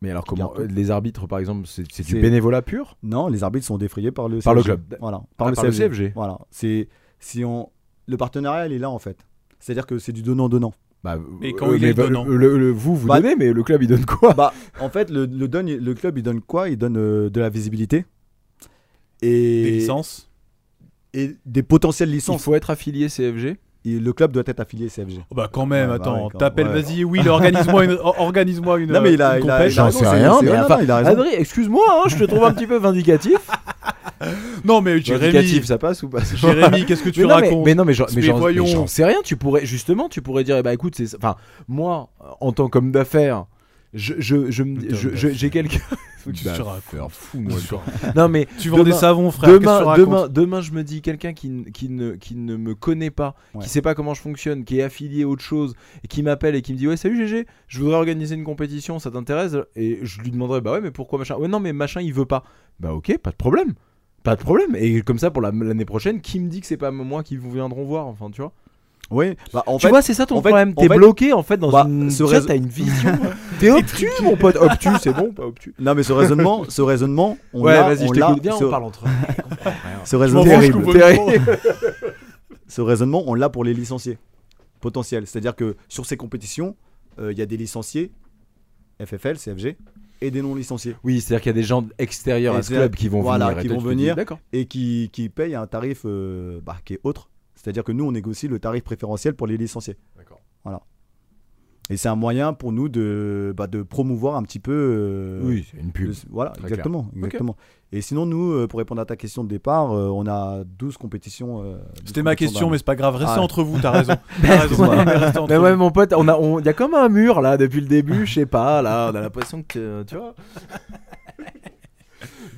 Speaker 2: Mais alors
Speaker 5: Qui
Speaker 2: comment
Speaker 5: garde tout.
Speaker 2: les arbitres par exemple c'est c'est du
Speaker 5: C'est-
Speaker 2: bénévolat pur
Speaker 5: Non, les arbitres sont défrayés par le
Speaker 2: Par le
Speaker 5: CFG.
Speaker 2: club.
Speaker 5: Voilà,
Speaker 2: Ah, par le CFG.
Speaker 5: Voilà, c'est si on le partenariat il est là en fait. C'est-à-dire que c'est du donnant donnant.
Speaker 2: Bah,
Speaker 4: Et quand
Speaker 2: euh,
Speaker 4: il est
Speaker 2: mais bah,
Speaker 4: donnant
Speaker 2: le- le- le- vous vous
Speaker 5: Bah-
Speaker 2: donnez mais le club il donne quoi
Speaker 5: bah en fait le, le donne- le club il donne quoi Il donne euh, de la visibilité et
Speaker 4: Des licences
Speaker 5: et des potentielles
Speaker 2: Il
Speaker 5: licences.
Speaker 2: faut être affilié CFG.
Speaker 5: Et le club doit être affilié CFG.
Speaker 4: Oh Bah quand même,
Speaker 5: Ouais, bah
Speaker 4: attends,
Speaker 5: ouais, quand-
Speaker 4: t'appelles,
Speaker 5: ouais.
Speaker 4: vas-y, Will, organise-moi une, or- organise-moi une,
Speaker 5: non mais il
Speaker 4: euh,
Speaker 5: a
Speaker 4: une
Speaker 5: il a,
Speaker 4: compète.
Speaker 5: il a
Speaker 2: j'en
Speaker 5: raison,
Speaker 2: sais
Speaker 5: c'est-
Speaker 2: rien,
Speaker 5: c'est-
Speaker 2: mais
Speaker 5: non, non,
Speaker 2: enfin,
Speaker 5: il a raison.
Speaker 2: excuse-moi, hein, je te trouve un petit peu vindicatif.
Speaker 4: Non mais Jérémy,
Speaker 2: Vindicatif, ça passe ou pas
Speaker 4: Jérémy, qu'est-ce que *laughs* tu
Speaker 2: mais non, mais-
Speaker 4: racontes
Speaker 2: mais non, mais j'en- mais
Speaker 4: Mais
Speaker 2: j'en mais
Speaker 4: voyons.
Speaker 2: j'en sais rien. Tu pourrais justement, tu pourrais dire, eh ben, écoute, c'est, enfin, moi, en tant qu'homme d'affaires, je, je, je, me-
Speaker 4: Putain,
Speaker 2: je-
Speaker 4: bah,
Speaker 2: je-
Speaker 4: c'est-
Speaker 2: j'ai quelqu'un.
Speaker 4: Tu
Speaker 2: Bah,
Speaker 4: seras un
Speaker 2: faire
Speaker 4: con.
Speaker 2: fou, moi, genre. Non, mais
Speaker 4: Tu vends des
Speaker 2: demain-
Speaker 4: savons, frère. qu'est-ce que tu
Speaker 2: Demain,
Speaker 4: racontes
Speaker 2: demain, demain, je me dis quelqu'un qui, n- qui, ne, qui ne me connaît pas,
Speaker 5: Ouais.
Speaker 2: qui sait pas comment je fonctionne, qui est affilié à autre chose, et qui m'appelle et qui me dit Ouais, salut GG, je voudrais organiser une compétition, ça t'intéresse Et je lui demanderais Bah ouais, mais pourquoi machin Ouais, non, mais machin, il veut pas. Bah ok, pas de problème. Pas de problème. Et comme ça, pour la- l'année prochaine, qui me dit que c'est pas moi qui vous viendront voir Enfin, tu vois.
Speaker 5: Oui, bah, en
Speaker 2: tu
Speaker 5: fait,
Speaker 2: vois, c'est ça ton
Speaker 5: en fait-
Speaker 2: problème.
Speaker 5: en
Speaker 2: T'es
Speaker 5: fait-
Speaker 2: bloqué en fait dans
Speaker 5: Bah,
Speaker 2: une.
Speaker 5: ce
Speaker 2: tu vois,
Speaker 5: réseau-
Speaker 2: T'as une vision. T'es obtus, mon
Speaker 5: *laughs*
Speaker 2: pote. Obtus, c'est bon, *laughs* pas obtus.
Speaker 5: non, mais
Speaker 2: *laughs*
Speaker 5: ce raisonnement, ce raisonnement, on
Speaker 2: ouais,
Speaker 5: l'a,
Speaker 2: vas-y,
Speaker 5: on
Speaker 2: je
Speaker 5: l'a,
Speaker 2: t'écoute bien,
Speaker 5: ce,
Speaker 2: on parle entre *laughs*
Speaker 5: ce
Speaker 4: Je m'en
Speaker 5: raisonnement,
Speaker 4: branle,
Speaker 2: Terrible,
Speaker 4: je coupe
Speaker 2: terrible.
Speaker 4: le micro.
Speaker 5: ce raisonnement, on l'a pour les licenciés potentiels. C'est-à-dire que sur ces compétitions, euh, il y a des licenciés, FFL, CFG, et des non licenciés,
Speaker 2: Oui, c'est-à-dire qu'il y a des gens extérieurs à ce
Speaker 5: Exact.
Speaker 2: club qui vont
Speaker 5: Voilà,
Speaker 2: venir. et
Speaker 5: qui
Speaker 2: toi,
Speaker 5: vont
Speaker 2: tu te dis,
Speaker 5: venir.
Speaker 2: D'accord.
Speaker 5: et qui, qui payent un tarif euh, bah, qui est autre. C'est-à-dire que nous, on négocie le tarif préférentiel pour les licenciés. Et c'est un moyen pour nous de, bah, de promouvoir un petit peu. euh,
Speaker 2: Oui, c'est une pub.
Speaker 5: Le- Voilà,
Speaker 2: Très clair.
Speaker 5: exactement. exactement. Et sinon, nous, euh, pour répondre à ta question de départ, euh, on a 12 compétitions. euh, 12
Speaker 4: C'était ma
Speaker 5: compétitions
Speaker 4: question, mais c'est pas grave. Restez
Speaker 5: Ah.
Speaker 4: entre vous, t'as
Speaker 5: *laughs*
Speaker 4: raison.
Speaker 2: Ben
Speaker 4: T'as raison.
Speaker 2: ouais.
Speaker 4: mais restez entre
Speaker 2: Mais
Speaker 4: vous.
Speaker 2: ouais, mon pote, on a, on, y a comme un mur là depuis le début, je sais pas, là, on a l'impression que tu vois.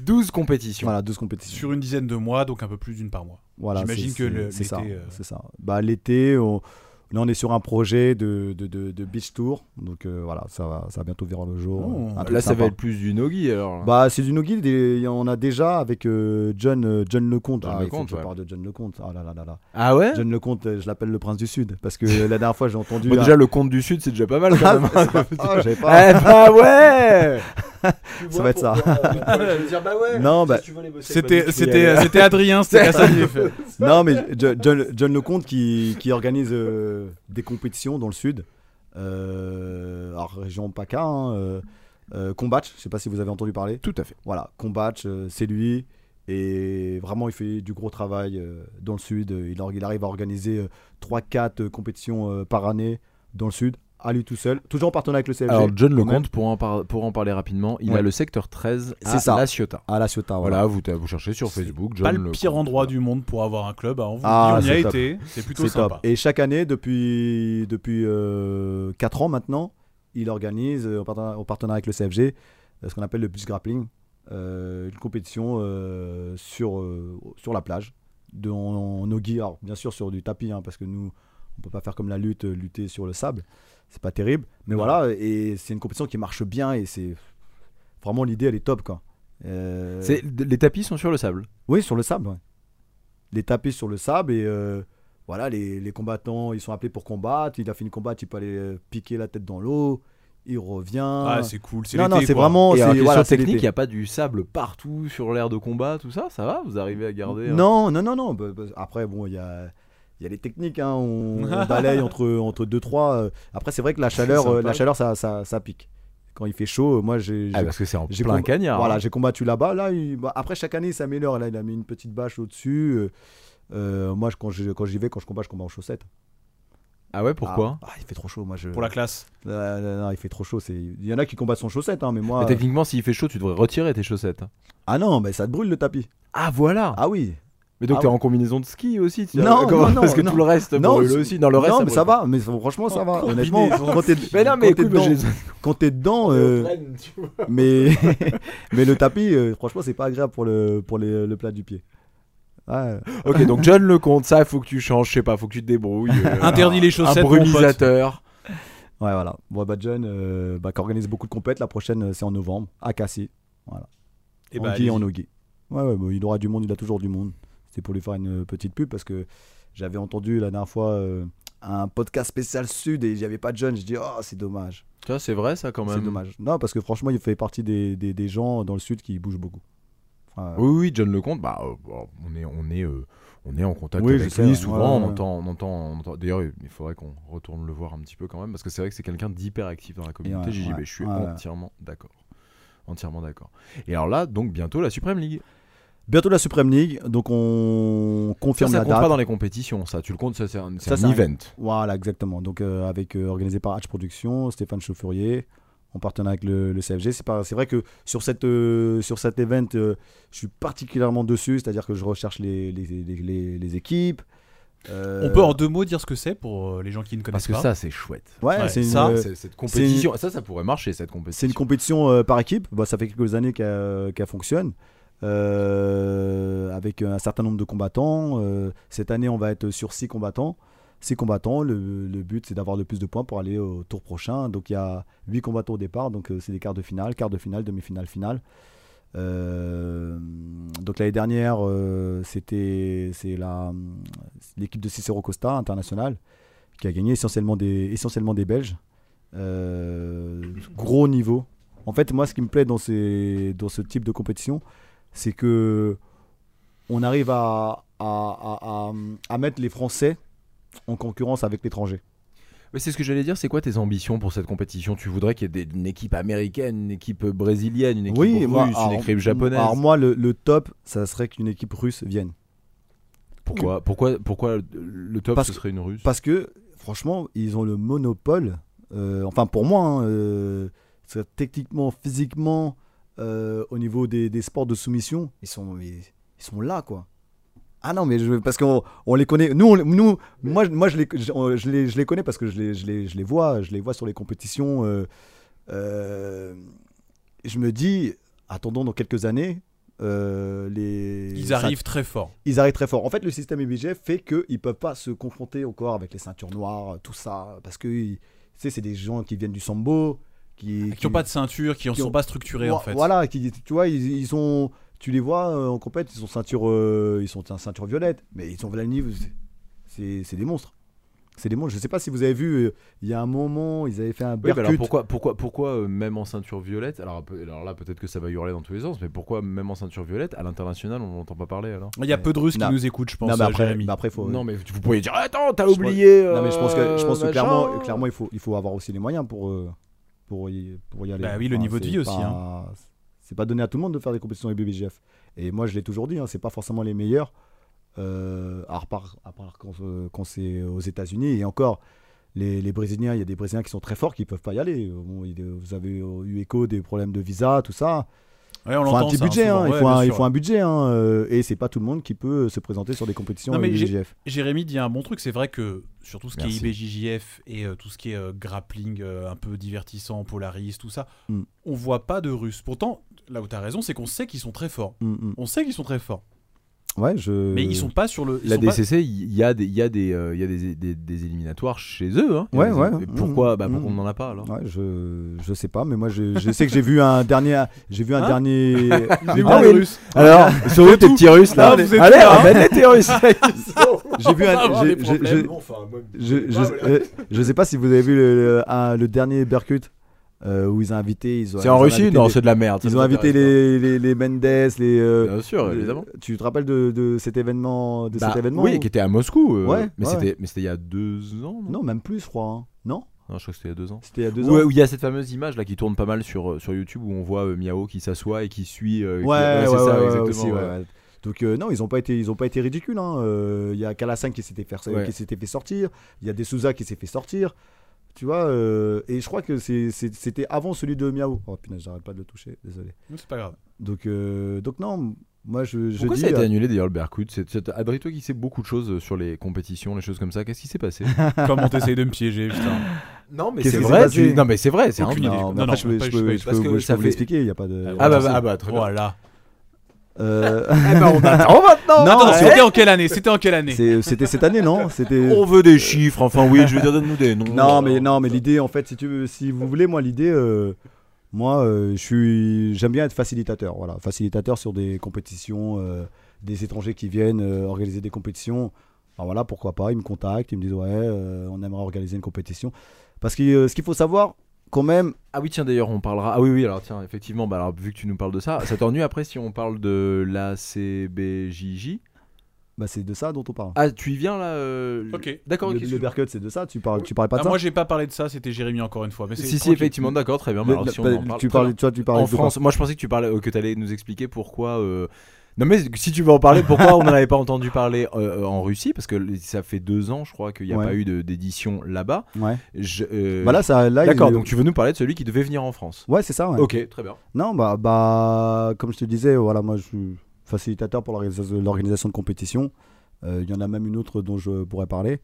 Speaker 2: 12 compétitions.
Speaker 5: Voilà, 12 compétitions.
Speaker 4: Sur une dizaine de mois, donc un peu plus d'une par mois.
Speaker 5: Voilà,
Speaker 4: J'imagine
Speaker 5: c'est-
Speaker 4: que
Speaker 5: c'est-
Speaker 4: le-
Speaker 5: c'est ça.
Speaker 4: l'été, euh,
Speaker 5: C'est ça. Bah, l'été, on... là, on est sur un projet de, de, de- de beach tour. Donc euh, voilà, ça va, ça va bientôt verra le jour.
Speaker 4: Oh.
Speaker 5: Un truc
Speaker 2: Là, ça
Speaker 5: sympa.
Speaker 2: va être plus du Nogi alors.
Speaker 5: Bah, c'est du no-guide. et On a déjà avec euh, John, euh, John Lecomte.
Speaker 2: John
Speaker 5: ah, il faut
Speaker 2: Lecomte,
Speaker 5: que je
Speaker 2: ouais.
Speaker 5: parle de John Lecomte. Ah là là là là.
Speaker 2: ah ouais
Speaker 5: John Lecomte, euh, je l'appelle le prince du Sud. Parce que la dernière fois, j'ai entendu.
Speaker 2: Bon,
Speaker 5: un-
Speaker 2: Déjà, le compte du Sud, c'est déjà pas mal quand même. *laughs*
Speaker 4: *laughs*
Speaker 5: Ah, j'avais
Speaker 2: Eh
Speaker 5: pas.
Speaker 2: bah
Speaker 5: *laughs*
Speaker 2: ouais
Speaker 4: Eh,
Speaker 5: Ça va être ça. *laughs* Non, Ah, bah,
Speaker 4: C'était, c'était, c'était
Speaker 5: *laughs*
Speaker 4: Adrien, c'était la seule qui l'a fait.
Speaker 5: Non, mais Jo- John, John Lecomte qui, qui organise euh, des compétitions dans le sud. Euh, alors, région PACA, hein, euh, euh, Combatch, je sais pas si vous avez entendu parler.
Speaker 2: Tout à fait.
Speaker 5: Voilà, Combatch, euh, c'est lui. Et vraiment, il fait du gros travail euh, dans le sud. Euh, Il, or- il arrive à organiser 3-4 compétitions euh, par année dans le sud, à lui tout seul. Toujours en partenariat avec le CFG.
Speaker 2: Alors, John
Speaker 5: Quand même.
Speaker 2: Lecomte, pour en, par- pour en parler rapidement, il
Speaker 5: Ouais.
Speaker 2: a le secteur 13 à
Speaker 5: C'est ça.
Speaker 2: La Ciotat.
Speaker 5: À la Ciotat, voilà.
Speaker 2: Voilà, vous, vous cherchez sur
Speaker 4: C'est
Speaker 2: Facebook. John
Speaker 4: Pas le pire
Speaker 2: Lecomte.
Speaker 4: endroit du monde pour avoir un club. hein, On vous
Speaker 5: Ah,
Speaker 4: dit, on y a
Speaker 5: c'est top.
Speaker 4: été. C'est plutôt
Speaker 5: C'est top.
Speaker 4: sympa.
Speaker 5: Et chaque année, depuis, depuis 4 ans maintenant, il organise, euh, en partena- en partenariat avec le CFG, euh, ce qu'on appelle le beach grappling, euh, une compétition euh, sur, euh, sur la plage, de, en, en nogi. Alors, bien sûr sur du tapis, hein, parce que nous, on peut pas faire comme la lutte, euh, lutter sur le sable, c'est pas terrible. Mais
Speaker 4: Non.
Speaker 5: voilà, et c'est une compétition qui marche bien, et c'est vraiment l'idée, elle est top. Quoi. Euh,
Speaker 2: C'est- Les tapis sont sur le sable.
Speaker 5: oui, sur le sable. ouais. Les taper sur le sable et euh, voilà, les, les combattants, ils sont appelés pour combattre. Il a fini de combattre, il peut aller euh, piquer la tête dans l'eau. Il revient.
Speaker 4: Ah, c'est cool. C'est
Speaker 5: non,
Speaker 4: l'été,
Speaker 5: non, c'est
Speaker 4: quoi.
Speaker 5: vraiment.
Speaker 2: Et
Speaker 5: c'est-
Speaker 2: alors, question
Speaker 5: voilà, c'est
Speaker 2: technique, il
Speaker 5: l'été.
Speaker 2: n'y a pas du sable partout sur l'air de combat, tout ça Ça va Vous arrivez à garder euh,
Speaker 5: Non, non, non, non. bah, bah, après, bon, il y a. Il y a les techniques, hein, on, on balaye entre, entre deux, trois. euh. Après, c'est vrai que la chaleur, euh,
Speaker 2: sympa.
Speaker 5: la chaleur ça, ça, ça pique. Quand il fait chaud, euh, moi, j'ai
Speaker 2: Ah,
Speaker 5: j'ai-
Speaker 2: parce que c'est en
Speaker 5: j'ai
Speaker 2: plein
Speaker 5: com-
Speaker 2: cagnard.
Speaker 5: Voilà,
Speaker 2: hein.
Speaker 5: j'ai combattu là-bas. Là, il- bah, après, chaque année, il s'améliore. Là, il a mis une petite bâche au-dessus. Euh, euh, moi, je- quand je- quand j'y vais, quand je combats, je combats en chaussettes.
Speaker 2: Ah ouais, pourquoi
Speaker 5: Ah, ah, il fait trop chaud, moi. Je...
Speaker 4: Pour la classe.
Speaker 5: Euh, non, non, il fait trop chaud. c'est- Il y en a qui combattent sans chaussettes, hein, mais moi.
Speaker 2: Mais Techniquement, s'il fait chaud, tu devrais retirer tes chaussettes. hein.
Speaker 5: Ah non, mais ça te brûle le tapis.
Speaker 2: Ah voilà
Speaker 5: Ah oui.
Speaker 2: Mais donc
Speaker 5: Ah
Speaker 2: t'es
Speaker 5: ouais.
Speaker 2: en combinaison de ski aussi tu-
Speaker 5: Non,
Speaker 2: comment-
Speaker 5: non, non,
Speaker 2: Parce que
Speaker 5: non.
Speaker 2: tout le reste
Speaker 5: Non,
Speaker 2: brûle
Speaker 5: c'est-
Speaker 2: aussi. Non, le reste.
Speaker 5: non, mais ça
Speaker 2: brûle.
Speaker 5: va. Mais franchement, ça va.
Speaker 4: Oh,
Speaker 5: Honnêtement,
Speaker 4: combinaison.
Speaker 5: quand t'es
Speaker 2: *laughs* Mais non, mais
Speaker 5: quand t'es
Speaker 2: écoute, moi,
Speaker 5: dedans,
Speaker 2: j'ai-
Speaker 5: quand t'es dedans, euh, mais *laughs* mais le tapis, euh, franchement, c'est pas agréable pour le pour les- le plat du pied. Ouais.
Speaker 2: Ok,
Speaker 5: *laughs*
Speaker 2: donc John Lecomte, ça, faut que tu changes, je sais pas, faut que tu te débrouilles. euh,
Speaker 4: Interdit les chaussettes,
Speaker 2: Un
Speaker 4: mon pote.
Speaker 2: brumisateur.
Speaker 5: Ouais, voilà. Bon, bah, John, euh, bah, qui organise beaucoup de compètes. La prochaine, euh, c'est en novembre, à Cassis. Voilà.
Speaker 4: Eh
Speaker 5: en
Speaker 4: bah,
Speaker 5: Guy,
Speaker 4: allez-y.
Speaker 5: en Ogui. Ouais, ouais, bah, il aura du monde, il a toujours du monde. C'était pour lui faire une euh, petite pub parce que j'avais entendu la dernière fois euh, un podcast spécial Sud et il n'y avait pas de John. Je dis, oh, c'est dommage.
Speaker 2: Tu vois, c'est vrai ça quand même.
Speaker 5: C'est dommage. Non, parce que franchement, il fait partie des, des, des gens dans le Sud qui bougent beaucoup. Enfin,
Speaker 2: Ah Oui, oui, John Lecomte, bah, euh, bon, on est, on est, euh, on est en contact
Speaker 5: Oui, je
Speaker 2: avec
Speaker 5: sais, hein.
Speaker 2: lui
Speaker 5: ouais,
Speaker 2: souvent.
Speaker 5: ouais,
Speaker 2: On
Speaker 5: ouais.
Speaker 2: entend, on entend, on entend- D'ailleurs, il faudrait qu'on retourne le voir un petit peu quand même, parce que c'est vrai que c'est quelqu'un d'hyper actif dans la communauté
Speaker 5: ouais,
Speaker 2: JJB.
Speaker 5: ouais,
Speaker 2: je suis
Speaker 5: ouais, ouais.
Speaker 2: entièrement d'accord, entièrement d'accord. Et alors là, donc bientôt la Supreme League.
Speaker 5: Bientôt la Supreme League, donc on
Speaker 2: Ça,
Speaker 5: confirme
Speaker 2: ça
Speaker 5: la
Speaker 2: compte
Speaker 5: date.
Speaker 2: pas dans les compétitions, ça. Tu le comptes, ça c'est un, c'est
Speaker 5: Ça,
Speaker 2: un
Speaker 5: c'est un-
Speaker 2: event.
Speaker 5: Voilà, exactement. Donc, euh, avec, euh, organisé par H Productions, Stéphane Chauffurier, en partenariat avec le, le CFG. C'est pas- c'est vrai que sur, cette, euh, sur cet event, euh, je suis particulièrement dessus, c'est-à-dire que je recherche les, les, les- les- les équipes. Euh,
Speaker 4: On peut en deux mots dire ce que c'est pour euh, les gens qui ne
Speaker 2: Parce
Speaker 4: connaissent
Speaker 2: que
Speaker 4: pas.
Speaker 2: ça, c'est chouette.
Speaker 5: Ouais,
Speaker 4: Ouais,
Speaker 5: c'est une,
Speaker 2: ça,
Speaker 5: euh,
Speaker 2: c'est- cette compétition, ça, ça pourrait marcher, cette compétition.
Speaker 5: bah, c'est une compétition euh, par équipe. Bah, ça fait quelques années qu'elle qu'elle fonctionne. Euh, avec un certain nombre de combattants. Euh, cette année, on va être sur six combattants. Six combattants. Le, le but, c'est d'avoir le plus de points pour aller au tour prochain. Donc, il y a huit combattants au départ. Donc, euh, c'est des quarts de finale, quart de finale, demi-finale, finale. Euh, donc l'année dernière, euh, c'était c'est la l'équipe de Cicero Costa international qui a gagné essentiellement des essentiellement des Belges. Euh, gros niveau. En fait, moi, ce qui me plaît dans ces dans ce type de compétition, c'est que on arrive à à, à- à- à mettre les Français en concurrence avec l'étranger.
Speaker 2: Mais c'est ce que j'allais dire, c'est quoi tes ambitions pour cette compétition Tu voudrais qu'il y ait des- une équipe américaine, une équipe brésilienne, une équipe russe,
Speaker 5: moi, alors,
Speaker 2: une équipe japonaise
Speaker 5: Alors moi, le, le top, ça serait qu'une équipe russe vienne.
Speaker 2: pourquoi, pourquoi, pourquoi le top,
Speaker 5: Parce
Speaker 2: ce
Speaker 5: que-
Speaker 2: serait une russe
Speaker 5: Parce que, franchement, ils ont le monopole. euh, enfin, pour moi, hein, euh, c'est- techniquement, physiquement, euh, au niveau des, des sports de soumission, ils sont, ils, ils sont là, quoi. Ah non, mais je, parce qu'on on les connaît. Nous, on les- nous moi, je- moi je, les, je, on- je les, je les connais parce que je les, je, les, je les vois. Je les vois sur les compétitions. euh, euh, je me dis, attendons dans quelques années. euh, les,
Speaker 4: Ils
Speaker 5: ça-
Speaker 4: arrivent très fort.
Speaker 5: ils arrivent très fort. En fait, le système IBGF fait qu'ils ne peuvent pas se confronter encore avec les ceintures noires, euh, tout ça, parce que ils- tu sais, c'est des gens qui viennent du sambo, qui
Speaker 4: Ah, Qui n'ont pas de ceinture, qui ne
Speaker 5: qui
Speaker 4: sont
Speaker 5: ont-
Speaker 4: pas structurés
Speaker 5: Voi-
Speaker 4: en fait.
Speaker 5: Voilà, qui, tu vois, ils, ils sont, tu les vois euh, en compète, ils sont ceinture, euh, ils sont un ceinture violette, mais ils sont voilà niveau, c'est- c'est c'est des monstres. C'est des monstres. Je sais pas si vous avez vu, euh, il y a un moment, ils avaient fait un
Speaker 2: Oui,
Speaker 4: bah
Speaker 2: mais
Speaker 5: bercut.
Speaker 2: alors pourquoi, pourquoi, pourquoi euh, même en ceinture violette alors, peu- alors là, peut-être que ça va hurler dans tous les sens, mais pourquoi même en ceinture violette, à l'international, on n'entend pas parler alors
Speaker 4: Il y a peu de Russes qui
Speaker 5: Non.
Speaker 4: nous écoutent, je pense,
Speaker 5: non, mais
Speaker 4: euh,
Speaker 5: après,
Speaker 4: Jérémy.
Speaker 5: mais après, faut.
Speaker 2: Non, mais vous pourriez dire Attends, t'as
Speaker 5: Je pense-
Speaker 2: oublié
Speaker 5: non, mais je pense que, je pense que
Speaker 2: euh,
Speaker 5: clairement,
Speaker 2: machin.
Speaker 5: clairement, il faut, il faut avoir aussi les moyens pour, euh, pour, y, pour y aller.
Speaker 4: Bah oui, le niveau de
Speaker 5: c'est
Speaker 4: vie aussi, hein.
Speaker 5: pas- C'est pas donné à tout le monde de faire des compétitions avec BBGF. Et moi, je l'ai toujours dit, hein, c'est pas forcément les meilleurs. euh, à part, à part quand, euh, quand c'est aux États-Unis. Et encore, les, les Brésiliens, il y a des Brésiliens qui sont très forts qui peuvent pas y aller. Bon, il- vous avez eu écho des problèmes de visa, tout ça.
Speaker 4: Ouais, on
Speaker 5: Il faut un
Speaker 4: l'entend,
Speaker 5: petit
Speaker 4: ça,
Speaker 5: budget,
Speaker 4: souvent.
Speaker 5: hein, il,
Speaker 4: Ouais,
Speaker 5: faut
Speaker 4: bien
Speaker 5: un, il
Speaker 4: sûr.
Speaker 5: faut un budget. hein, euh, et c'est pas tout le monde qui peut se présenter sur des compétitions
Speaker 4: Non, mais
Speaker 5: avec
Speaker 4: j'ai-
Speaker 5: BBGF.
Speaker 4: Jérémy dit un bon truc, c'est vrai que sur tout ce qui
Speaker 2: Merci.
Speaker 4: est IBJJF et euh, tout ce qui est euh, grappling euh, un peu divertissant, Polaris, tout ça,
Speaker 5: Mm.
Speaker 4: on voit pas de Russes. Pourtant, là où tu as raison, c'est qu'on sait qu'ils sont très forts.
Speaker 5: Mm, mm.
Speaker 4: On sait qu'ils sont très forts,
Speaker 5: Ouais, je...
Speaker 4: mais ils sont pas sur le. ils
Speaker 2: La
Speaker 4: sont pas-
Speaker 2: DCC, il y a des, il y a des, euh, il y a des, des- des éliminatoires chez eux. Hein. Il y a
Speaker 5: Ouais,
Speaker 2: des-
Speaker 5: ouais,
Speaker 2: et
Speaker 5: mm,
Speaker 2: Pourquoi, bah,
Speaker 5: mm.
Speaker 2: pourquoi on n'en a pas
Speaker 5: *laughs*
Speaker 2: alors
Speaker 5: Ouais, je, je sais pas, mais moi je, je sais que j'ai vu un dernier. J'ai vu un
Speaker 4: Hein *laughs*
Speaker 5: dernier.
Speaker 4: Il est où,
Speaker 5: Ah
Speaker 4: le
Speaker 5: oui,
Speaker 4: Russe
Speaker 2: Alors,
Speaker 5: *laughs*
Speaker 2: sur tes petits russes là
Speaker 4: là. Ah, vous êtes
Speaker 2: Allez,
Speaker 4: là, hein. *laughs* Oh,
Speaker 2: ramène les petits *laughs* russes
Speaker 5: j'ai vu
Speaker 4: On va avoir
Speaker 5: un. j'ai-
Speaker 4: des
Speaker 5: j'ai-
Speaker 4: problèmes.
Speaker 5: j'ai- Je, je, euh, je sais pas si vous avez vu le, le, un- le dernier Berkut euh, où ils ont invité. Ils ont,
Speaker 2: C'est
Speaker 5: ils
Speaker 2: en
Speaker 5: ont
Speaker 2: Russie
Speaker 5: invité
Speaker 2: Non,
Speaker 5: des-
Speaker 2: c'est de la merde. ça
Speaker 5: Ils
Speaker 2: nous
Speaker 5: ont invité
Speaker 2: intéresse
Speaker 5: les, les, les Mendes, les.
Speaker 2: pas.
Speaker 5: euh,
Speaker 2: Bien sûr,
Speaker 5: les-
Speaker 2: évidemment.
Speaker 5: Tu te rappelles de, de cet événement de
Speaker 2: Bah,
Speaker 5: cet événement
Speaker 2: oui,
Speaker 5: où-
Speaker 2: qui était à Moscou. euh,
Speaker 5: Ouais,
Speaker 2: mais
Speaker 5: ouais,
Speaker 2: c'était, mais c'était il y a deux ans. Non,
Speaker 5: Non, même plus, je crois. hein. Non,
Speaker 2: Non, je crois que c'était il y a deux ans.
Speaker 5: c'était il y a deux
Speaker 2: Où,
Speaker 5: ans.
Speaker 2: où il y a cette fameuse image là qui tourne pas mal sur, euh, sur YouTube où on voit euh, Miao qui s'assoit et qui suit. euh, qui-
Speaker 5: Ouais, ouais,
Speaker 2: c'est
Speaker 5: ouais,
Speaker 2: ça,
Speaker 5: ouais,
Speaker 2: exactement.
Speaker 5: aussi,
Speaker 2: ouais.
Speaker 5: ouais, ouais. Donc euh, non, ils ont pas été, ils ont pas été ridicules. hein. Euh, Il y a Kalasan qui s'était fait,
Speaker 2: Ouais.
Speaker 5: qui s'était fait sortir. Il y a des Souza qui s'est fait sortir. Tu vois, euh, et je crois que c'est- c'est- c'était avant celui de Miao. Oh putain, j'arrête pas de le toucher, désolé.
Speaker 4: C'est pas grave.
Speaker 5: Donc, euh, donc non, moi je, je
Speaker 2: Pourquoi
Speaker 5: dis.
Speaker 2: ça a été
Speaker 5: euh,
Speaker 2: annulé d'ailleurs le Berkut C'est- c'est- Adrien, toi qui sais beaucoup de choses euh, sur les compétitions, les choses comme ça, qu'est-ce qui s'est passé
Speaker 4: Comment t'essayes de me piéger, putain.
Speaker 2: Non, mais
Speaker 5: Qu'est-ce
Speaker 2: c'est
Speaker 5: qui s'est
Speaker 2: vrai.
Speaker 5: passé
Speaker 2: tu- Non, mais c'est vrai. C'est
Speaker 4: Aucune
Speaker 2: un-
Speaker 4: idée.
Speaker 5: non, mais
Speaker 4: Non, non,
Speaker 5: après, je peux-
Speaker 4: pas-
Speaker 5: je
Speaker 4: je peux-
Speaker 5: peux-
Speaker 4: je
Speaker 5: je
Speaker 2: parce
Speaker 5: peux
Speaker 2: que
Speaker 5: vous- je
Speaker 2: ça
Speaker 5: peux vous
Speaker 2: fait-
Speaker 5: l'expliquer, il n'y a pas de. *laughs*
Speaker 2: Ah bah,
Speaker 5: de
Speaker 2: bah,
Speaker 5: souci.
Speaker 2: ah bah, *laughs* très bien. *laughs*
Speaker 4: Voilà.
Speaker 5: Euh, *laughs*
Speaker 2: on attend maintenant.
Speaker 5: Non,
Speaker 4: Attends,
Speaker 5: ouais.
Speaker 4: c'était en quelle année C'était en quelle année
Speaker 5: c'est- C'était cette année, non C'était.
Speaker 2: On veut des chiffres, enfin oui, je veux dire, donne-nous des noms.
Speaker 5: Non, mais non, mais l'idée, en fait, si tu veux, si vous voulez, moi, l'idée, euh, moi, euh, je suis, j'aime bien être facilitateur, voilà, facilitateur sur des compétitions, euh, des étrangers qui viennent euh, organiser des compétitions. Alors voilà, pourquoi pas Ils me contactent, ils me disent ouais, euh, on aimerait organiser une compétition. Parce que euh, ce qu'il faut savoir, quand même,
Speaker 2: Ah oui, tiens, d'ailleurs, on parlera. Ah oui, oui, alors tiens, effectivement, bah, alors, vu que tu nous parles de ça, ça t'ennuie après si on parle de la CBJJ
Speaker 5: bah, c'est de ça dont on parle.
Speaker 2: Ah, tu y viens là euh,
Speaker 4: Ok.
Speaker 2: D'accord, ok.
Speaker 5: le, le
Speaker 2: excuse-moi.
Speaker 5: Berkut, c'est de ça. Tu parles, tu parlais pas
Speaker 4: Ah,
Speaker 5: de ça.
Speaker 4: moi, j'ai pas parlé de ça, c'était Jérémy encore une fois. Mais c'est
Speaker 2: Si, si,
Speaker 4: tranquille.
Speaker 2: effectivement, d'accord, très bien.
Speaker 5: Le-
Speaker 2: mais alors,
Speaker 5: le-
Speaker 2: si on
Speaker 5: bah,
Speaker 2: en parle-
Speaker 5: tu
Speaker 2: très
Speaker 5: parlais, tu vois, tu parlais
Speaker 2: en
Speaker 5: de quoi
Speaker 2: France. Moi, je pensais que tu parlais, euh, que allais nous expliquer pourquoi. euh, Non, mais si tu veux en parler, pourquoi on n'en avait pas entendu parler euh, euh, en Russie Parce que ça fait deux ans, je crois, qu'il n'y a
Speaker 5: Ouais.
Speaker 2: pas eu de- d'édition là-bas.
Speaker 5: Ouais.
Speaker 2: Je, euh,
Speaker 5: Bah là, ça, là, il-
Speaker 2: D'accord, donc tu veux nous parler de celui qui devait venir en France
Speaker 5: Ouais, c'est ça. ouais.
Speaker 2: Ok, très bien.
Speaker 5: Non, bah, bah, comme je te disais, voilà, moi je suis facilitateur pour l'organisa- l'organisation de compétitions. Euh, Il y en a même une autre dont je pourrais parler.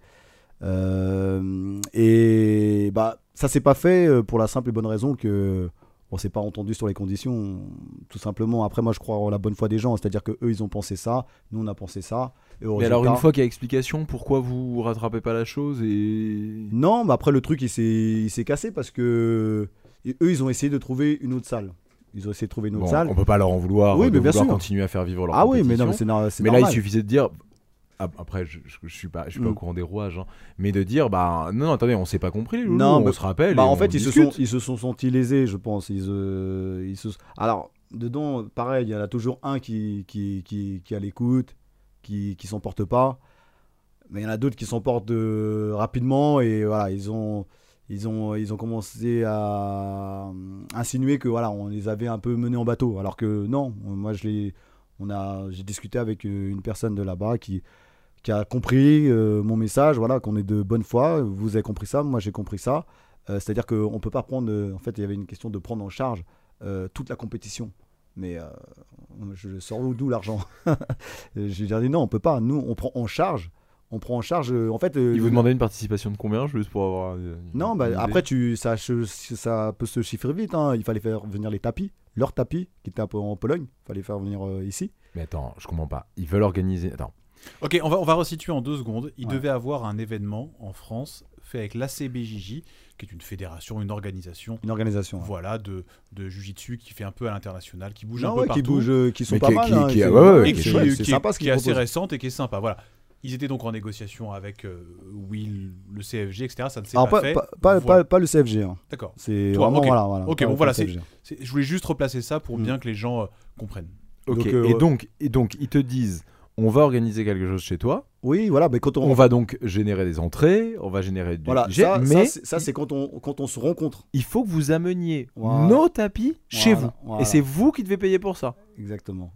Speaker 5: Euh, et bah, ça s'est pas fait euh, pour la simple et bonne raison que on s'est pas entendu sur les conditions, tout simplement. Après, moi, je crois en la bonne foi des gens, c'est-à-dire que eux, ils ont pensé ça, nous, on a pensé ça. Et au
Speaker 2: Mais alors,
Speaker 5: résultat-
Speaker 2: une fois qu'il y a explication, pourquoi vous rattrapez pas la chose et.
Speaker 5: Non, mais après, le truc, il s'est- il s'est cassé parce que et eux, ils ont essayé de trouver une autre salle. Ils ont essayé de trouver une autre
Speaker 2: Bon,
Speaker 5: salle.
Speaker 2: on peut pas leur en vouloir
Speaker 5: Oui,
Speaker 2: euh, de
Speaker 5: mais bien
Speaker 2: vouloir
Speaker 5: sûr.
Speaker 2: continuer à faire vivre leur
Speaker 5: Ah oui, mais non,
Speaker 2: compétition.
Speaker 5: mais c'est nor- c'est
Speaker 2: Mais
Speaker 5: normal.
Speaker 2: là, il suffisait de dire. ap- Après, je, je, je suis pas, je suis pas
Speaker 5: Mm.
Speaker 2: au courant des rouages, hein, mais de dire, bah non, non, attendez, on s'est pas compris, les loulous,
Speaker 5: Non,
Speaker 2: on
Speaker 5: bah-
Speaker 2: se rappelle.
Speaker 5: Bah,
Speaker 2: et
Speaker 5: en
Speaker 2: on
Speaker 5: fait, ils se,
Speaker 2: discute.
Speaker 5: sont, ils se sont sentis lésés, je pense. Ils, euh, ils se... Alors, dedans, pareil, il y en a toujours un qui, qui, qui, qui a l'écoute, qui, qui s'en porte pas. Mais il y en a d'autres qui s'en portent euh, rapidement et voilà, ils ont, ils ont, ils ont commencé à euh, insinuer que voilà, on les avait un peu menés en bateau. Alors que non, moi, je les- on a, j'ai discuté avec euh, une personne de là-bas qui, qui a compris euh, mon message, voilà, qu'on est de bonne foi. Vous avez compris ça, moi j'ai compris ça. Euh, C'est-à-dire qu'on ne peut pas prendre. euh, en fait, il y avait une question de prendre en charge euh, toute la compétition. Mais euh, je sors où- d'où l'argent *laughs* Je lui ai dit non, on peut pas. Nous, on prend en charge. On prend en charge. euh, en fait, euh,
Speaker 2: Ils vous demandaient une participation de combien, juste pour avoir. euh, une-
Speaker 5: non, bah,
Speaker 2: une idée
Speaker 5: après, tu, ça, che- ça peut se chiffrer vite. hein. Il fallait faire venir les tapis, leurs tapis, qui étaient un peu en Pologne. Il fallait faire venir euh, ici.
Speaker 2: Mais attends, je comprends pas. Ils veulent organiser. Attends.
Speaker 4: Ok, on va, on va resituer en deux secondes. Il
Speaker 5: Ouais.
Speaker 4: devait avoir un événement en France fait avec l'ACBJJ, qui est une fédération, une organisation.
Speaker 5: Une organisation. hein.
Speaker 4: Voilà, de, de Jujitsu qui fait un peu à l'international, qui bouge
Speaker 5: Non,
Speaker 4: un peu
Speaker 5: ouais, qui
Speaker 4: partout.
Speaker 5: bougent, euh, qui sont
Speaker 2: Mais
Speaker 5: pas
Speaker 2: qui-
Speaker 5: mal.
Speaker 2: qui-
Speaker 5: hein,
Speaker 2: qui-
Speaker 5: qui-
Speaker 2: ouais, ouais,
Speaker 4: et
Speaker 2: qui-
Speaker 4: qui,
Speaker 2: c'est-
Speaker 4: qui
Speaker 5: c'est
Speaker 4: est,
Speaker 5: sympa ce
Speaker 4: qui
Speaker 5: qu'ils
Speaker 4: est assez
Speaker 5: proposent.
Speaker 4: récente et qui est sympa. Voilà. Ils étaient donc en négociation avec euh, Will, le CFG, etc. Ça ne s'est pas,
Speaker 5: Alors, pas,
Speaker 4: fait.
Speaker 5: pas, pas,
Speaker 4: Voilà.
Speaker 5: pas- pas le CFG. hein.
Speaker 4: D'accord.
Speaker 5: C'est
Speaker 4: Toi,
Speaker 5: vraiment
Speaker 4: ok.
Speaker 5: voilà, voilà.
Speaker 4: Ok,
Speaker 5: Pas-
Speaker 4: bon,
Speaker 5: pas
Speaker 4: voilà,
Speaker 5: le CFG.
Speaker 4: C'est- Je voulais juste replacer ça pour
Speaker 5: Mm.
Speaker 4: bien que les gens euh, comprennent.
Speaker 2: Ok.
Speaker 5: Donc, euh,
Speaker 2: et
Speaker 5: ouais.
Speaker 2: donc, et donc, ils te disent, on va organiser quelque chose chez toi.
Speaker 5: Oui, voilà, mais quand on,
Speaker 2: On va donc générer des entrées, on va générer du
Speaker 5: voilà,
Speaker 2: budget,
Speaker 5: ça, ça,
Speaker 2: mais
Speaker 5: c'est- ça c'est quand on quand on se rencontre.
Speaker 2: il faut que vous ameniez
Speaker 5: Voilà.
Speaker 2: nos tapis chez
Speaker 5: Voilà,
Speaker 2: vous.
Speaker 5: voilà.
Speaker 2: Et c'est vous qui devez payer pour ça.
Speaker 5: exactement.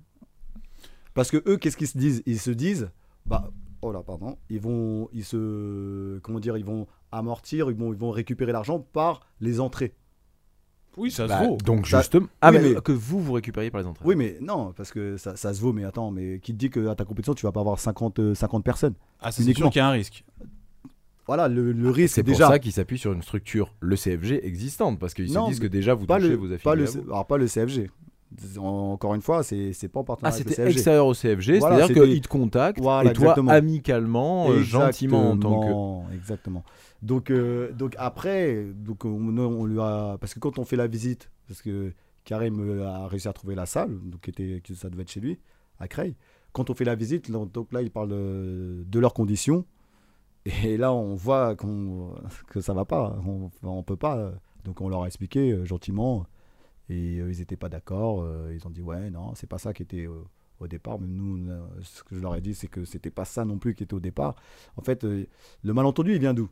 Speaker 5: Parce que eux, qu'est-ce qu'ils se disent Ils se disent, bah, oh là, pardon, ils vont, ils se, comment dire, ils vont amortir, ils vont, ils vont récupérer l'argent par les entrées.
Speaker 4: Oui, ça
Speaker 2: Bah,
Speaker 4: se vaut.
Speaker 2: donc
Speaker 5: Oh. Ça-
Speaker 2: justement, ah,
Speaker 5: Oui,
Speaker 2: mais
Speaker 5: mais-
Speaker 2: que vous vous récupériez par les entrées.
Speaker 5: Oui, mais non, parce que ça, ça se vaut. Mais attends, mais qui te dit que à ta compétition tu vas pas avoir 50, euh, 50 personnes
Speaker 4: Ah, ça, c'est
Speaker 5: uniquement.
Speaker 4: sûr qu'il y a un risque.
Speaker 5: Voilà, le, le
Speaker 2: Et Ah,
Speaker 5: risque
Speaker 2: c'est
Speaker 5: c'est
Speaker 2: pour
Speaker 5: déjà.
Speaker 2: ça qu'ils s'appuient sur une structure, le CFG existante, parce qu'ils se
Speaker 5: Non,
Speaker 2: disent que
Speaker 5: mais
Speaker 2: déjà vous
Speaker 5: pas
Speaker 2: touchez
Speaker 5: le,
Speaker 2: vos affiliés.
Speaker 5: pas le,
Speaker 2: à vous.
Speaker 5: alors pas le CFG. Encore une fois, c'est c'est pas en
Speaker 2: Ah,
Speaker 5: partenariat avec le
Speaker 2: c'était
Speaker 5: CFG.
Speaker 2: extérieur au CFG,
Speaker 5: Voilà,
Speaker 2: c'est-à-dire
Speaker 5: c'était-
Speaker 2: qu'ils te contactent
Speaker 5: Voilà,
Speaker 2: et toi,
Speaker 5: exactement.
Speaker 2: amicalement, euh, gentiment, en tant que.
Speaker 5: Exactement, Exactement. Donc, euh, donc après, donc on, on lui a, parce que quand on fait la visite, parce que Karim euh, a réussi à trouver la salle, donc qui était, qui- ça devait être chez lui, à Creil. Quand on fait la visite, là, donc là, il parle euh, de leurs conditions. Et là, on voit qu'on *laughs* que ça va pas, on, on peut pas. Donc on leur a expliqué euh, gentiment, et euh, ils n'étaient pas d'accord. euh, ils ont dit ouais, non, c'est pas ça qui était euh, au départ. Mais nous, on a- ce que je leur ai dit, c'est que c'était pas ça non plus qui était au départ. En fait, euh, le malentendu, il vient d'où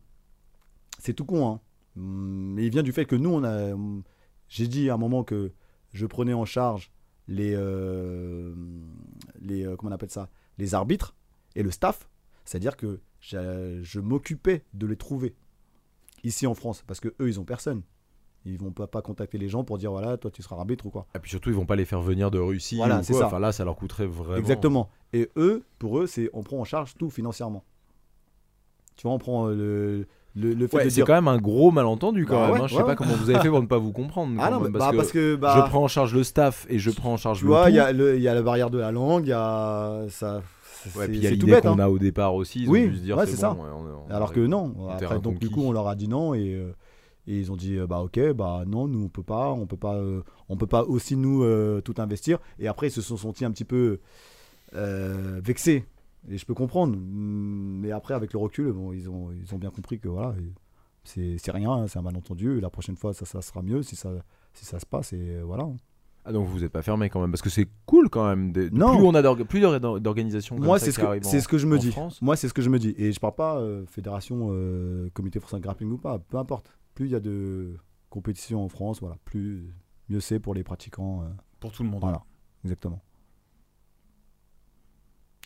Speaker 5: C'est tout con, hein. Hum, Mais il vient du fait que nous, on a. hum, J'ai dit à un moment que je prenais en charge les, euh, les euh, comment on appelle ça, les arbitres et le staff. C'est-à-dire que j'a- je m'occupais de les trouver ici en France, parce que eux, ils ont personne. Ils vont pas, pas contacter les gens pour dire voilà, toi, tu seras arbitre ou quoi.
Speaker 2: Et Ah, puis surtout, ils vont pas les faire venir de Russie.
Speaker 5: Voilà,
Speaker 2: ou
Speaker 5: c'est
Speaker 2: quoi.
Speaker 5: ça.
Speaker 2: Enfin là, ça leur coûterait vraiment. hein.
Speaker 5: Exactement. Et eux, pour eux, c'est on prend en charge tout financièrement. Tu vois, on prend euh, le, le, le fait
Speaker 2: Ouais,
Speaker 5: de
Speaker 2: c'est
Speaker 5: dire.
Speaker 2: quand même un gros malentendu quand
Speaker 5: Bah
Speaker 2: même.
Speaker 5: ouais,
Speaker 2: hein. Je
Speaker 5: ouais,
Speaker 2: sais pas
Speaker 5: ouais.
Speaker 2: comment vous avez fait pour ne pas vous comprendre.
Speaker 5: Ah
Speaker 2: quand
Speaker 5: non, mais-
Speaker 2: même,
Speaker 5: bah, parce que, bah,
Speaker 2: je prends en charge le staff et je prends en charge
Speaker 5: tu
Speaker 2: le
Speaker 5: vois, il y,
Speaker 2: tout.
Speaker 5: a le- il y a la barrière de la langue, il y a ça. c'est-
Speaker 2: Ouais, puis il y a
Speaker 5: c'est tout
Speaker 2: l'idée
Speaker 5: bête.
Speaker 2: qu'on
Speaker 5: hein.
Speaker 2: a au départ aussi. Ils
Speaker 5: Oui,
Speaker 2: ont dû se dire
Speaker 5: ouais,
Speaker 2: c'est
Speaker 5: c'est ça.
Speaker 2: bon, ouais, on- on
Speaker 5: Alors que
Speaker 2: arrive.
Speaker 5: non.
Speaker 2: terrain
Speaker 5: Après, donc du
Speaker 2: conquis.
Speaker 5: coup, on leur a dit non et, euh, et ils ont dit euh, bah ok, bah non, nous on peut pas, on peut pas, euh, on peut pas aussi nous euh, tout investir. Et après, ils se sont sentis un petit peu euh, vexés. Et je peux comprendre. Mm, Mais après, avec le recul, bon, ils ont, ils ont bien compris que voilà, et c'est c'est rien, hein, c'est un malentendu. La prochaine fois, ça, ça sera mieux si ça, si ça se passe. Et euh, voilà.
Speaker 2: Ah donc vous n'êtes pas fermé quand même parce que c'est cool quand même. de- de-
Speaker 5: Non.
Speaker 2: Plus on a d'orga- plus d'or- d'or- d'organisations. comme
Speaker 5: Moi,
Speaker 2: ça
Speaker 5: c'est
Speaker 2: qui
Speaker 5: ce que
Speaker 2: arrivent en-
Speaker 5: c'est ce que je me
Speaker 2: en
Speaker 5: dis.
Speaker 2: France.
Speaker 5: Moi, c'est ce que je me dis. Et je parle pas euh, fédération, euh, comité français de grappling ou pas. Peu importe. Plus il y a de compétitions en France, voilà, plus mieux c'est pour les pratiquants. euh,
Speaker 4: Pour tout le monde.
Speaker 5: Voilà. exactement.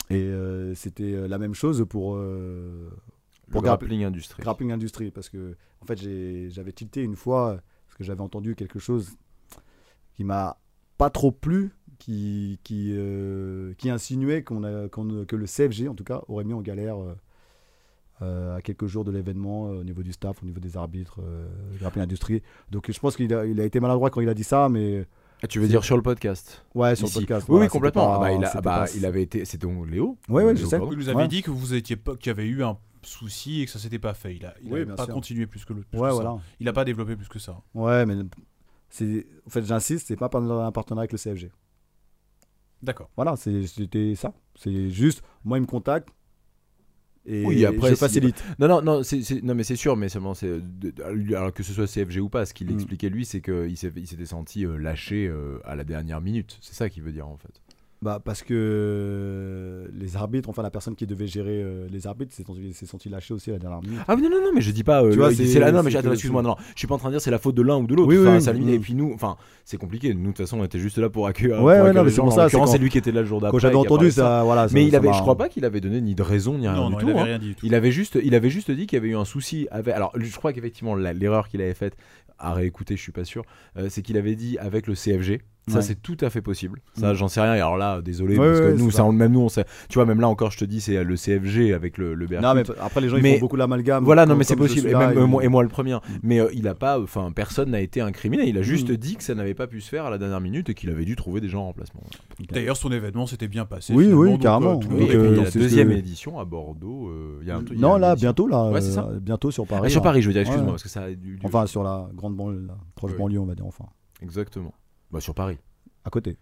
Speaker 5: Et euh, c'était euh, la même chose pour euh,
Speaker 2: Le
Speaker 5: pour
Speaker 2: grappling industrie.
Speaker 5: Grappling Industry parce que en fait j'ai- j'avais tilté une fois euh, parce que j'avais entendu quelque chose qui m'a pas trop plu qui, qui, euh, qui insinuait qu'on a, qu'on- que le CFG, en tout cas, aurait mis en galère euh, euh, à quelques jours de l'événement euh, au niveau du staff, au niveau des arbitres, euh, de la l'industrie. Donc je pense qu'il a, il a été maladroit quand il a dit ça, mais
Speaker 2: Ah, tu veux dire sur le podcast
Speaker 5: ouais, sur
Speaker 2: Ici.
Speaker 5: le podcast.
Speaker 2: Oui,
Speaker 5: voilà,
Speaker 2: oui, complètement.
Speaker 5: c'était pas-
Speaker 2: Ah bah, il, a-
Speaker 5: c'était
Speaker 2: ah bah,
Speaker 5: pas-
Speaker 2: il avait été. C'était donc Léo
Speaker 5: Ouais, ouais,
Speaker 2: Léo,
Speaker 5: je sais.
Speaker 2: pardon.
Speaker 4: Il nous avait
Speaker 5: Oh, Ouais.
Speaker 4: dit que vous étiez pas, qu'il y avait eu un souci et que ça s'était pas fait. Il a, il
Speaker 5: Oui,
Speaker 4: avait
Speaker 5: bien
Speaker 4: pas
Speaker 5: sûr.
Speaker 4: continué plus que le. plus
Speaker 5: Ouais,
Speaker 4: que ça.
Speaker 5: voilà.
Speaker 4: Il a pas développé plus que ça.
Speaker 5: Ouais, mais c'est, en fait, j'insiste, c'est pas par- un partenariat avec le CFG.
Speaker 4: D'accord.
Speaker 5: Voilà, c'est- c'était ça. C'est juste, moi, il me contacte et
Speaker 2: Oui, après, bah.
Speaker 5: je
Speaker 2: s'il-
Speaker 5: facilite.
Speaker 2: Non, non, non, c'est- c'est- non, mais c'est sûr, mais seulement c'est de- de- lui- alors que ce soit CFG ou pas, ce qu'il
Speaker 5: Mm.
Speaker 2: expliquait lui, c'est qu'il s'était senti euh, lâché euh, à la dernière minute. C'est ça qu'il veut dire en fait.
Speaker 5: Bah, parce que euh, les arbitres, enfin la personne qui devait gérer euh, les arbitres s'est sentie s'est sentie lâchée aussi à la dernière minute.
Speaker 2: Ah oui, non, non, non, mais je dis pas. euh,
Speaker 5: Tu vois,
Speaker 2: c'est
Speaker 5: c'est-
Speaker 2: c'est la non, mais
Speaker 5: c'est
Speaker 2: j'ai- attends,
Speaker 5: que-
Speaker 2: excuse-moi, non, non, je suis pas en train de dire c'est la faute de l'un ou de l'autre.
Speaker 5: Oui,
Speaker 2: enfin,
Speaker 5: oui,
Speaker 2: ça limite,
Speaker 5: oui.
Speaker 2: Et puis nous, enfin, c'est compliqué. Nous, de toute façon, on était juste là pour accueillir.
Speaker 5: Ouais,
Speaker 2: pour
Speaker 5: ouais,
Speaker 2: accueillir
Speaker 5: non, mais
Speaker 2: les
Speaker 5: c'est
Speaker 2: gens.
Speaker 5: pour
Speaker 2: En
Speaker 5: ça, c'est
Speaker 2: l'occurrence,
Speaker 5: quand-
Speaker 2: c'est lui qui était là le jour d'après.
Speaker 5: Quand j'avais
Speaker 2: qui a parlé
Speaker 5: entendu
Speaker 2: de
Speaker 5: ça, voilà. ça-
Speaker 2: Mais il
Speaker 5: ça
Speaker 2: avait,
Speaker 5: m'a-
Speaker 2: je crois pas qu'il avait donné ni de raison
Speaker 5: Ah,
Speaker 2: ni rien
Speaker 4: non,
Speaker 2: du
Speaker 4: non,
Speaker 2: tout.
Speaker 4: il avait
Speaker 2: hein.
Speaker 4: rien dit du tout.
Speaker 2: Il avait juste, il avait juste dit qu'il y avait eu un souci avec. Alors, je crois qu'effectivement, la- l'erreur qu'il avait faite à réécouter, je suis pas sûr, euh, c'est qu'il avait dit avec le CFG. Ça,
Speaker 5: Ouais.
Speaker 2: c'est tout à fait possible. Ça,
Speaker 5: Mm.
Speaker 2: j'en sais rien. Alors là, désolé,
Speaker 5: Ouais,
Speaker 2: parce que
Speaker 5: ouais,
Speaker 2: nous, ça,
Speaker 5: c'est ça.
Speaker 2: on- même nous, on sait. Tu vois, même là encore, je te dis, c'est euh, le CFG avec le, le
Speaker 5: Non,
Speaker 2: Berkut.
Speaker 5: mais après, les gens, ils
Speaker 2: Mais-
Speaker 5: font beaucoup l'amalgame.
Speaker 2: Voilà, non,
Speaker 5: Comme-
Speaker 2: mais c'est
Speaker 5: comme je
Speaker 2: possible.
Speaker 5: suis
Speaker 2: Et,
Speaker 5: là,
Speaker 2: même,
Speaker 5: ils-
Speaker 2: euh, moi, et moi le premier. Mais euh, il a pas, enfin, personne n'a été incriminé. Il a juste
Speaker 5: Mm.
Speaker 2: dit que ça n'avait pas pu se faire à la dernière minute et qu'il avait dû trouver des gens en remplacement.
Speaker 4: D'ailleurs, son événement s'était bien passé.
Speaker 5: Oui,
Speaker 4: finalement,
Speaker 5: oui,
Speaker 4: donc,
Speaker 5: carrément.
Speaker 4: tout le
Speaker 5: Oui,
Speaker 2: Oui,
Speaker 4: monde
Speaker 2: et puis,
Speaker 5: euh,
Speaker 2: il y a la
Speaker 5: c'est ce
Speaker 2: deuxième
Speaker 5: que-
Speaker 2: édition à Bordeaux. euh, il y a un truc- il y a
Speaker 5: Non,
Speaker 2: une
Speaker 5: là,
Speaker 2: édition.
Speaker 5: bientôt, là.
Speaker 2: Ouais, c'est
Speaker 5: euh,
Speaker 2: ça.
Speaker 5: Bientôt sur
Speaker 2: Ah,
Speaker 5: Paris.
Speaker 2: sur
Speaker 5: là.
Speaker 2: Paris, je veux dire, excuse-moi,
Speaker 5: Ouais.
Speaker 2: parce que ça a du. du-
Speaker 5: Enfin, sur la grande banlieue, la proche
Speaker 2: Oui.
Speaker 5: banlieue, on va dire, enfin.
Speaker 2: Exactement. Bah, sur Paris. *laughs*
Speaker 5: À côté.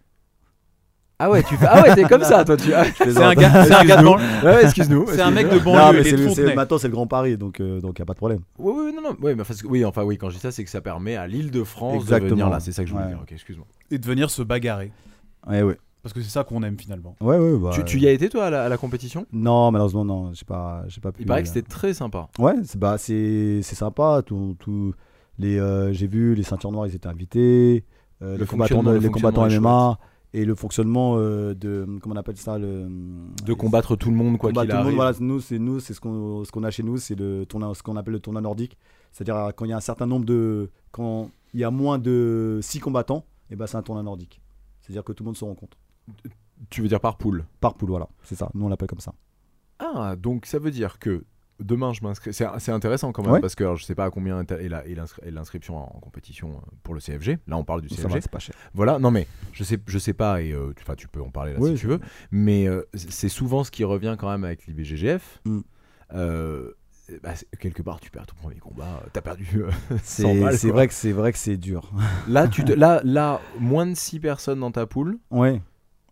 Speaker 2: Ah ouais, tu fais... ah ouais, t'es comme ça, toi, tu. *laughs*
Speaker 4: C'est un gars, c'est un gars de banlieue.
Speaker 2: ouais, excuse-nous.
Speaker 4: C'est un mec de
Speaker 5: *laughs* Non,
Speaker 4: banlieue.
Speaker 5: mais
Speaker 4: il est
Speaker 5: c'est
Speaker 4: de
Speaker 5: le- c'est-
Speaker 4: Fontenay.
Speaker 5: maintenant, c'est le Grand Paris, donc il donc, n'y a pas de problème.
Speaker 2: Oui, oui, non, non. Ouais, mais parce que- oui, enfin, oui, quand je dis ça, c'est que ça permet à l'Île-de-France de
Speaker 5: Exactement.
Speaker 2: venir là. C'est ça que je voulais
Speaker 5: Ouais.
Speaker 2: dire. Ok, excuse-moi.
Speaker 4: Et de venir se bagarrer.
Speaker 2: Eh
Speaker 5: Ouais, ouais.
Speaker 4: Parce que c'est ça qu'on aime finalement.
Speaker 5: Ouais, ouais, bah,
Speaker 2: Tu, tu y as été, toi, à la, à la compétition
Speaker 5: Non, malheureusement, non. J'ai pas, j'ai pas pu.
Speaker 2: Il paraît que
Speaker 5: euh,
Speaker 2: c'était très sympa.
Speaker 5: Ouais, c'est bah, c'est c'est sympa. Tout, tout- les, euh, j'ai vu les ceintures noires, ils étaient invités. euh, les combattants,
Speaker 2: fonctionnement- le
Speaker 5: les combattants
Speaker 2: fonctionnement est
Speaker 5: MMA et le fonctionnement euh, de comment on appelle ça le
Speaker 2: De combattre tout le monde, quoi qu'il
Speaker 5: combat
Speaker 2: arrive.
Speaker 5: tout le monde. Voilà, nous c'est nous c'est ce qu'on ce qu'on a chez nous, c'est le tournoi, ce qu'on appelle le tournoi nordique. C'est-à-dire euh, quand il y a un certain nombre de quand il y a moins de 6 combattants, et ben c'est un tournoi nordique. C'est-à-dire que tout le monde se rencontre
Speaker 2: Tu veux dire par poule
Speaker 5: par poule. Voilà, c'est ça. Nous on l'appelle comme ça.
Speaker 2: Ah, donc ça veut dire que demain je m'inscris. C'est c'est intéressant quand même
Speaker 5: Ouais.
Speaker 2: parce que alors, je sais pas à combien est est la- est l'inscri- est l'inscription en, en compétition euh, pour le CFG. Là, on parle du
Speaker 5: Ça va,
Speaker 2: CFG.
Speaker 5: c'est pas cher.
Speaker 2: Voilà, non mais je sais, je sais pas et euh, tu, enfin, tu peux en parler là
Speaker 5: Oui,
Speaker 2: si tu veux. Mais euh, c- c'est souvent ce qui revient quand même avec l'IBGGF.
Speaker 5: Mm.
Speaker 2: Euh, bah, c'est- quelque part, tu perds ton premier combat, euh, t'as perdu euh, *laughs* 100 balles.
Speaker 5: C'est c'est
Speaker 2: quoi.
Speaker 5: vrai que c'est vrai que c'est dur. *laughs*
Speaker 2: Là, tu te- là, là, moins de 6 personnes dans ta poule,
Speaker 5: ouais.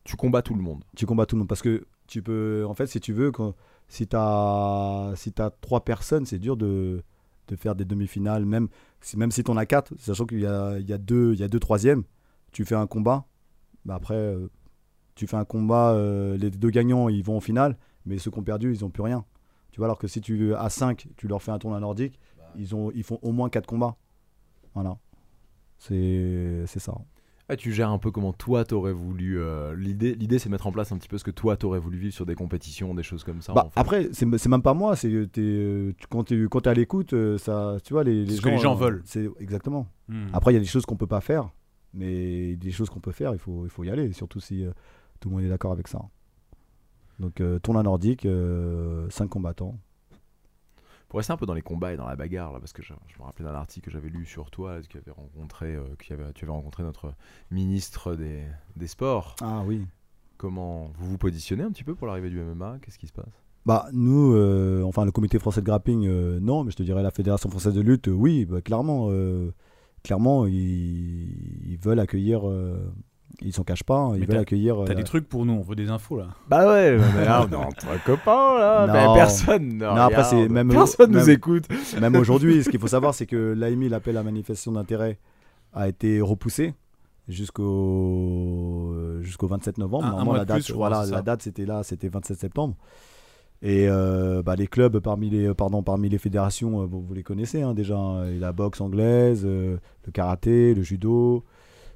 Speaker 2: tu combats tout le monde.
Speaker 5: tu combats tout le monde parce que tu peux en fait si tu veux quand, si t'as si t'as trois personnes c'est dur de, de faire des demi-finales même si même si t'en as quatre sachant qu'il y a il y a deux il y a deux troisièmes tu fais un combat bah après euh, tu fais un combat euh, les deux gagnants ils vont en finale mais ceux qui ont perdu ils ont plus rien tu vois alors que si tu à 5 tu leur fais un tournoi nordique ils ont ils font au moins quatre combats voilà c'est c'est ça
Speaker 2: Ah, tu gères un peu comment toi t'aurais voulu. euh, L'idée, l'idée, c'est de mettre en place un petit peu ce que toi t'aurais voulu vivre sur des compétitions, des choses comme ça.
Speaker 5: Bah,
Speaker 2: en fait.
Speaker 5: après, c'est c'est même pas moi, c'est euh, t'es, euh, tu- quand tu es à l'écoute, euh, ça, tu vois, les, euh,
Speaker 4: C'est ce que les gens veulent.
Speaker 5: C'est exactement.
Speaker 4: Hmm.
Speaker 5: Après, il y a des choses qu'on peut pas faire, mais des choses qu'on peut faire, il faut, il faut y aller, surtout si euh, tout le monde est d'accord avec ça. Donc, euh, tournoi nordique, 5 combattants.
Speaker 2: Pour rester un peu dans les combats et dans la bagarre, là, parce que je, je me rappelais d'un article que j'avais lu sur toi, qui avait rencontré, euh, qui avait, tu avais rencontré notre ministre des, des Sports.
Speaker 5: Ah oui.
Speaker 2: Comment vous vous positionnez un petit peu pour l'arrivée du MMA Qu'est-ce qui se passe
Speaker 5: Bah, nous, euh, enfin, le comité français de grappling, euh, non, mais je te dirais la fédération française de lutte, euh, oui, bah, clairement. euh, clairement, ils, ils veulent accueillir. euh, ils s'en cachent pas, hein, ils
Speaker 4: Mais
Speaker 5: veulent accueillir. euh,
Speaker 4: T'as des
Speaker 5: la-
Speaker 4: trucs pour nous, on veut des infos là.
Speaker 5: Euh,
Speaker 2: Bah ouais, mais là, *laughs* on est entre copains, là.
Speaker 5: Non.
Speaker 2: mais personne ne
Speaker 5: Non, après,
Speaker 2: regarde.
Speaker 5: c'est même-
Speaker 2: Personne nous
Speaker 5: même-
Speaker 2: écoute.
Speaker 5: Même aujourd'hui, ce qu'il faut savoir, c'est que l'AMI, l'appel à manifestation d'intérêt, a été repoussé jusqu'au jusqu'au 27 novembre.
Speaker 4: Un- un
Speaker 5: Normalement,
Speaker 4: mois
Speaker 5: la
Speaker 4: de
Speaker 5: date,
Speaker 4: plus, je crois,
Speaker 5: voilà,
Speaker 4: c'est ça.
Speaker 5: la date c'était là, c'était 27 septembre. Et euh, bah, les clubs parmi les pardon parmi les fédérations, euh, vous, vous les connaissez hein, déjà. hein, et la boxe anglaise, euh, le karaté, le judo.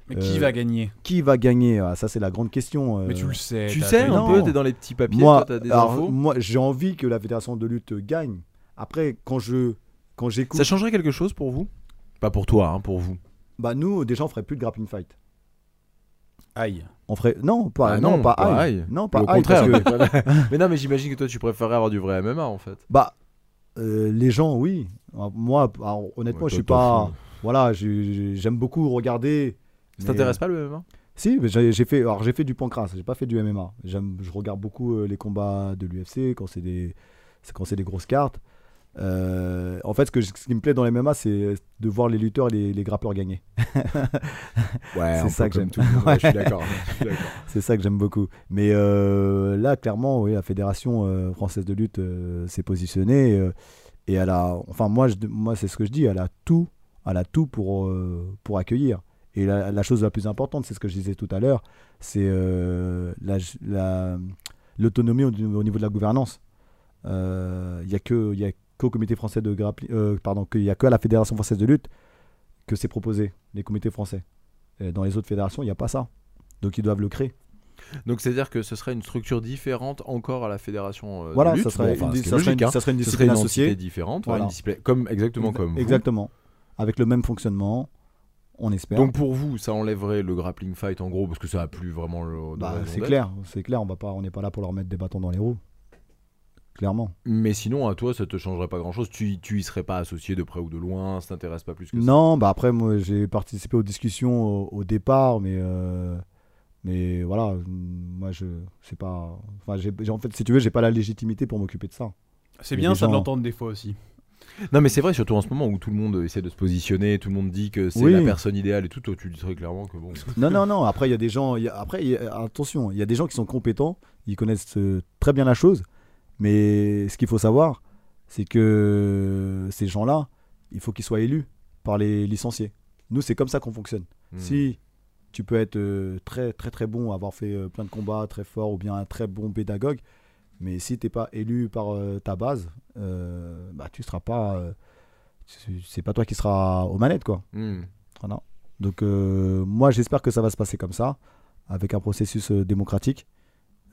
Speaker 4: Mais qui
Speaker 5: Euh,
Speaker 4: va gagner
Speaker 5: Qui va gagner Ah, Ça, c'est la grande question.
Speaker 4: Mais
Speaker 5: euh.
Speaker 4: tu le sais.
Speaker 2: Tu
Speaker 4: t'as-
Speaker 2: sais,
Speaker 4: t'as-
Speaker 2: un
Speaker 5: non.
Speaker 2: peu, t'es dans les petits papiers,
Speaker 5: Moi,
Speaker 2: toi, t'as des
Speaker 5: alors,
Speaker 2: infos.
Speaker 5: moi, j'ai envie que la fédération de lutte gagne. Après, quand je quand j'écoute,
Speaker 2: Ça changerait quelque chose pour vous Pas pour toi, hein, pour vous.
Speaker 5: bah nous déjà on ferait plus de grappling fight.
Speaker 4: Aïe.
Speaker 5: On ferait non pas
Speaker 2: Ah
Speaker 5: non,
Speaker 2: non,
Speaker 5: pas
Speaker 2: pas
Speaker 5: aïe. *laughs*
Speaker 2: aïe.
Speaker 5: non pas
Speaker 2: Au
Speaker 5: aïe, parce
Speaker 2: contraire.
Speaker 5: que-
Speaker 2: *laughs* mais non, mais j'imagine que toi, tu préférerais avoir du vrai MMA en fait.
Speaker 5: bah euh, les gens oui moi alors, honnêtement
Speaker 2: Ouais,
Speaker 5: je suis
Speaker 2: toi, t'en
Speaker 5: pas
Speaker 2: fous.
Speaker 5: voilà j'ai- j'aime beaucoup regarder
Speaker 2: Ça
Speaker 5: mais- euh,
Speaker 2: t'intéresse pas le MMA
Speaker 5: Si, mais j'ai j'ai fait, alors j'ai fait du pancras, j'ai pas fait du MMA. J'aime, je regarde beaucoup euh, les combats de l'UFC quand c'est des, c'est quand c'est des grosses cartes. Euh, en fait, ce, que, je- ce qui me plaît dans les MMA, c'est de voir les lutteurs et les, les grappeurs gagner.
Speaker 2: Ouais,
Speaker 5: C'est
Speaker 2: un peu
Speaker 5: ça que
Speaker 2: comme
Speaker 5: j'aime.
Speaker 2: tout le monde. Ouais, Je suis d'accord. je suis d'accord.
Speaker 5: C'est ça que j'aime beaucoup. Mais euh, là, clairement, oui, la fédération euh, française de lutte euh, s'est positionnée euh, et elle a, enfin moi, je, moi c'est ce que je dis, elle a tout, elle a tout pour euh, pour accueillir. Et la, la chose la plus importante, c'est ce que je disais tout à l'heure, c'est euh, la- la- l'autonomie au, au niveau de la gouvernance. Euh, Il n'y a que il y a qu'au comité français de grappling, euh, pardon, qu'il y a que à la fédération française de lutte que c'est proposé les comités français. Et dans les autres fédérations, il n'y a pas ça. Donc ils doivent le créer.
Speaker 2: *laughs* Donc c'est-à-dire que ce serait une structure différente encore à la fédération euh, de
Speaker 5: Voilà,
Speaker 2: lutte.
Speaker 5: ça serait,
Speaker 2: Bon, enfin,
Speaker 5: une,
Speaker 2: ce qui est
Speaker 5: ça, serait
Speaker 2: logique,
Speaker 5: une,
Speaker 2: hein.
Speaker 5: ça serait une
Speaker 2: Ce serait une
Speaker 5: discipline
Speaker 2: entité
Speaker 5: associée.
Speaker 2: différente,
Speaker 5: Voilà.
Speaker 2: une discipline- comme exactement comme vous.
Speaker 5: Exactement. Avec le même fonctionnement, on espère.
Speaker 2: Donc pour vous, ça enlèverait le grappling fight en gros parce que ça a plus vraiment le. de
Speaker 5: Bah,
Speaker 2: raison
Speaker 5: c'est
Speaker 2: d'être.
Speaker 5: clair, c'est clair. On va pas, on n'est pas là pour leur mettre des bâtons dans les roues. Clairement.
Speaker 2: Mais sinon, à toi, ça te changerait pas grand-chose. Tu, tu y serais pas associé de près ou de loin. Ça t'intéresse pas plus que ça.
Speaker 5: Non, bah après moi j'ai participé aux discussions au, au départ, mais euh, mais voilà, moi je c'est pas, enfin j'ai j'ai- en fait si tu veux j'ai pas la légitimité pour m'occuper de ça.
Speaker 4: C'est
Speaker 5: Il y a
Speaker 4: bien
Speaker 5: des
Speaker 4: ça de
Speaker 5: gens-
Speaker 4: l'entendre des fois aussi.
Speaker 2: Non, mais c'est vrai, surtout en ce moment où tout le monde essaie de se positionner, tout le monde dit que c'est
Speaker 5: Oui.
Speaker 2: la personne idéale et tout. Toi, tu dirais clairement que bon.
Speaker 5: Non, non, non. Après, il y a des gens. il y a- après, il y a- attention, il y a des gens qui sont compétents. Ils connaissent euh, très bien la chose. Mais ce qu'il faut savoir, c'est que ces gens-là, il faut qu'ils soient élus par les licenciés. Nous, c'est comme ça qu'on fonctionne.
Speaker 2: hmm.
Speaker 5: Si tu peux être euh, très, très, très bon, avoir fait euh, plein de combats, très fort, ou bien un très bon pédagogue, mais si t'es pas élu par euh, ta base, euh, bah, tu seras pas. euh, c'est- c'est pas toi qui seras aux manettes, quoi.
Speaker 2: Hmm.
Speaker 5: Voilà. Donc euh, moi j'espère que ça va se passer comme ça, avec un processus euh, démocratique,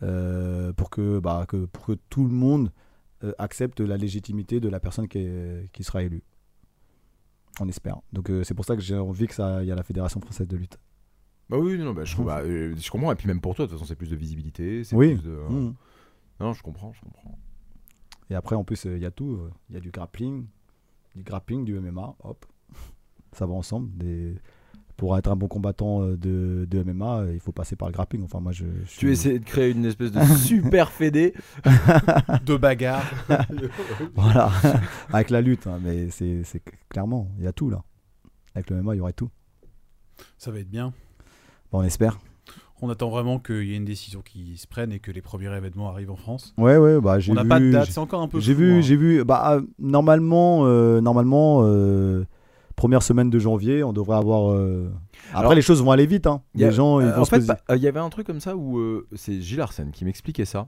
Speaker 5: euh, pour, que, bah, que, pour que tout le monde euh, accepte la légitimité de la personne qui, est- qui sera élue. On espère. Donc euh, c'est pour ça que j'ai envie que ça il y a la Fédération française de lutte.
Speaker 2: Bah oui, non, bah, je, bah, euh, je comprends. Et puis même pour toi, de toute façon, c'est plus de visibilité. c'est
Speaker 5: Oui.
Speaker 2: plus de- hein.
Speaker 5: Mhm.
Speaker 2: Non, je comprends, je comprends.
Speaker 5: Et après en plus euh, il y a tout, euh, il y a du grappling, du grappling, du MMA, hop, *laughs* ça va ensemble. Des... Pour être un bon combattant euh, de, de MMA, euh, il faut passer par le grappling. Enfin moi je,
Speaker 2: Tu
Speaker 5: je suis-
Speaker 2: essaies de créer une espèce de *laughs* super *laughs* fédé.
Speaker 4: de bagarre.
Speaker 5: Voilà, *laughs* avec la lutte, hein, mais c'est c'est c- clairement, il y a tout là. Avec le MMA, il y aurait tout.
Speaker 4: Ça va être bien.
Speaker 5: Bon, on espère.
Speaker 4: On attend vraiment qu'il y ait une décision qui se prenne et que les premiers événements arrivent en France.
Speaker 5: Ouais, ouais, bah j'ai
Speaker 4: On
Speaker 5: vu.
Speaker 4: n'a pas de date,
Speaker 5: j'ai-
Speaker 4: c'est encore un peu
Speaker 5: J'ai
Speaker 4: flou,
Speaker 5: vu,
Speaker 4: hein.
Speaker 5: j'ai vu. Bah ah, normalement, euh, normalement, euh, première semaine de janvier, on devrait avoir. euh, Après,
Speaker 2: Alors-
Speaker 5: les choses vont aller vite. Hein.
Speaker 2: Il y a-
Speaker 5: Les gens, ils
Speaker 2: Euh,
Speaker 5: vont
Speaker 2: en
Speaker 5: se
Speaker 2: fait,
Speaker 5: poser-
Speaker 2: bah, euh, il y avait un truc comme ça où euh, c'est Gilles Arsène qui m'expliquait ça,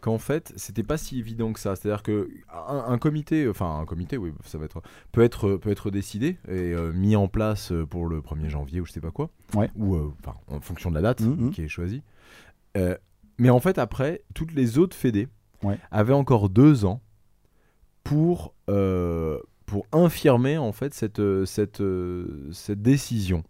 Speaker 2: qu'en fait, c'était pas si évident que ça. C'est-à-dire que un, un comité, enfin un comité, oui, ça va être peut être peut être décidé et euh, mis en place euh, pour le 1er janvier ou je sais pas quoi,
Speaker 5: Ouais.
Speaker 2: ou euh, enfin, en fonction de la date
Speaker 5: Mhm.
Speaker 2: qui est choisie. Euh, mais en fait, après, toutes les autres fédés
Speaker 5: Ouais.
Speaker 2: avaient encore deux ans pour euh, pour infirmer en fait cette euh, cette euh, cette décision.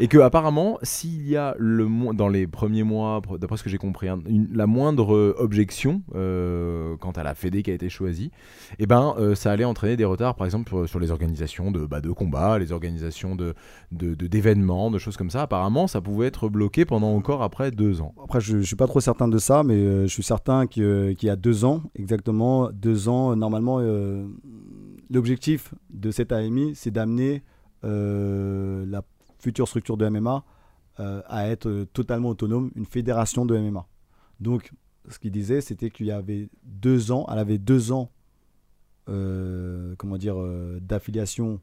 Speaker 2: Et que apparemment, s'il y a le mo- dans les premiers mois, pr- d'après ce que j'ai compris, hein, une- la moindre euh, objection euh, quant à la Fédé qui a été choisie, eh ben, euh, ça allait entraîner des retards, par exemple pour- sur les organisations de bah, de combats, les organisations de de- de- d'événements, de, choses comme ça. Apparemment, ça pouvait être bloqué pendant encore après deux ans.
Speaker 5: Après, je, je suis pas trop certain de ça, mais euh, je suis certain que, euh, qu'il y a deux ans, exactement deux ans, euh, normalement, euh, l'objectif de cette AMI, c'est d'amener euh, la future structure de MMA euh, à être euh, totalement autonome, une fédération de MMA. Donc, ce qu'il disait, c'était qu'il y avait deux ans, elle avait deux ans, euh, comment dire, euh, d'affiliation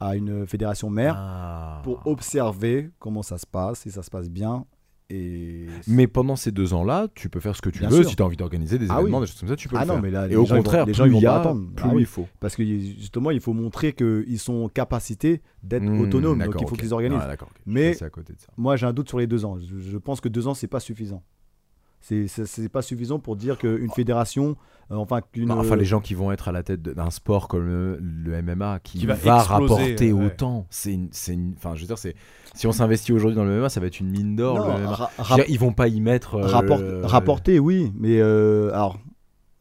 Speaker 5: à une fédération mère
Speaker 4: Ah.
Speaker 5: pour observer comment ça se passe, si ça se passe bien. Et
Speaker 2: Mais pendant ces deux ans-là, tu peux faire ce que tu
Speaker 5: Bien
Speaker 2: veux.
Speaker 5: sûr.
Speaker 2: Si tu as envie d'organiser des
Speaker 5: Ah
Speaker 2: événements,
Speaker 5: oui.
Speaker 2: des choses comme ça, tu peux
Speaker 5: Ah
Speaker 2: le
Speaker 5: non,
Speaker 2: faire.
Speaker 5: mais là,
Speaker 2: Et
Speaker 5: les
Speaker 2: au
Speaker 5: gens, ils vont-
Speaker 2: contraire,
Speaker 5: les gens,
Speaker 2: plus
Speaker 5: ils vont
Speaker 2: il y
Speaker 5: pas
Speaker 2: a,
Speaker 5: attendre.
Speaker 2: plus
Speaker 5: Ah oui.
Speaker 2: il faut.
Speaker 5: Parce que justement, il faut montrer qu'ils sont en capacité d'être
Speaker 2: Mmh,
Speaker 5: autonomes. Donc
Speaker 2: d'accord,
Speaker 5: il faut
Speaker 2: ok.
Speaker 5: qu'ils organisent.
Speaker 2: Ah, d'accord, ok. Je suis
Speaker 5: Mais-
Speaker 2: passé à côté de ça.
Speaker 5: Moi, j'ai un doute sur les deux ans. Je, je pense que deux ans, c'est pas suffisant. C'est- C'est c'est pas suffisant pour dire qu'une fédération, euh, enfin qu'une.
Speaker 2: Non, Bah, enfin, les gens qui vont être à la tête de- d'un sport comme le, le MMA, qui,
Speaker 4: Qui va
Speaker 2: va,
Speaker 4: exploser,
Speaker 2: rapporter
Speaker 4: ouais.
Speaker 2: autant, c'est une, c'est une- enfin, je veux dire, c'est, si on s'investit aujourd'hui dans le MMA, ça va être une mine
Speaker 5: Non,
Speaker 2: d'or. le MMA.
Speaker 5: ra-
Speaker 2: Je veux dire, ils vont pas y mettre. euh,
Speaker 5: Rapport-
Speaker 2: le-
Speaker 5: Rapporter, oui, mais euh, alors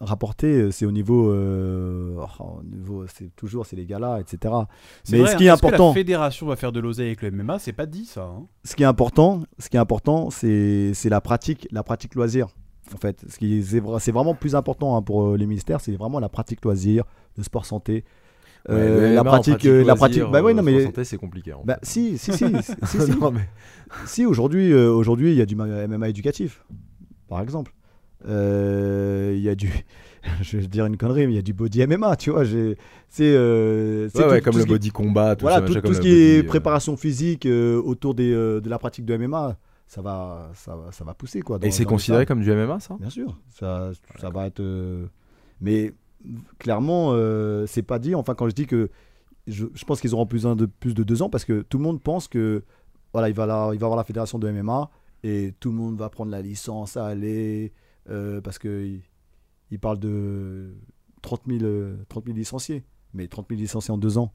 Speaker 5: rapporter, euh, c'est au niveau, euh, oh, au niveau, c'est toujours, c'est les gars-là, etc.
Speaker 4: C'est
Speaker 5: Mais
Speaker 4: vrai,
Speaker 5: ce qui est
Speaker 4: hein. que
Speaker 5: important-
Speaker 4: la fédération va faire de l'oseille avec le MMA, c'est pas dit ça. hein.
Speaker 5: Ce qui est important, ce qui est important, c'est c'est la pratique, la pratique loisir. En fait, ce qui est- c'est vra- c'est vraiment plus important hein, pour euh, les ministères, c'est vraiment la pratique loisir, le sport santé,
Speaker 2: Ouais, le
Speaker 5: euh,
Speaker 2: MMA
Speaker 5: la
Speaker 2: en
Speaker 5: pratique, euh, la
Speaker 2: loisir,
Speaker 5: pratique. Bah oui,
Speaker 2: euh,
Speaker 5: non
Speaker 2: sport
Speaker 5: mais.
Speaker 2: santé, c'est compliqué. en *laughs*
Speaker 5: Bah, *laughs*
Speaker 2: fait.
Speaker 5: si, si, si, si, si.
Speaker 2: Non, mais-
Speaker 5: Si aujourd'hui, euh, aujourd'hui, il y a du ma- MMA éducatif, par exemple. Euh, Il y a du, *laughs* je vais dire une connerie, mais il y a du body MMA, tu vois. j'ai- C'est, euh, c'est
Speaker 2: Ouais,
Speaker 5: tout-
Speaker 2: ouais,
Speaker 5: tout
Speaker 2: comme
Speaker 5: ce
Speaker 2: le
Speaker 5: qui-
Speaker 2: body combat, tout
Speaker 5: voilà,
Speaker 2: ça,
Speaker 5: tout,
Speaker 2: machin,
Speaker 5: tout
Speaker 2: comme
Speaker 5: ce
Speaker 2: le
Speaker 5: qui est
Speaker 2: body, euh,
Speaker 5: préparation physique euh, autour des, euh, de la pratique de MMA, ça va, ça va, ça va pousser quoi. dans-
Speaker 2: Et c'est
Speaker 5: dans les
Speaker 2: considéré
Speaker 5: salles.
Speaker 2: comme du MMA, ça
Speaker 5: Bien sûr, ça, ça va être. euh, Mais clairement, euh, c'est pas dit. Enfin, quand je dis que je, je pense qu'ils auront plus, un de, plus de deux ans parce que tout le monde pense que voilà, il va, là, il va avoir la fédération de MMA et tout le monde va prendre la licence à aller euh, parce que il, il parle de 30 000, euh, 30 000 licenciés. Mais 30 000 licenciés en deux ans.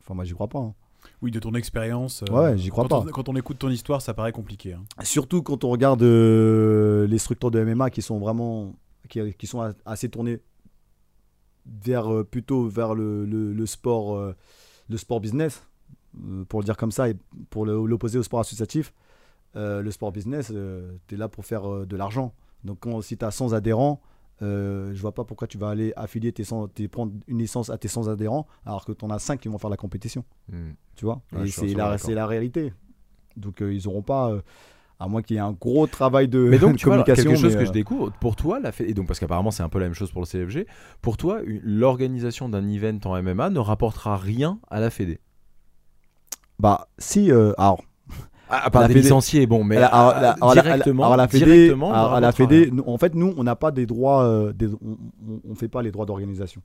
Speaker 5: Enfin, moi, j'y crois pas. hein.
Speaker 4: Oui, de ton expérience. euh,
Speaker 5: Ouais, j'y crois
Speaker 4: quand on-
Speaker 5: pas.
Speaker 4: quand on écoute ton histoire, ça paraît compliqué. hein.
Speaker 5: Surtout quand on regarde euh, les structures de MMA qui sont vraiment qui, qui sont a- assez tournées vers euh, plutôt vers le, le- le sport euh, le sport business euh, pour le dire comme ça et pour le- l'opposer au sport associatif euh, le sport business tu es là pour faire euh, de l'argent donc quand, si tu as 100 adhérents euh, je vois pas pourquoi tu vas aller affilier tes 100 tes- prendre une licence à tes 100 adhérents alors que tu en as 5 qui vont faire la compétition
Speaker 2: Hmm.
Speaker 5: tu vois
Speaker 2: Ouais,
Speaker 5: Et
Speaker 2: je suis
Speaker 5: c'est
Speaker 2: entièrement
Speaker 5: la,
Speaker 2: d'accord.
Speaker 5: c'est la réalité donc euh, ils auront pas euh, à moins qu'il y ait un gros travail de,
Speaker 2: Mais
Speaker 5: *laughs*
Speaker 2: donc,
Speaker 5: de
Speaker 2: tu vois,
Speaker 5: communication
Speaker 2: quelque chose
Speaker 5: mais,
Speaker 2: que je
Speaker 5: euh,
Speaker 2: découvre, pour toi, la fédé- et donc parce qu'apparemment c'est un peu la même chose pour le CFG, pour toi, une- l'organisation d'un event en MMA ne rapportera rien à la Fédé.
Speaker 5: bah si euh, alors
Speaker 2: Ah, à part
Speaker 5: La
Speaker 2: des
Speaker 5: Fédé-
Speaker 2: licenciés, bon, mais
Speaker 5: à la- à la-
Speaker 2: ah,
Speaker 5: à la- à la-
Speaker 2: directement,
Speaker 5: à la Fédé-
Speaker 2: directement,
Speaker 5: à-
Speaker 2: ne
Speaker 5: à la
Speaker 2: rapportera
Speaker 5: Fédé,
Speaker 2: rien.
Speaker 5: nous- en fait nous on n'a pas des droits euh, des- on, on- on fait pas les droits d'organisation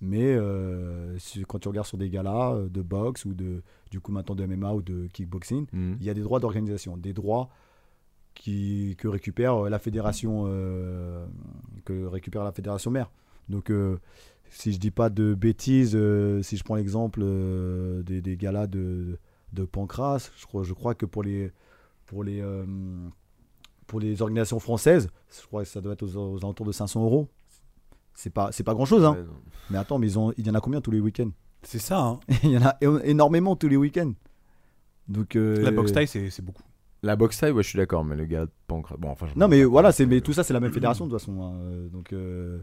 Speaker 5: mais euh, si- quand tu regardes sur des galas euh, de boxe ou de du coup maintenant de MMA ou de kickboxing
Speaker 2: Hmm.
Speaker 5: il y a des droits d'organisation, des droits qui, que récupère euh, la fédération euh, que récupère la fédération mère. Donc euh, si je dis pas de bêtises, euh, si je prends l'exemple euh, des, des galas de, de Pancras, je crois, je crois que pour les pour les euh, pour les organisations françaises, je crois que ça doit être aux, aux alentours de 500 euros. C'est pas c'est pas grand chose hein.
Speaker 2: Ouais, non.
Speaker 5: Mais attends, mais ils ont, il y en a combien tous les week-ends *laughs*
Speaker 4: C'est ça. hein.
Speaker 5: Il y en a é- énormément tous les week-ends. Donc euh,
Speaker 4: La boxe taille, c'est c'est beaucoup.
Speaker 2: La boxe taille, ouais, je suis d'accord, mais le gars de Pancras- Bon, enfin, je-
Speaker 5: Non, mais voilà, c'est
Speaker 2: euh,
Speaker 5: mais tout ça, c'est la même fédération de toute façon. hein, euh, Donc, euh,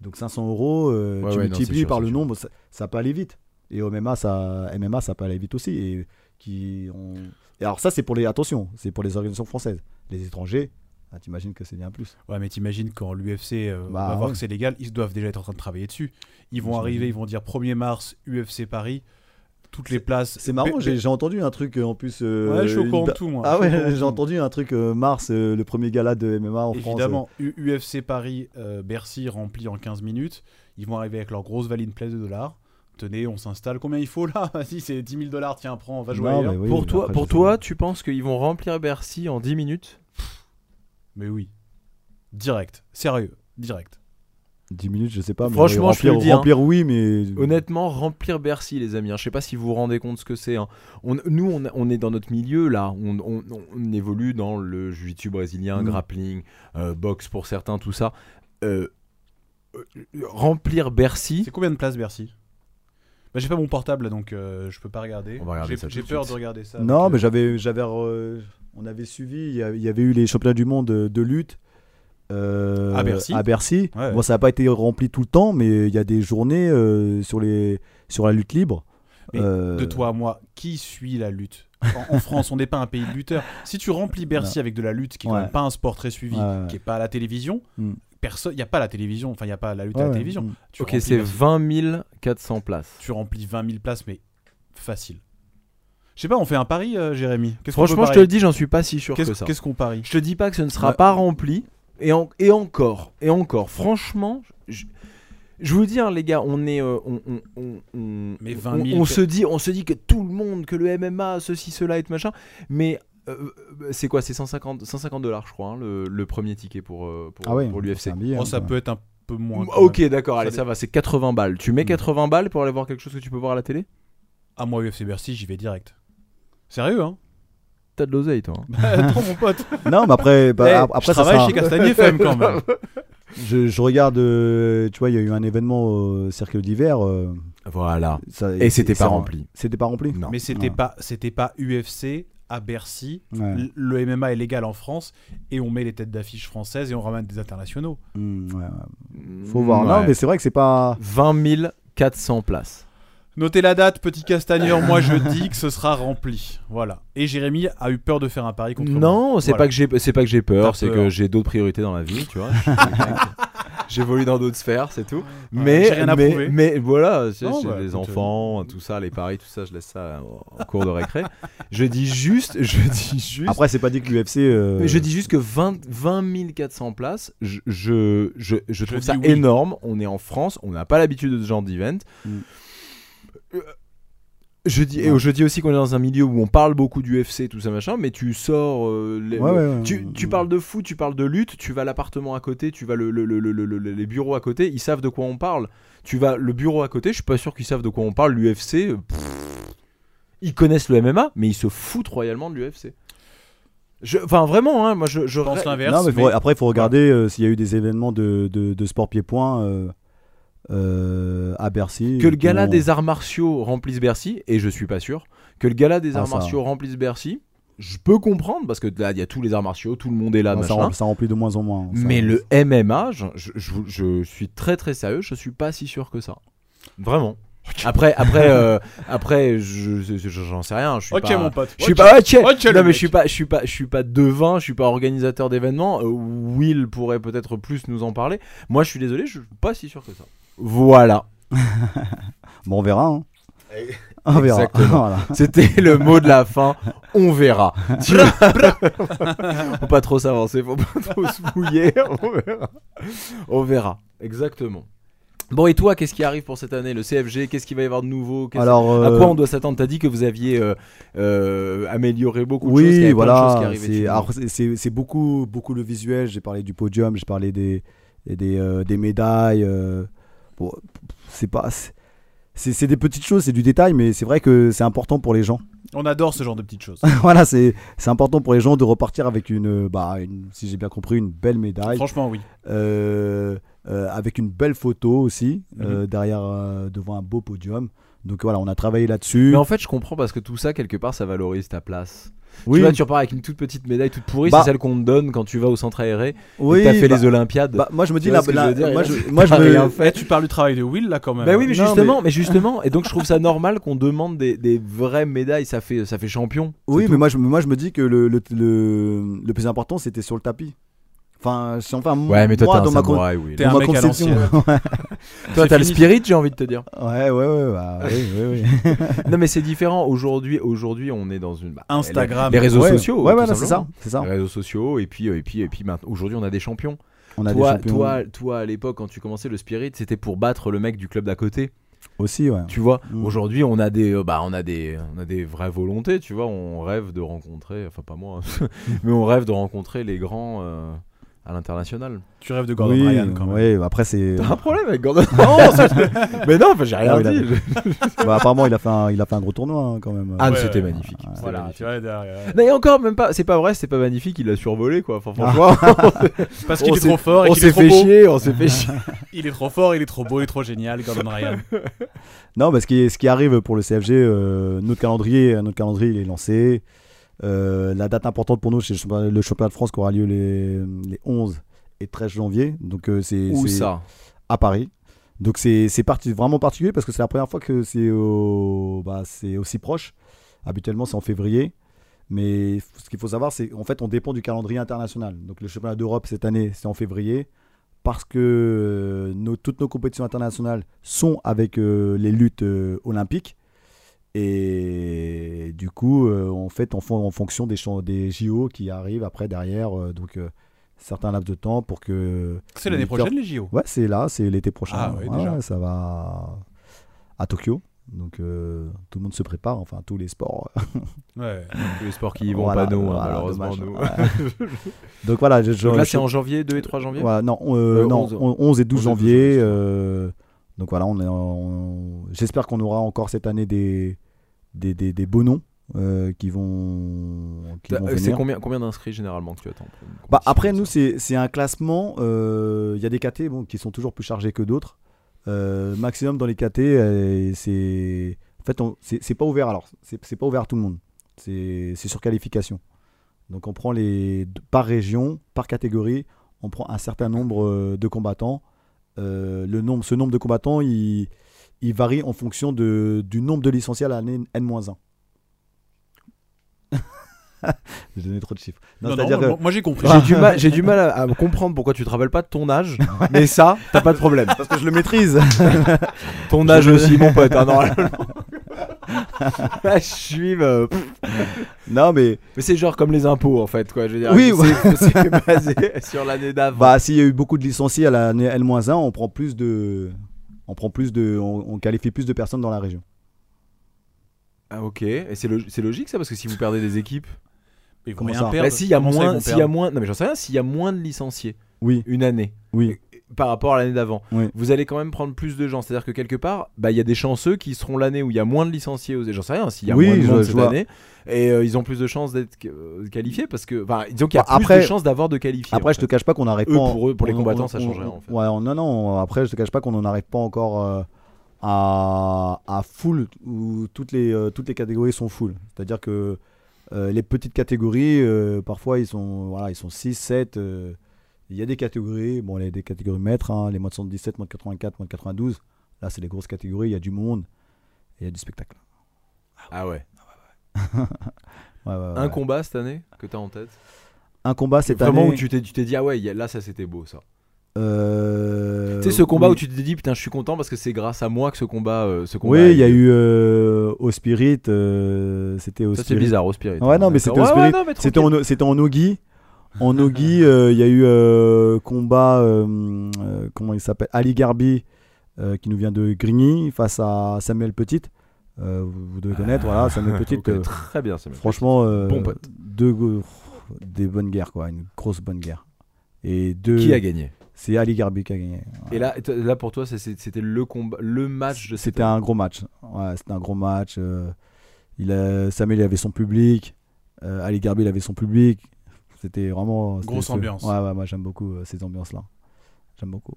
Speaker 5: donc 500 euros, euh,
Speaker 2: Ouais,
Speaker 5: tu
Speaker 2: ouais, non,
Speaker 5: multiplies
Speaker 2: c'est sûr,
Speaker 5: par
Speaker 2: c'est
Speaker 5: le
Speaker 2: sûr.
Speaker 5: nombre, ça, ça peut aller vite. Et au MMA, ça, MMA, ça peut aller vite aussi. Et qui ont... Et alors ça, c'est pour les attention, c'est pour les organisations françaises. Les étrangers, ah, t'imagines que c'est bien plus.
Speaker 4: Ouais, mais t'imagines quand l'UFC euh,
Speaker 5: Bah,
Speaker 4: va voir
Speaker 5: ouais.
Speaker 4: que c'est légal, ils doivent déjà être en train de travailler dessus. Ils vont
Speaker 5: J'imagine.
Speaker 4: arriver, ils vont dire 1er mars, UFC Paris, toutes les places.
Speaker 5: C'est marrant,
Speaker 4: Pe-
Speaker 5: j'ai j'ai entendu un truc euh, en plus. euh,
Speaker 4: Ouais, je suis au
Speaker 5: une
Speaker 4: courant de
Speaker 5: da-
Speaker 4: tout, moi.
Speaker 5: Ah
Speaker 4: Je suis au courant de
Speaker 5: ouais, j'ai
Speaker 4: tout.
Speaker 5: entendu un truc euh, mars, euh, le premier gala de MMA en France.
Speaker 4: Évidemment, U- UFC Paris, euh, Bercy rempli en 15 minutes. Ils vont arriver avec leur grosse valise pleine de dollars. Tenez, on s'installe. Combien il faut là *laughs* Vas-y, c'est 10 000 dollars. Tiens, prends, on va jouer.
Speaker 5: Non,
Speaker 4: ailleurs.
Speaker 5: mais oui,
Speaker 2: pour
Speaker 5: mais
Speaker 2: toi,
Speaker 5: après,
Speaker 2: pour
Speaker 5: je
Speaker 2: toi tu penses qu'ils vont remplir Bercy en 10 minutes
Speaker 4: Mais oui. Direct. Sérieux. Direct.
Speaker 5: 10 minutes, je sais pas. mais
Speaker 2: Franchement,
Speaker 5: remplir,
Speaker 2: je peux le dire, hein.
Speaker 5: Remplir, oui,
Speaker 4: Mm.
Speaker 5: mais.
Speaker 2: Honnêtement, remplir Bercy, les amis. hein. Je sais pas si vous vous rendez compte ce que c'est. hein. On- nous, on, on est dans notre milieu là. On, on- on évolue dans le jiu-jitsu brésilien,
Speaker 5: Mm.
Speaker 2: grappling, euh, boxe pour certains, tout ça. Euh, euh, remplir Bercy.
Speaker 4: C'est combien de places Bercy bah, J'ai pas mon portable là, donc euh, je peux pas regarder.
Speaker 2: On va regarder
Speaker 4: J'ai-
Speaker 2: ça tout
Speaker 4: J'ai
Speaker 2: de
Speaker 4: peur
Speaker 2: suite.
Speaker 4: de regarder ça.
Speaker 5: Non,
Speaker 4: avec,
Speaker 5: mais
Speaker 4: euh,
Speaker 5: j'avais, j'avais, re- on avait suivi. Il y, a- il y avait eu les championnats du monde de, de lutte euh,
Speaker 4: À Bercy. Ouais.
Speaker 5: Bon, ça n'a pas été rempli tout le temps, mais il y a des journées euh, sur les, sur la lutte libre.
Speaker 4: Mais
Speaker 5: Euh,
Speaker 4: De toi à moi, qui suit la lutte en, en France, on n'est pas un pays de lutteurs. Si tu remplis Bercy avec de la lutte, qui est quand
Speaker 5: Ouais.
Speaker 4: même pas un sport très suivi,
Speaker 5: Ouais.
Speaker 4: qui est pas à la télévision,
Speaker 5: Mm.
Speaker 4: personne, il y a pas la télévision. Enfin, il y a pas la lutte
Speaker 5: ouais,
Speaker 4: à la
Speaker 5: ouais.
Speaker 4: télévision.
Speaker 5: Mm.
Speaker 4: Tu
Speaker 2: Ok,
Speaker 4: remplis
Speaker 2: c'est
Speaker 4: Bercy.
Speaker 2: 20 400 places.
Speaker 4: tu remplis 20 000 places, mais facile. Je sais pas, on fait un pari, euh, Jérémy Qu'est-ce qu'on
Speaker 2: Franchement,
Speaker 4: peut
Speaker 2: je te le
Speaker 4: parier
Speaker 2: dis, j'en suis pas si sûr que
Speaker 4: Qu'est-ce
Speaker 2: ça.
Speaker 4: qu'est-ce qu'on parie
Speaker 2: Je te dis pas que ce ne sera
Speaker 5: Ouais.
Speaker 2: pas rempli. Et, en- et encore, et encore. Franchement, je, je vous dis, hein, les gars, on est, euh, on, on- on- on-
Speaker 4: Mais
Speaker 2: on-
Speaker 4: 20 000
Speaker 2: on
Speaker 4: que-
Speaker 2: se dit, on se dit que tout le monde, que le MMA, ceci, cela et tout machin. Mais euh, c'est quoi C'est 150 150 dollars, je crois, hein, le, le premier ticket pour, euh, pour,
Speaker 5: Ah ouais,
Speaker 2: pour l'UFC.
Speaker 5: c'est un billet,
Speaker 4: Oh,
Speaker 5: hein,
Speaker 4: ça
Speaker 5: quoi.
Speaker 4: peut être un peu moins. quand
Speaker 2: Ok,
Speaker 4: même.
Speaker 2: d'accord, allez,
Speaker 4: Ça
Speaker 2: ça va, c'est 80 balles. Tu mets
Speaker 4: Mm.
Speaker 2: 80 balles pour aller voir quelque chose que tu peux voir à la télé
Speaker 4: À moi, UFC Bercy, j'y vais direct. Sérieux, hein *laughs*
Speaker 2: T'as de l'oseille, toi. hein.
Speaker 5: Bah,
Speaker 4: Attends, mon pote.
Speaker 5: Non, mais après, bah,
Speaker 4: *laughs* Eh,
Speaker 5: ap- après
Speaker 4: je
Speaker 5: ça
Speaker 4: travaille
Speaker 5: sera-
Speaker 4: chez Castagnier FM
Speaker 2: *laughs*
Speaker 4: quand même.
Speaker 5: je, je regarde, euh, tu vois, il y a eu un événement au Cercle d'hiver. euh,
Speaker 2: Voilà.
Speaker 5: ça-
Speaker 2: Et c'était
Speaker 5: c'est-
Speaker 2: pas rempli.
Speaker 5: C'était pas rempli
Speaker 2: Non.
Speaker 4: Mais c'était
Speaker 5: Ouais.
Speaker 4: pas, c'était pas UFC à Bercy.
Speaker 5: Ouais.
Speaker 4: L- Le MMA est légal en France et on met les têtes d'affiche françaises et on ramène des internationaux.
Speaker 5: Mm, ouais, ouais.
Speaker 4: Hmm,
Speaker 5: Faut voir. Non,
Speaker 2: Ouais.
Speaker 5: mais c'est vrai que c'est pas.
Speaker 2: 20 400 places.
Speaker 4: Notez la date, petit castagneur.
Speaker 2: *laughs*
Speaker 4: moi, je dis que ce sera rempli. Voilà. Et Jérémy a eu peur de faire un pari contre moi.
Speaker 2: Non, c'est
Speaker 4: Voilà.
Speaker 2: pas que j'ai c'est pas que j'ai peur,
Speaker 4: T'as
Speaker 2: c'est que
Speaker 4: peur.
Speaker 2: j'ai d'autres priorités dans la vie, tu
Speaker 4: *laughs*
Speaker 2: vois. Je suis quelqu'un qui- J'évolue dans d'autres sphères, c'est tout. Mais
Speaker 4: j'ai rien à
Speaker 2: mais,
Speaker 4: prouver.
Speaker 2: mais voilà, c'est
Speaker 4: Non, bah,
Speaker 2: les
Speaker 4: écoute,
Speaker 2: enfants, tout ça, les paris, tout ça, je laisse ça en cours de récré. je dis juste, je dis juste
Speaker 5: Après, c'est pas dit que l'UFC. euh,
Speaker 2: Mais je dis juste que 20, 20 400 places, je, je, je, je trouve
Speaker 4: dis
Speaker 2: ça
Speaker 4: oui.
Speaker 2: énorme. On est en France, on n'a pas l'habitude de ce genre d'event.
Speaker 5: Mm.
Speaker 2: Euh, Je dis, et je dis aussi qu'on est dans un milieu où on parle beaucoup du UFC, tout ça machin, mais tu sors. euh, les-
Speaker 5: Ouais,
Speaker 2: le-
Speaker 5: ouais, ouais,
Speaker 2: tu,
Speaker 5: ouais,
Speaker 2: tu
Speaker 5: ouais.
Speaker 2: parles de foot, tu parles de lutte, tu vas à l'appartement à côté, tu vas le, le- le- le- le- le- les bureaux à côté, ils savent de quoi on parle. Tu vas le bureau à côté, je suis pas sûr qu'ils savent de quoi on parle. L'UFC, euh, pfff, ils connaissent le MMA, mais ils se foutent royalement de l'UFC. Je- Enfin, vraiment, hein, moi je, je
Speaker 4: Je pense l'inverse.
Speaker 5: Non, mais faut-
Speaker 2: ah,
Speaker 4: mais-
Speaker 5: après, il faut regarder euh, s'il y a eu des événements de, de, de sport pied-point euh, euh, à Bercy.
Speaker 2: que le gala
Speaker 5: dont-
Speaker 2: des arts martiaux remplisse Bercy, et je suis pas sûr, que le gala des
Speaker 5: Ah,
Speaker 2: arts
Speaker 5: ça.
Speaker 2: martiaux remplisse Bercy, je peux comprendre, parce que là, il y a tous les arts martiaux, tout le monde est là,
Speaker 5: Non, Ah, ça,
Speaker 2: machin.
Speaker 5: rem- ça remplit de moins en moins. hein, ça.
Speaker 2: Mais le MMA, je, je- je vous- je suis très très sérieux, je suis pas si sûr que ça. Vraiment. Après, après, euh, après, je- je- je- j'en sais rien. Je suis
Speaker 4: Ok,
Speaker 2: pas,
Speaker 4: mon pote.
Speaker 2: Je suis
Speaker 4: Ok.
Speaker 2: pas, ok.
Speaker 4: Ok, le
Speaker 2: non mais
Speaker 4: mec.
Speaker 2: je suis pas, je suis pas, je suis pas devin, je suis pas organisateur d'événements. Euh, Will pourrait peut-être plus nous en parler. Moi, je suis désolé, je suis pas si sûr que ça. Voilà.
Speaker 5: Bon, on verra. hein. On verra.
Speaker 2: Eh, Exactement.
Speaker 5: *laughs* Voilà.
Speaker 2: C'était *laughs* le mot de la fin. On
Speaker 5: *laughs*
Speaker 2: verra. Tu *laughs* vois faut pas trop s'avancer, faut pas trop se mouiller. On verra. On verra. Exactement. Bon, et toi, qu'est-ce qui arrive pour cette année Le CFG, qu'est-ce qu'il va y avoir de nouveau Qu'est-ce-
Speaker 5: Alors,
Speaker 2: À
Speaker 5: euh,
Speaker 2: quoi on doit s'attendre T'as dit que vous aviez euh, euh, amélioré beaucoup de
Speaker 5: oui,
Speaker 2: choses. qu'il y avait plein de choses qui
Speaker 5: voilà.
Speaker 2: arrivaient
Speaker 5: c'est-
Speaker 2: dessus.
Speaker 5: alors, C'est c'est- c'est beaucoup, beaucoup le visuel. J'ai parlé du podium, j'ai parlé des, et des, euh, des médailles. euh, bon, c'est pas. c'est- C'est c'est des petites choses, c'est du détail, mais c'est vrai que c'est important pour les gens.
Speaker 4: On adore ce genre de
Speaker 2: *laughs*
Speaker 4: petites choses.
Speaker 5: *laughs* voilà, c'est c'est important pour les gens de repartir avec une, euh, bah, une- si j'ai bien compris, une belle médaille.
Speaker 4: Franchement, oui.
Speaker 5: Euh, euh, avec une belle photo aussi
Speaker 4: Mhm.
Speaker 5: euh, derrière euh, devant un beau podium donc voilà on a travaillé là-dessus
Speaker 2: Mais en fait, je comprends parce que tout ça, quelque part, ça valorise ta place.
Speaker 5: oui
Speaker 2: Tu vois, tu repars avec une toute petite médaille toute pourrie,
Speaker 5: Bah.
Speaker 2: c'est celle qu'on te donne quand tu vas au centre aéré.
Speaker 5: oui
Speaker 2: et t'as fait
Speaker 5: bah-
Speaker 2: les Olympiades.
Speaker 5: bah, moi je me dis
Speaker 2: vois
Speaker 5: là
Speaker 2: ce que je veux dire,
Speaker 5: moi
Speaker 2: *laughs* il a-
Speaker 5: je moi je
Speaker 2: t'as
Speaker 5: me-
Speaker 2: rien fait.
Speaker 4: Eh, tu parles du travail de Will là quand même.
Speaker 2: Bah oui, mais
Speaker 5: Euh, Non,
Speaker 2: justement, mais...
Speaker 5: *laughs*
Speaker 2: justement, et donc je trouve ça normal qu'on demande des, des vraies médailles, ça fait, ça fait champion. c'est
Speaker 5: oui
Speaker 2: tout.
Speaker 5: mais moi je moi je me dis que le le, le, le plus important c'était sur le tapis enfin si enfin
Speaker 2: Ouais, mais toi
Speaker 5: moi,
Speaker 2: t'es un
Speaker 5: dans ma con-
Speaker 2: samouraï, oui.
Speaker 4: T'es
Speaker 5: dans
Speaker 4: un
Speaker 5: ma
Speaker 4: mec à
Speaker 5: conception
Speaker 2: Toi
Speaker 4: C'est
Speaker 2: t'as le
Speaker 4: fini.
Speaker 2: spirit, j'ai envie de te
Speaker 5: *laughs*
Speaker 2: dire.
Speaker 5: ouais ouais
Speaker 2: *laughs*
Speaker 5: ouais bah, oui, oui, oui.
Speaker 2: non, mais c'est différent. Aujourd'hui, aujourd'hui, on est dans une bah,
Speaker 4: Instagram.
Speaker 2: les, les réseaux
Speaker 5: Ouais.
Speaker 2: sociaux. hein,
Speaker 5: ouais
Speaker 2: tout
Speaker 5: ouais non, c'est ça
Speaker 2: simplement.
Speaker 5: c'est ça
Speaker 2: Les réseaux sociaux et puis euh, et puis et puis maintenant, aujourd'hui, on a des champions.
Speaker 5: on a
Speaker 2: toi,
Speaker 5: des champions
Speaker 2: toi, toi, à l'époque, quand tu commençais le spirit, c'était pour battre le mec du club d'à côté.
Speaker 5: aussi ouais
Speaker 2: Tu vois,
Speaker 5: Mm.
Speaker 2: aujourd'hui, on a des, euh, bah, on a des, on a des vraies volontés. Tu vois, on rêve de rencontrer, enfin pas moi, hein, *laughs* mais on rêve de rencontrer les grands euh, à l'international.
Speaker 4: Tu rêves de Gordon
Speaker 5: oui
Speaker 4: Ryan quand même.
Speaker 5: ouais après c'est
Speaker 2: *laughs* T'as un problème avec Gordon *laughs* Non, ça, je- Mais non, enfin, j'ai rien
Speaker 5: Ah oui, là-
Speaker 2: dit. Je-
Speaker 5: bah, apparemment il a fait un, il a fait un gros tournoi hein, quand même
Speaker 2: Ah,
Speaker 4: ouais,
Speaker 2: c'était
Speaker 4: ouais.
Speaker 2: magnifique. c'était
Speaker 4: Voilà,
Speaker 2: magnifique.
Speaker 4: tu vois, derrière. euh,
Speaker 2: Non, et encore, même pas, c'est pas vrai, c'était pas magnifique, il l'a survolé quoi. Enfin, franchement,
Speaker 5: Ah.
Speaker 4: Parce
Speaker 2: On
Speaker 4: qu'il est
Speaker 2: s'est-
Speaker 4: trop fort et
Speaker 2: on
Speaker 4: qu'il est
Speaker 2: s'est
Speaker 4: trop
Speaker 2: fait
Speaker 4: beau.
Speaker 2: chier, on s'est fait chier.
Speaker 4: Il est trop fort, il est trop beau, il est trop
Speaker 2: *laughs*
Speaker 4: génial, Gordon Ryan.
Speaker 5: Non, mais ce qui, ce qui arrive pour le CFG, euh, notre, calendrier, notre calendrier il est lancé. Euh, la date importante pour nous, c'est le championnat- le championnat de France qui aura lieu les, les 11 et 13 janvier. Donc, euh, c'est
Speaker 2: Où
Speaker 5: c'est
Speaker 2: ça
Speaker 5: à Paris. Donc, c'est c'est parti- vraiment particulier parce que c'est la première fois que c'est au- bah, c'est aussi proche. Habituellement, c'est en février. Mais f- ce qu'il faut savoir, c'est qu'en fait, on dépend du calendrier international. Donc, le championnat d'Europe cette année, c'est en février. Parce que euh, nos- toutes nos compétitions internationales sont avec euh, les luttes euh, olympiques. Et du coup, euh, en fait, en, fon- en fonction des, champs- des JO qui arrivent après, derrière, euh, donc euh, certains laps de temps pour que.
Speaker 4: C'est l'année
Speaker 5: Victor-
Speaker 4: prochaine les JO.
Speaker 2: Ah
Speaker 5: Ouais, c'est là, c'est l'été prochain.
Speaker 4: Ah ouais, déjà.
Speaker 5: ça va à Tokyo. Donc euh, tout le monde se prépare, enfin tous les sports.
Speaker 4: Ouais.
Speaker 2: Tous les sports qui
Speaker 5: *laughs*
Speaker 2: y vont
Speaker 5: Voilà,
Speaker 2: pas nous, hein,
Speaker 5: voilà,
Speaker 2: malheureusement.
Speaker 5: dommage.
Speaker 2: nous.
Speaker 5: Ouais.
Speaker 2: *laughs*
Speaker 5: Donc voilà, je, je-
Speaker 2: Donc là,
Speaker 5: je-
Speaker 2: c'est en janvier, 2 et 3 janvier
Speaker 5: voilà, non, on- euh,
Speaker 2: Euh,
Speaker 5: non,
Speaker 2: 11,
Speaker 5: on- 11 et 12
Speaker 2: 11 et 12
Speaker 5: janvier.
Speaker 2: janvier.
Speaker 5: euh, donc voilà, on est en- on- j'espère qu'on aura encore cette année des, des, des, des beaux noms euh, qui vont, qui
Speaker 2: T'as-
Speaker 5: vont
Speaker 2: euh, C'est
Speaker 5: venir.
Speaker 2: combien, combien d'inscrits généralement que tu attends pour une
Speaker 5: Bah,
Speaker 2: compétition
Speaker 5: après,
Speaker 2: comme
Speaker 5: nous,
Speaker 2: ça
Speaker 5: c'est c'est un classement. euh, Il y a des KT bon, qui sont toujours plus chargés que d'autres. Euh, maximum dans les KT, euh, c'est. En fait, on- c'est c'est pas ouvert alors. C'est c'est pas ouvert à tout le monde. C'est c'est sur qualification. Donc, on prend les. Par région, par catégorie, on prend un certain nombre euh, de combattants. Euh, le nombre, ce nombre de combattants, il, il varie en fonction de, du nombre de licenciés à l'année N-1. *laughs* J'ai donné trop de chiffres. Non,
Speaker 4: Non, non,
Speaker 5: c'est-à-dire
Speaker 4: moi,
Speaker 5: que-
Speaker 4: moi, j'ai compris.
Speaker 2: J'ai du mal, j'ai du mal à, à comprendre pourquoi tu te rappelles pas de ton
Speaker 5: *laughs*
Speaker 2: âge, mais ça, t'as pas de problème.
Speaker 5: parce que je le maîtrise.
Speaker 2: Ton âge aussi, mon pote, *laughs* hein, normalement. Là,
Speaker 5: Ah,
Speaker 2: je suis. euh, pff.
Speaker 5: non mais
Speaker 2: Mais c'est genre comme les impôts en fait, quoi. Je veux dire,
Speaker 5: Oui,
Speaker 2: c'est- c'est basé sur l'année d'avant.
Speaker 5: bah s'il y a eu beaucoup de licenciés à la L-1, on prend plus de on prend plus de on, on qualifie plus de personnes dans la région.
Speaker 2: Ah, ok, et c'est lo- c'est logique ça parce que si vous perdez des équipes.
Speaker 4: Ils vont
Speaker 5: Comment
Speaker 4: rien
Speaker 5: ça
Speaker 4: perdre.
Speaker 2: Bah, s'il y a
Speaker 4: Comment ça, ils
Speaker 2: moins,
Speaker 4: vont
Speaker 2: s'il y a
Speaker 4: perdre
Speaker 2: moins, non mais j'en sais rien, s'il y a moins de licenciés
Speaker 5: Oui,
Speaker 2: une année
Speaker 5: oui.
Speaker 2: par rapport à l'année d'avant,
Speaker 5: Oui.
Speaker 2: vous allez quand même prendre plus de gens. C'est-à-dire que quelque part, bah il y a des chanceux qui seront l'année où il y a moins de licenciés aux j'en sais rien, s'il y a
Speaker 5: Oui,
Speaker 2: moins de
Speaker 5: je-
Speaker 2: monde
Speaker 5: je
Speaker 2: cette
Speaker 5: vois.
Speaker 2: année, et euh, ils ont plus de chances d'être euh, qualifiés parce que, enfin, disons qu'il y a
Speaker 5: Bah,
Speaker 2: plus
Speaker 5: après-
Speaker 2: de chances d'avoir de qualifiés.
Speaker 5: Après
Speaker 2: en
Speaker 5: je te
Speaker 2: fait.
Speaker 5: cache pas qu'on n'arrive
Speaker 2: Eux,
Speaker 5: pas en-
Speaker 2: pour eux, pour les
Speaker 5: on-
Speaker 2: combattants,
Speaker 5: on-
Speaker 2: ça
Speaker 5: on-
Speaker 2: change rien,
Speaker 5: on-
Speaker 2: en fait.
Speaker 5: Ouais, on- non non, après je te cache pas qu'on n'en arrive pas encore euh, à à full où toutes les euh, toutes les catégories sont full. C'est-à-dire que euh, les petites catégories euh, parfois ils sont voilà, ils sont 6 7 euh, il y a des catégories, bon, il y a des catégories maîtres, hein, les moins de 77, moins de 84, moins de 92. Là, c'est les grosses catégories, il y a du monde et il y a du spectacle.
Speaker 2: Ah ouais.
Speaker 5: Ouais, ouais, ouais.
Speaker 2: Un combat cette année que t'as en tête
Speaker 5: Un combat cette
Speaker 2: Vraiment
Speaker 5: année.
Speaker 2: où tu t'es tu t'es dit ah ouais il y a- là ça c'était beau ça.
Speaker 5: euh,
Speaker 2: tu sais ce combat
Speaker 5: oui.
Speaker 2: où tu t'es dit putain je suis content parce que c'est grâce à moi que ce combat euh, ce combat.
Speaker 5: Oui, il y a
Speaker 2: lieu.
Speaker 5: eu euh, au Spirit, euh, c'était au
Speaker 2: Ça c'est
Speaker 5: Spirit.
Speaker 2: bizarre au spirit.
Speaker 5: Ouais, non, mais c'était
Speaker 2: D'accord.
Speaker 5: au
Speaker 2: Ouais,
Speaker 5: Spirit.
Speaker 2: ouais, non, mais
Speaker 5: C'était en, c'était en Ogi.
Speaker 2: *laughs*
Speaker 5: En Ogi, euh, il y a eu euh, combat, euh, euh, comment il s'appelle Ali Garbi, euh, qui nous vient de Grigny, face à Samuel Petit. Euh, vous vous devez connaître,
Speaker 2: *laughs*
Speaker 5: voilà, Samuel
Speaker 2: tranquille.
Speaker 5: Petit.
Speaker 2: Ok,
Speaker 5: euh,
Speaker 2: Ah, très bien c'est
Speaker 5: franchement, euh,
Speaker 2: Bon pote.
Speaker 5: deux go- des bonnes guerres, quoi, une grosse bonne guerre. Et deux,
Speaker 2: Qui a gagné
Speaker 5: c'est Ali Garbi qui a gagné.
Speaker 2: Et là, et t- là pour toi, c'est- c'est- c'était le combat, le match de cette
Speaker 5: C'était un gros match. Ouais, c'était un gros match. euh, il a- Samuel il avait son public. euh, Ali Garbi il avait son public. C'était vraiment. c'était
Speaker 4: Grosse
Speaker 5: ce-
Speaker 4: ambiance.
Speaker 5: Ouais, ouais, moi j'aime beaucoup euh, ces ambiances-là. J'aime beaucoup.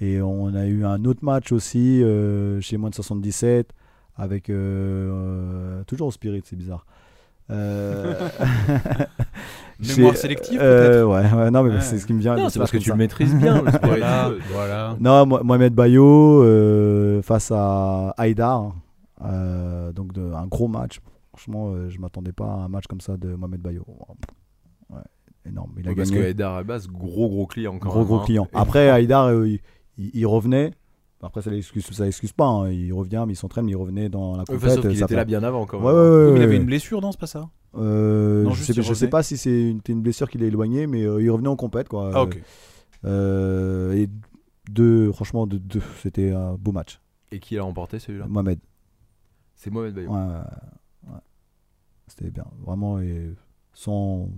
Speaker 5: Et on a eu un autre match aussi euh, chez moins de 77 avec euh, euh, toujours au Spirit, c'est bizarre. Euh,
Speaker 4: *laughs*
Speaker 5: *laughs*
Speaker 4: Mémoire
Speaker 5: chez-
Speaker 4: sélective,
Speaker 5: euh, ouais, ouais, non mais
Speaker 4: Ouais.
Speaker 5: c'est ce qui me vient.
Speaker 2: Non,
Speaker 5: comme
Speaker 2: c'est
Speaker 5: ça,
Speaker 2: parce que
Speaker 5: comme
Speaker 2: tu
Speaker 5: ça.
Speaker 2: le maîtrises
Speaker 5: *laughs*
Speaker 2: bien. le spirit. Euh,
Speaker 4: Voilà, voilà.
Speaker 5: Non, Mo- Mohamed Bayo euh, face à Haïdar. hein. euh, donc de- un gros match. Franchement, euh, je m'attendais pas à un match comme ça de Mohamed Bayo. Ouais, énorme. Il a
Speaker 2: Parce que
Speaker 5: gagné.
Speaker 2: Edar Abbas, gros gros client quand
Speaker 5: Gros
Speaker 2: même,
Speaker 5: gros
Speaker 2: hein.
Speaker 5: client.
Speaker 2: Et-
Speaker 5: Après, Haïdar, euh, il, il- il revenait. Après, ça l'excuse, ça l'excuse pas. hein. Il revient, mais il s'entraîne, mais il revenait dans la
Speaker 2: Ouais,
Speaker 5: compète.
Speaker 2: enfin, sauf qu'il
Speaker 5: ça
Speaker 2: était
Speaker 5: fait-
Speaker 2: là bien avant quand
Speaker 5: Ouais,
Speaker 2: même. hein.
Speaker 4: Oui,
Speaker 5: ouais, ouais,
Speaker 4: mais il
Speaker 5: ouais.
Speaker 4: avait une blessure, non, c'est pas ça
Speaker 5: Euh,
Speaker 4: Non,
Speaker 5: je,
Speaker 4: juste
Speaker 5: sais,
Speaker 4: il
Speaker 5: je sais
Speaker 4: revenait.
Speaker 5: pas si c'est une, une blessure qu'il a éloignée, mais euh, il revenait en compète. Quoi.
Speaker 4: Ah, ok.
Speaker 5: Euh, et deux, franchement, deux, deux, c'était un beau match.
Speaker 2: Et qui l'a emporté celui-là
Speaker 5: Mohamed.
Speaker 2: C'est Mohamed Bayo.
Speaker 5: Ouais, ouais, ouais. C'était bien. Vraiment, et sans...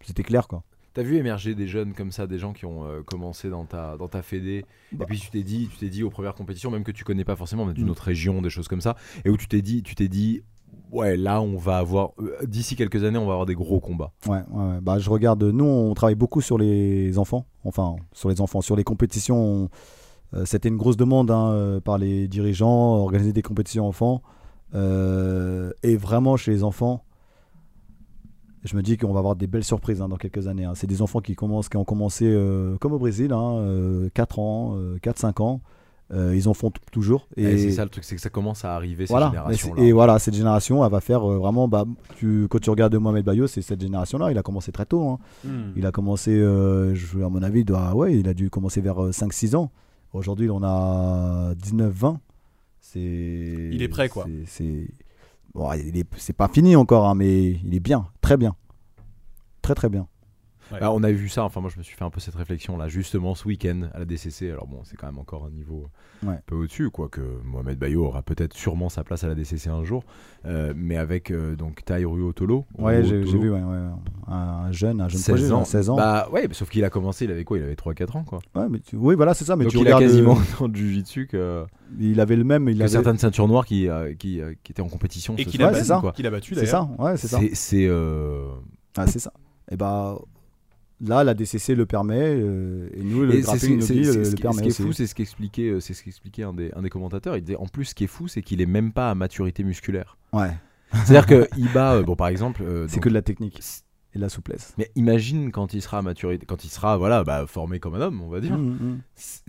Speaker 5: c'était clair, quoi.
Speaker 2: T'as vu émerger des jeunes comme ça, des gens qui ont euh, commencé dans ta dans ta fédé,
Speaker 5: Bah.
Speaker 2: et puis tu t'es dit, tu t'es dit aux premières compétitions, même que tu connais pas forcément, mais d'une
Speaker 5: Mm.
Speaker 2: autre région, des choses comme ça, et où tu t'es dit, tu t'es dit, ouais, là on va avoir, euh, d'ici quelques années, on va avoir des gros combats.
Speaker 5: Ouais, ouais, ouais. Bah, je regarde. Nous, on travaille beaucoup sur les enfants. Enfin, sur les enfants, sur les compétitions. on- euh, C'était une grosse demande hein, euh, par les dirigeants, organiser des compétitions enfants. Euh, et vraiment, chez les enfants, je me dis qu'on va avoir des belles surprises hein, dans quelques années. hein. C'est des enfants qui, commencent, qui ont commencé euh, comme au Brésil, hein, euh, 4 ans, euh, 4-5 ans. Euh, ils en font t- toujours.
Speaker 2: Et, c'est ça le truc, c'est que ça commence à arriver ces
Speaker 5: voilà, mais c'est-
Speaker 2: générations-là.
Speaker 5: et voilà, cette génération, elle va faire euh, vraiment. Bah, tu, quand tu regardes Mohamed Bayo, c'est cette génération-là. Il a commencé très tôt. hein.
Speaker 4: Hmm.
Speaker 5: Il a commencé, euh, je- à mon avis, il doit- ouais, il a dû commencer vers euh, 5-6 ans. Aujourd'hui, on a 19-20. C'est. Il
Speaker 4: est prêt, quoi.
Speaker 5: C'est bon, il est- c'est pas fini encore, hein, mais il est bien, très bien, très très bien.
Speaker 4: Ouais.
Speaker 2: Bah, on a vu ça, enfin moi je me suis fait un peu cette réflexion là, justement ce week-end à la DCC. Alors bon, c'est quand même encore un niveau
Speaker 5: Ouais.
Speaker 2: un peu au-dessus, quoique Mohamed Bayo aura peut-être sûrement sa place à la DCC un jour, Euh, mais avec euh, donc Tairu Otolo.
Speaker 5: Ouais,
Speaker 2: Oru
Speaker 5: j'ai j'ai
Speaker 2: Otolo,
Speaker 5: vu, ouais, ouais. Un jeune, un jeune
Speaker 2: 16
Speaker 5: projet,
Speaker 2: ans.
Speaker 5: hein, 16 ans.
Speaker 2: Bah ouais, sauf qu'il a commencé, il avait quoi Il avait 3-4 ans quoi.
Speaker 5: Ouais, mais tu- Oui, voilà, c'est ça. Mais
Speaker 2: donc
Speaker 5: tu
Speaker 2: il a
Speaker 5: regardes, euh,
Speaker 2: quasiment *laughs* autant de jujitsu que,
Speaker 5: Il avait le même. Il
Speaker 2: que
Speaker 5: avait...
Speaker 2: certaines ceintures noires qui, euh, qui, euh, qui étaient en compétition.
Speaker 4: Et
Speaker 2: ce
Speaker 4: qu'il a
Speaker 2: soir,
Speaker 5: battu,
Speaker 2: quoi.
Speaker 4: Qu'il a battu
Speaker 5: C'est
Speaker 4: d'ailleurs.
Speaker 5: ça, ouais, c'est ça.
Speaker 2: C'est- C'est. euh,
Speaker 5: Ah, c'est ça. Et bah là, la DCC le permet euh, et nous, le
Speaker 2: Et c'est- c'est-
Speaker 5: grappling
Speaker 2: c'est-
Speaker 5: hobby,
Speaker 2: c'est-
Speaker 5: euh,
Speaker 2: ce qui-
Speaker 5: le
Speaker 2: ce qui
Speaker 5: permet
Speaker 2: est
Speaker 5: aussi.
Speaker 2: fou, c'est ce qu'expliquait euh, c'est ce qu'expliquait un des, un des commentateurs. Il disait en plus, ce qui est fou, c'est qu'il est même pas à maturité
Speaker 5: *laughs*
Speaker 2: musculaire.
Speaker 5: Ouais,
Speaker 2: C'est-à-dire que il bat, euh, bon par exemple, euh,
Speaker 5: c'est
Speaker 2: donc-
Speaker 5: que de la technique et de la souplesse.
Speaker 2: mais imagine quand il sera à maturité, quand il sera voilà, bah, formé comme un homme, on va dire.
Speaker 5: Mm, mm.
Speaker 2: C'est-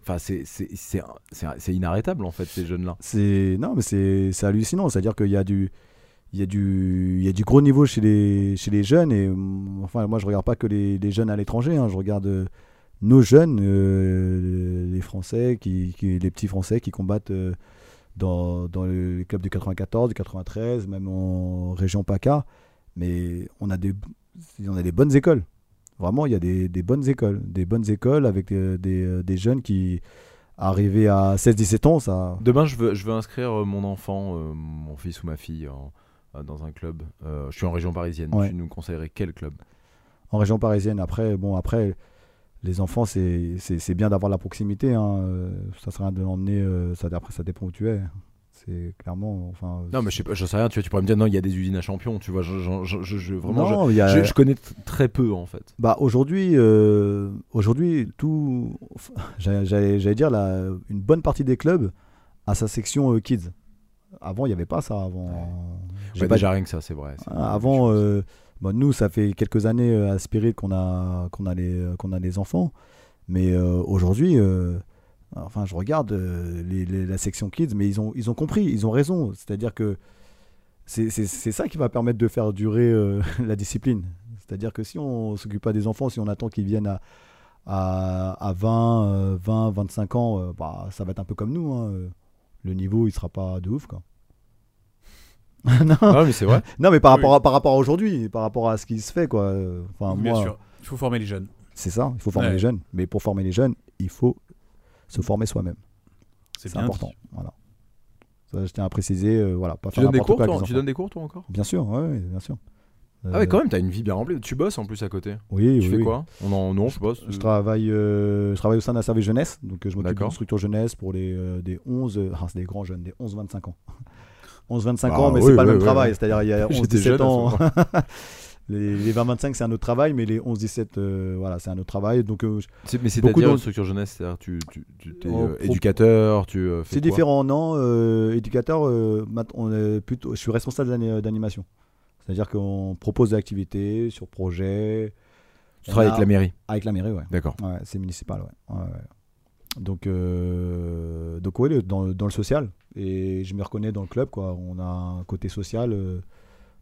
Speaker 2: Enfin, c'est c'est- c'est un- c'est un- c'est inarrêtable en fait ces jeunes-là.
Speaker 5: C'est non, mais c'est c'est hallucinant. C'est-à-dire qu'il y a du il y a du il y a du gros niveau chez les chez les jeunes et mm, enfin moi je regarde pas que les, les jeunes à l'étranger. hein. je regarde euh, nos jeunes, euh, les Français qui, qui- les petits Français qui combattent. euh, dans, dans les clubs du 94, du 93, même en région PACA. Mais on a des, on a des bonnes écoles. Vraiment, il y a des, des bonnes écoles. Des bonnes écoles avec euh, des, euh, des jeunes qui, arrivés à 16-17 ans, ça,
Speaker 2: Demain, je veux je veux inscrire euh, mon enfant, euh, mon fils ou ma fille en- euh, dans un club. Euh, je suis en région parisienne.
Speaker 5: Ouais.
Speaker 2: Tu nous conseillerais quel club
Speaker 5: en région parisienne. Après, bon, après, les enfants, c'est, c'est, c'est bien d'avoir la proximité. Hein. Euh, Ça sert à rien de l'emmener. euh, ça, après, ça dépend où tu es. C'est clairement. Enfin,
Speaker 2: Non, mais je sais pas, je sais rien. Tu, vois, tu pourrais me dire non, il y a des usines à champions. Tu vois, je, je- je- je- je- vraiment, je-
Speaker 5: Non, euh, il y a-
Speaker 2: Je, je connais t- très peu en fait.
Speaker 5: Bah aujourd'hui, euh, aujourd'hui tout, j'allais- j'allais j'allais dire la, une bonne partie des clubs a sa section euh, kids. Avant, il n'y avait pas ça. Avant, J'ai
Speaker 2: Ouais,
Speaker 5: pas-
Speaker 2: déjà rien que ça, c'est vrai. c'est
Speaker 5: Ah,
Speaker 2: une
Speaker 5: avant,
Speaker 2: *laughs* chose.
Speaker 5: euh, bah, nous, ça fait quelques années euh, à Spirit qu'on a qu'on a les euh, qu'on a les enfants, mais euh, aujourd'hui, euh, enfin, je regarde euh, les- les- la section kids, mais ils ont ils ont compris, ils ont raison. C'est-à-dire que c'est c'est- c'est ça qui va permettre de faire durer euh, *laughs* la discipline. C'est-à-dire que si on s'occupe pas des enfants, si on attend qu'ils viennent à à, à 20, euh, 20, 25 ans, euh, bah, ça va être un peu comme nous. hein, euh. Le niveau, il sera pas de ouf, quoi. *laughs* non,
Speaker 2: Ah, mais c'est
Speaker 5: *laughs*
Speaker 2: vrai.
Speaker 5: non, mais par
Speaker 4: Oui.
Speaker 5: rapport à, par rapport à aujourd'hui, par rapport à ce qui se fait, quoi. euh, Enfin,
Speaker 4: Bien
Speaker 5: moi,
Speaker 4: sûr. Il faut former les jeunes.
Speaker 5: c'est ça. Il faut former
Speaker 4: Ouais.
Speaker 5: les jeunes. Mais pour former les jeunes, il faut se former soi-même.
Speaker 4: C'est
Speaker 5: C'est
Speaker 4: bien
Speaker 5: important.
Speaker 4: dit.
Speaker 5: Voilà. Ça, je tiens à préciser. euh, voilà. Pas
Speaker 2: Tu
Speaker 5: faire
Speaker 2: donnes, des
Speaker 5: n'importe
Speaker 2: cours,
Speaker 5: quoi
Speaker 2: toi,
Speaker 5: avec les
Speaker 2: tu
Speaker 5: enfants.
Speaker 2: donnes des cours toi encore
Speaker 5: Bien sûr, ouais, ouais, bien sûr.
Speaker 2: Ah ouais,
Speaker 5: Euh,
Speaker 2: quand même, t'as une vie bien remplie. Tu bosses en plus à côté.
Speaker 5: Oui,
Speaker 2: tu
Speaker 5: oui,
Speaker 2: fais
Speaker 5: oui.
Speaker 2: quoi on en, Non, je bosse.
Speaker 5: je travaille, euh, je travaille au sein d'un service jeunesse, donc euh, je m'occupe
Speaker 2: D'accord.
Speaker 5: d'une structure jeunesse pour les, euh, des 11, euh, ah, c'est des grands jeunes, des 11-25 ans. *laughs* 11-25
Speaker 2: Ah,
Speaker 5: ans, mais
Speaker 2: oui,
Speaker 5: c'est pas
Speaker 2: oui,
Speaker 5: le même
Speaker 2: oui,
Speaker 5: travail,
Speaker 2: oui.
Speaker 5: c'est-à-dire il y a
Speaker 2: *laughs* J'étais
Speaker 5: 11-17
Speaker 2: jeune à ce
Speaker 5: ans.
Speaker 2: moment.
Speaker 5: *laughs* les les 20-25, c'est un autre travail, mais les 11-17, euh, voilà, c'est un autre travail. Donc euh, je-
Speaker 2: C'est- Mais c'est
Speaker 5: Beaucoup
Speaker 2: à dire
Speaker 5: de-
Speaker 2: une structure jeunesse, c'est-à-dire tu, tu, tu es
Speaker 5: Oh, pro-
Speaker 2: éducateur, tu euh, fais
Speaker 5: c'est
Speaker 2: quoi
Speaker 5: différent, non euh, Éducateur, euh, mat- on est plutôt, je suis responsable d'ani- d'animation. C'est-à-dire qu'on propose des activités sur projet.
Speaker 2: Tu
Speaker 5: On
Speaker 2: travailles
Speaker 5: a-
Speaker 2: avec la mairie,
Speaker 5: Avec la mairie, ouais.
Speaker 2: d'accord.
Speaker 5: Ouais, c'est municipal, ouais. Ouais, ouais. Donc, euh, donc ouais, le- dans, dans le social. Et je me reconnais dans le club, quoi. On a un côté social euh,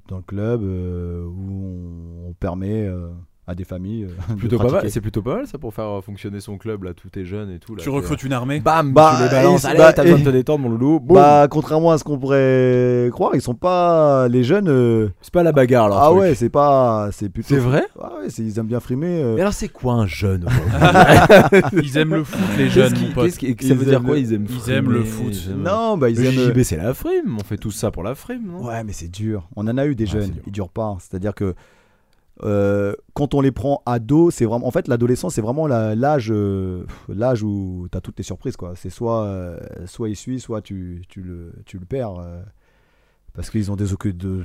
Speaker 5: dans le club euh, où on, on permet euh, à des familles. euh, de
Speaker 2: Plutôt pas
Speaker 5: pratiquer.
Speaker 2: mal. C'est plutôt pas mal ça pour faire euh, fonctionner son club là, tout est jeune et tout. Là,
Speaker 4: Tu
Speaker 2: t'es-
Speaker 4: recrutes une
Speaker 5: *laughs*
Speaker 4: armée
Speaker 2: Bam,
Speaker 5: Bah,
Speaker 2: tu les balances.
Speaker 5: et-
Speaker 2: Allez,
Speaker 5: bah,
Speaker 2: t'as besoin
Speaker 5: et-
Speaker 2: de te détendre, mon loulou. Boum.
Speaker 5: Bah, contrairement à ce qu'on pourrait croire, ils sont pas les jeunes. euh,
Speaker 2: c'est pas la bagarre alors.
Speaker 5: ah ouais, c'est pas, c'est plutôt.
Speaker 2: C'est vrai
Speaker 5: Ah ouais, c'est- ils aiment bien frimer.
Speaker 2: Mais
Speaker 5: euh,
Speaker 2: alors, c'est quoi un jeune quoi
Speaker 4: Ils aiment le foot, les
Speaker 2: Qu'est-ce
Speaker 4: jeunes,
Speaker 2: qui-
Speaker 4: mon pote.
Speaker 2: qu'est-ce qui- que Ça
Speaker 5: Ils
Speaker 2: veut dire
Speaker 5: aiment
Speaker 2: quoi
Speaker 5: le-
Speaker 2: Ils aiment
Speaker 4: ils aiment le
Speaker 2: frimer,
Speaker 4: foot.
Speaker 2: ils aiment-
Speaker 5: Non, bah ils
Speaker 2: Le
Speaker 5: aiment.
Speaker 2: JB, c'est la frime. On fait tout ça pour la frime, non
Speaker 5: Ouais, mais c'est dur. On en a eu des
Speaker 2: Hein Ouais, c'est
Speaker 5: jeunes,
Speaker 2: dur.
Speaker 5: ils durent pas. hein. C'est-à-dire que euh, quand on les prend ados, c'est vraiment. En fait, l'adolescence, c'est vraiment la- l'âge, euh, pff, l'âge où t'as toutes tes surprises, quoi. C'est soit, euh, soit il suit, soit tu, tu le, tu le perds. euh, parce qu'ils ont des occupes de.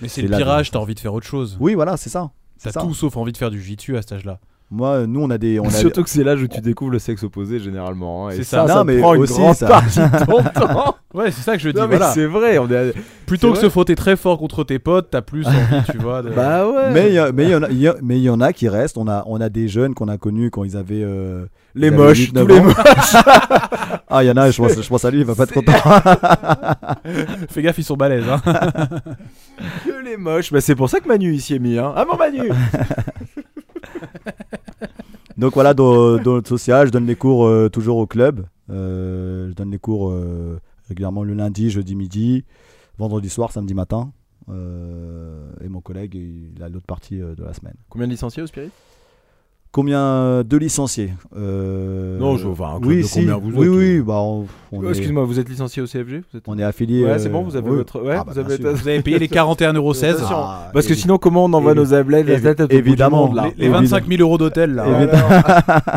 Speaker 4: Mais c'est
Speaker 5: c'est
Speaker 4: le
Speaker 5: là,
Speaker 4: pirage, t'as envie de faire autre chose.
Speaker 5: Oui, voilà, c'est ça. C'est
Speaker 4: T'as
Speaker 5: ça.
Speaker 4: tout sauf envie de faire du jitu à cet âge-là.
Speaker 5: Moi, euh, nous, on a des. On a...
Speaker 2: Surtout que c'est l'âge où tu découvres le sexe opposé généralement. hein, et
Speaker 4: C'est
Speaker 2: ça,
Speaker 5: ça.
Speaker 2: ça
Speaker 5: Non, mais
Speaker 2: prend une
Speaker 5: aussi,
Speaker 2: grande
Speaker 5: ça-
Speaker 2: partie de ton temps.
Speaker 4: Ouais, c'est ça que je dis.
Speaker 2: Non, mais
Speaker 4: voilà.
Speaker 2: c'est vrai. On est... à-
Speaker 4: Plutôt
Speaker 2: c'est
Speaker 4: que
Speaker 2: vrai.
Speaker 4: se frotter très fort contre tes potes, t'as plus *laughs* envie, tu vois. de-
Speaker 2: Bah ouais.
Speaker 5: Mais il y a- mais il y, en a- il y a- mais il y en a qui restent. On a, on a des jeunes qu'on a connus quand ils avaient. euh,
Speaker 2: les
Speaker 5: ils avaient
Speaker 2: moches,
Speaker 5: 8-9
Speaker 2: tous les
Speaker 5: ans.
Speaker 2: moches.
Speaker 5: *laughs* Ah, il y en a, je pense, je pense à lui,
Speaker 2: *laughs*
Speaker 5: il va euh, pas être
Speaker 2: C'est-
Speaker 5: content.
Speaker 4: Fais gaffe, ils sont balèzes. Hein.
Speaker 2: Que les moches. Bah, c'est pour ça que Manu il s'y est mis. Hein. Ah bon, Manu
Speaker 5: Donc voilà, dans, dans notre social, je donne les cours euh, toujours au club. Euh, je donne les cours euh, régulièrement le lundi, jeudi midi, vendredi soir, samedi matin. euh, et mon collègue, il a l'autre partie euh, de la semaine.
Speaker 2: Combien de licenciés au Spirit
Speaker 5: Combien de licenciés Euh,
Speaker 2: Non, je veux voir un club
Speaker 5: oui,
Speaker 2: de
Speaker 5: si.
Speaker 2: combien vous
Speaker 5: Oui,
Speaker 2: êtes,
Speaker 5: oui, bah, on, on
Speaker 2: Oh,
Speaker 5: est,
Speaker 2: Excuse-moi, vous êtes licencié au CFG Vous êtes-
Speaker 5: on est affilié.
Speaker 2: Ouais, c'est bon,
Speaker 5: euh,
Speaker 2: vous avez
Speaker 5: oui.
Speaker 2: votre. Ouais,
Speaker 5: Ah, bah,
Speaker 2: vous avez-
Speaker 5: bien sûr.
Speaker 4: Vous avez payé les 41,16
Speaker 2: Attention.
Speaker 4: euros.
Speaker 5: Ah,
Speaker 2: Parce que
Speaker 5: évi-
Speaker 2: sinon, comment on envoie
Speaker 5: évi-
Speaker 2: nos ablets la
Speaker 5: évi-
Speaker 2: tête à tout bout du
Speaker 5: évidemment.
Speaker 2: monde, là
Speaker 4: Les, les 25 000 euros d'hôtel, là. hein.
Speaker 5: Évi- *laughs*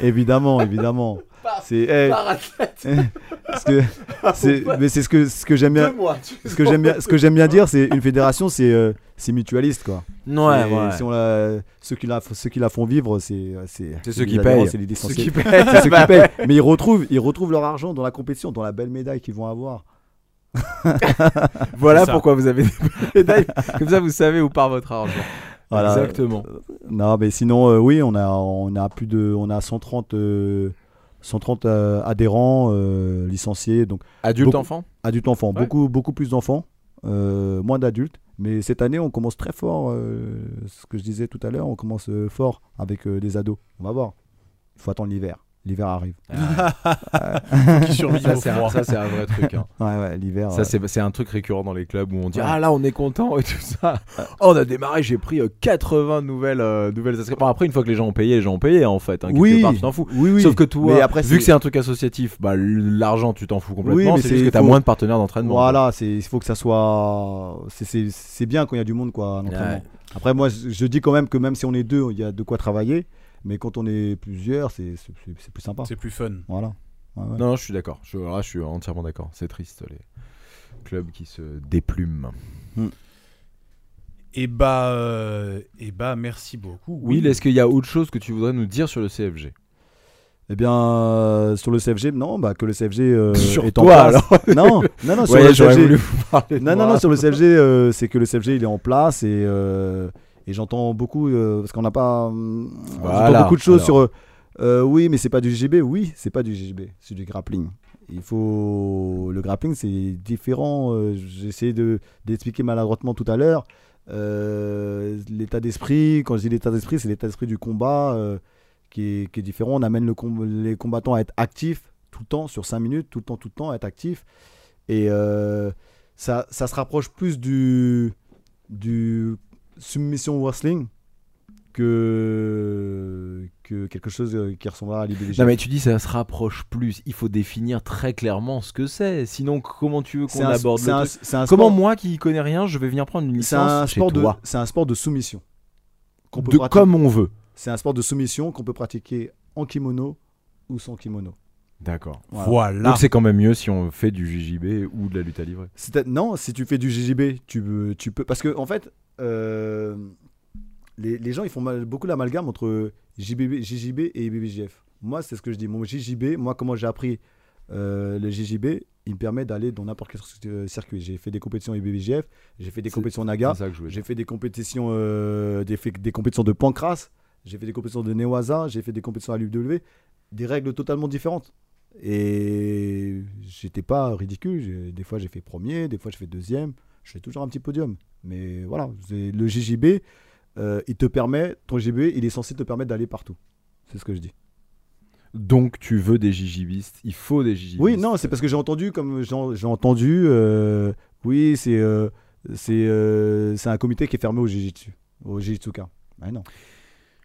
Speaker 5: évidemment, évidemment. C'est eh, parce que c'est mais c'est ce que ce que j'aime bien ce que j'aime bien ce que j'aime bien dire c'est une fédération c'est euh, c'est mutualiste quoi.
Speaker 2: Ouais,
Speaker 5: Et
Speaker 2: ouais.
Speaker 5: si on la- ceux qui la ceux qui la font vivre c'est c'est
Speaker 2: C'est
Speaker 5: les
Speaker 2: ceux qui
Speaker 5: adhérents,
Speaker 2: payent.
Speaker 5: c'est les
Speaker 2: Ceux
Speaker 5: licenciés. *laughs*
Speaker 2: qui payent. Bah
Speaker 5: C'est ceux qui payent. Mais ils retrouvent ils retrouvent leur argent dans la compétition dans la belle médaille qu'ils vont avoir.
Speaker 2: *laughs* Voilà
Speaker 4: C'est ça.
Speaker 2: pourquoi vous avez des *laughs* médailles. Comme ça, vous savez où part votre argent.
Speaker 5: Voilà. Euh,
Speaker 2: Exactement.
Speaker 5: Non mais sinon euh, oui on a on a plus de on a 130 euh, 130 euh, adhérents euh, licenciés donc
Speaker 2: Adulte,
Speaker 5: Beaucoup-
Speaker 2: enfant
Speaker 5: Adultes enfants,
Speaker 4: Ouais.
Speaker 5: beaucoup, beaucoup plus d'enfants, euh, moins d'adultes. Mais cette année, on commence très fort. euh, ce que je disais tout à l'heure, on commence euh, fort avec euh, des ados. On va voir. Il faut attendre l'hiver. L'hiver arrive.
Speaker 4: qui survivent
Speaker 2: Ça,
Speaker 4: au
Speaker 2: c'est un,
Speaker 4: froid.
Speaker 2: ça, c'est un vrai truc. hein.
Speaker 5: Ouais, *laughs* ouais, l'hiver.
Speaker 2: Ça,
Speaker 5: euh,
Speaker 2: c'est c'est un truc récurrent dans les clubs où on dit
Speaker 5: Ouais.
Speaker 2: Ah là, on est content et tout ça. Oh, on a démarré, j'ai pris euh, 80 nouvelles, euh, nouvelles inscriptions. Enfin, après, une fois que les gens ont payé, les gens ont payé en fait. hein, quelque
Speaker 5: Oui.
Speaker 2: part, tu t'en fous.
Speaker 5: Oui, oui.
Speaker 2: Sauf que toi,
Speaker 5: Mais après,
Speaker 2: vu que
Speaker 5: c'est-
Speaker 2: c'est un truc associatif, bah, l'argent, tu t'en fous complètement.
Speaker 5: mais
Speaker 2: c'est juste
Speaker 5: c'est-
Speaker 2: que t'as
Speaker 5: faut-
Speaker 2: moins de partenaires d'entraînement.
Speaker 5: Voilà, c'est- il faut que ça soit. c'est- C'est c'est bien quand il y a du monde, quoi, à l'entraînement.
Speaker 2: Ouais.
Speaker 5: Après, moi, je, je dis quand même que même si on est deux, il y a de quoi travailler. Mais quand on est plusieurs, c'est c'est- c'est- c'est plus sympa.
Speaker 4: C'est plus fun.
Speaker 5: Voilà. Ouais, ouais.
Speaker 2: Non, non, je suis d'accord. Je, là, je suis entièrement d'accord. C'est triste, les clubs qui se déplument.
Speaker 4: Et bah, euh, et bah, merci beaucoup.
Speaker 2: Will, est-ce qu'il y a autre chose que tu voudrais nous dire sur le CFG
Speaker 5: Eh bien, euh, sur le CFG, non, bah, que le CFG euh,
Speaker 2: Sur
Speaker 5: est en
Speaker 2: toi,
Speaker 5: place.
Speaker 2: alors.
Speaker 5: Non, non, non, *laughs* sur
Speaker 2: Ouais,
Speaker 5: le
Speaker 2: j'aurais
Speaker 5: CFG.
Speaker 2: voulu vous parler de
Speaker 5: Non, non,
Speaker 2: moi.
Speaker 5: non, sur le CFG, euh, c'est que le CFG il est en place et, euh, et j'entends beaucoup euh, parce qu'on n'a pas, hum,
Speaker 2: Voilà,
Speaker 5: j'entends beaucoup de
Speaker 2: alors.
Speaker 5: choses sur. euh, euh, oui, mais c'est pas du GGB. Oui, c'est pas du GGB, c'est du grappling. Il faut le grappling, c'est différent. euh, J'ai essayé de d'expliquer maladroitement tout à l'heure euh, l'état d'esprit. Quand je dis l'état d'esprit, c'est l'état d'esprit du combat euh, qui, est, qui est différent. On amène le com- les combattants à être actifs tout le temps sur 5 minutes, tout le temps, tout le temps, à être actifs. Et euh, ça, ça se rapproche plus du, du submission wrestling que, que quelque chose euh, qui ressemble à l'IBDJ.
Speaker 2: Non mais tu dis ça se rapproche plus, il faut définir très clairement ce que c'est. Sinon comment tu veux
Speaker 5: C'est
Speaker 2: qu'on
Speaker 5: un-
Speaker 2: aborde
Speaker 5: c'est
Speaker 2: le
Speaker 5: un-
Speaker 2: truc
Speaker 5: c'est un
Speaker 2: Comment
Speaker 5: sport-
Speaker 2: moi qui y connais rien, je vais venir prendre une
Speaker 5: c'est
Speaker 2: licence
Speaker 5: un
Speaker 2: chez
Speaker 5: sport de
Speaker 2: toi
Speaker 5: c'est un sport de soumission. qu'on peut
Speaker 2: de
Speaker 5: pratiquer.
Speaker 2: comme on veut.
Speaker 5: C'est un sport de soumission qu'on peut pratiquer en kimono ou sans kimono.
Speaker 2: D'accord.
Speaker 5: Voilà.
Speaker 4: Voilà.
Speaker 2: Donc c'est quand même mieux si on fait du JJB ou de la lutte à livrer.
Speaker 5: C'est- Non, si tu fais du GGB, tu, peux- tu peux. Parce que, en fait, euh, les, les gens, ils font mal- beaucoup l'amalgame entre JBB, JJB et BBJF. Moi, c'est ce que je dis. Mon JJB, moi, comment j'ai appris euh, le JJB, il me permet d'aller dans n'importe quel cir- circuit. J'ai fait des compétitions IBBJF, j'ai fait des
Speaker 2: C'est-
Speaker 5: compétitions
Speaker 2: C'est
Speaker 5: Naga,
Speaker 2: ça que je voulais
Speaker 5: j'ai
Speaker 2: dire.
Speaker 5: fait des compétitions, euh, des, fait- des compétitions de Pancras, j'ai fait des compétitions de Newaza, j'ai fait des compétitions à l'UW, des règles totalement différentes. Et j'étais pas ridicule. j'ai- Des fois, j'ai fait premier, des fois, je fais deuxième. Je fais toujours un petit podium. Mais voilà, c'est- le JJB, euh, il te permet, ton JJB, il est censé te permettre d'aller partout. C'est ce que je dis.
Speaker 2: Donc tu veux des JJBistes, il faut des JJBistes.
Speaker 5: Oui, non, c'est parce que j'ai entendu, comme j'en- j'ai entendu, euh, oui, c'est euh, c'est euh, c'est un comité qui est fermé au Jujitsu, au Jujitsuka. Mais non.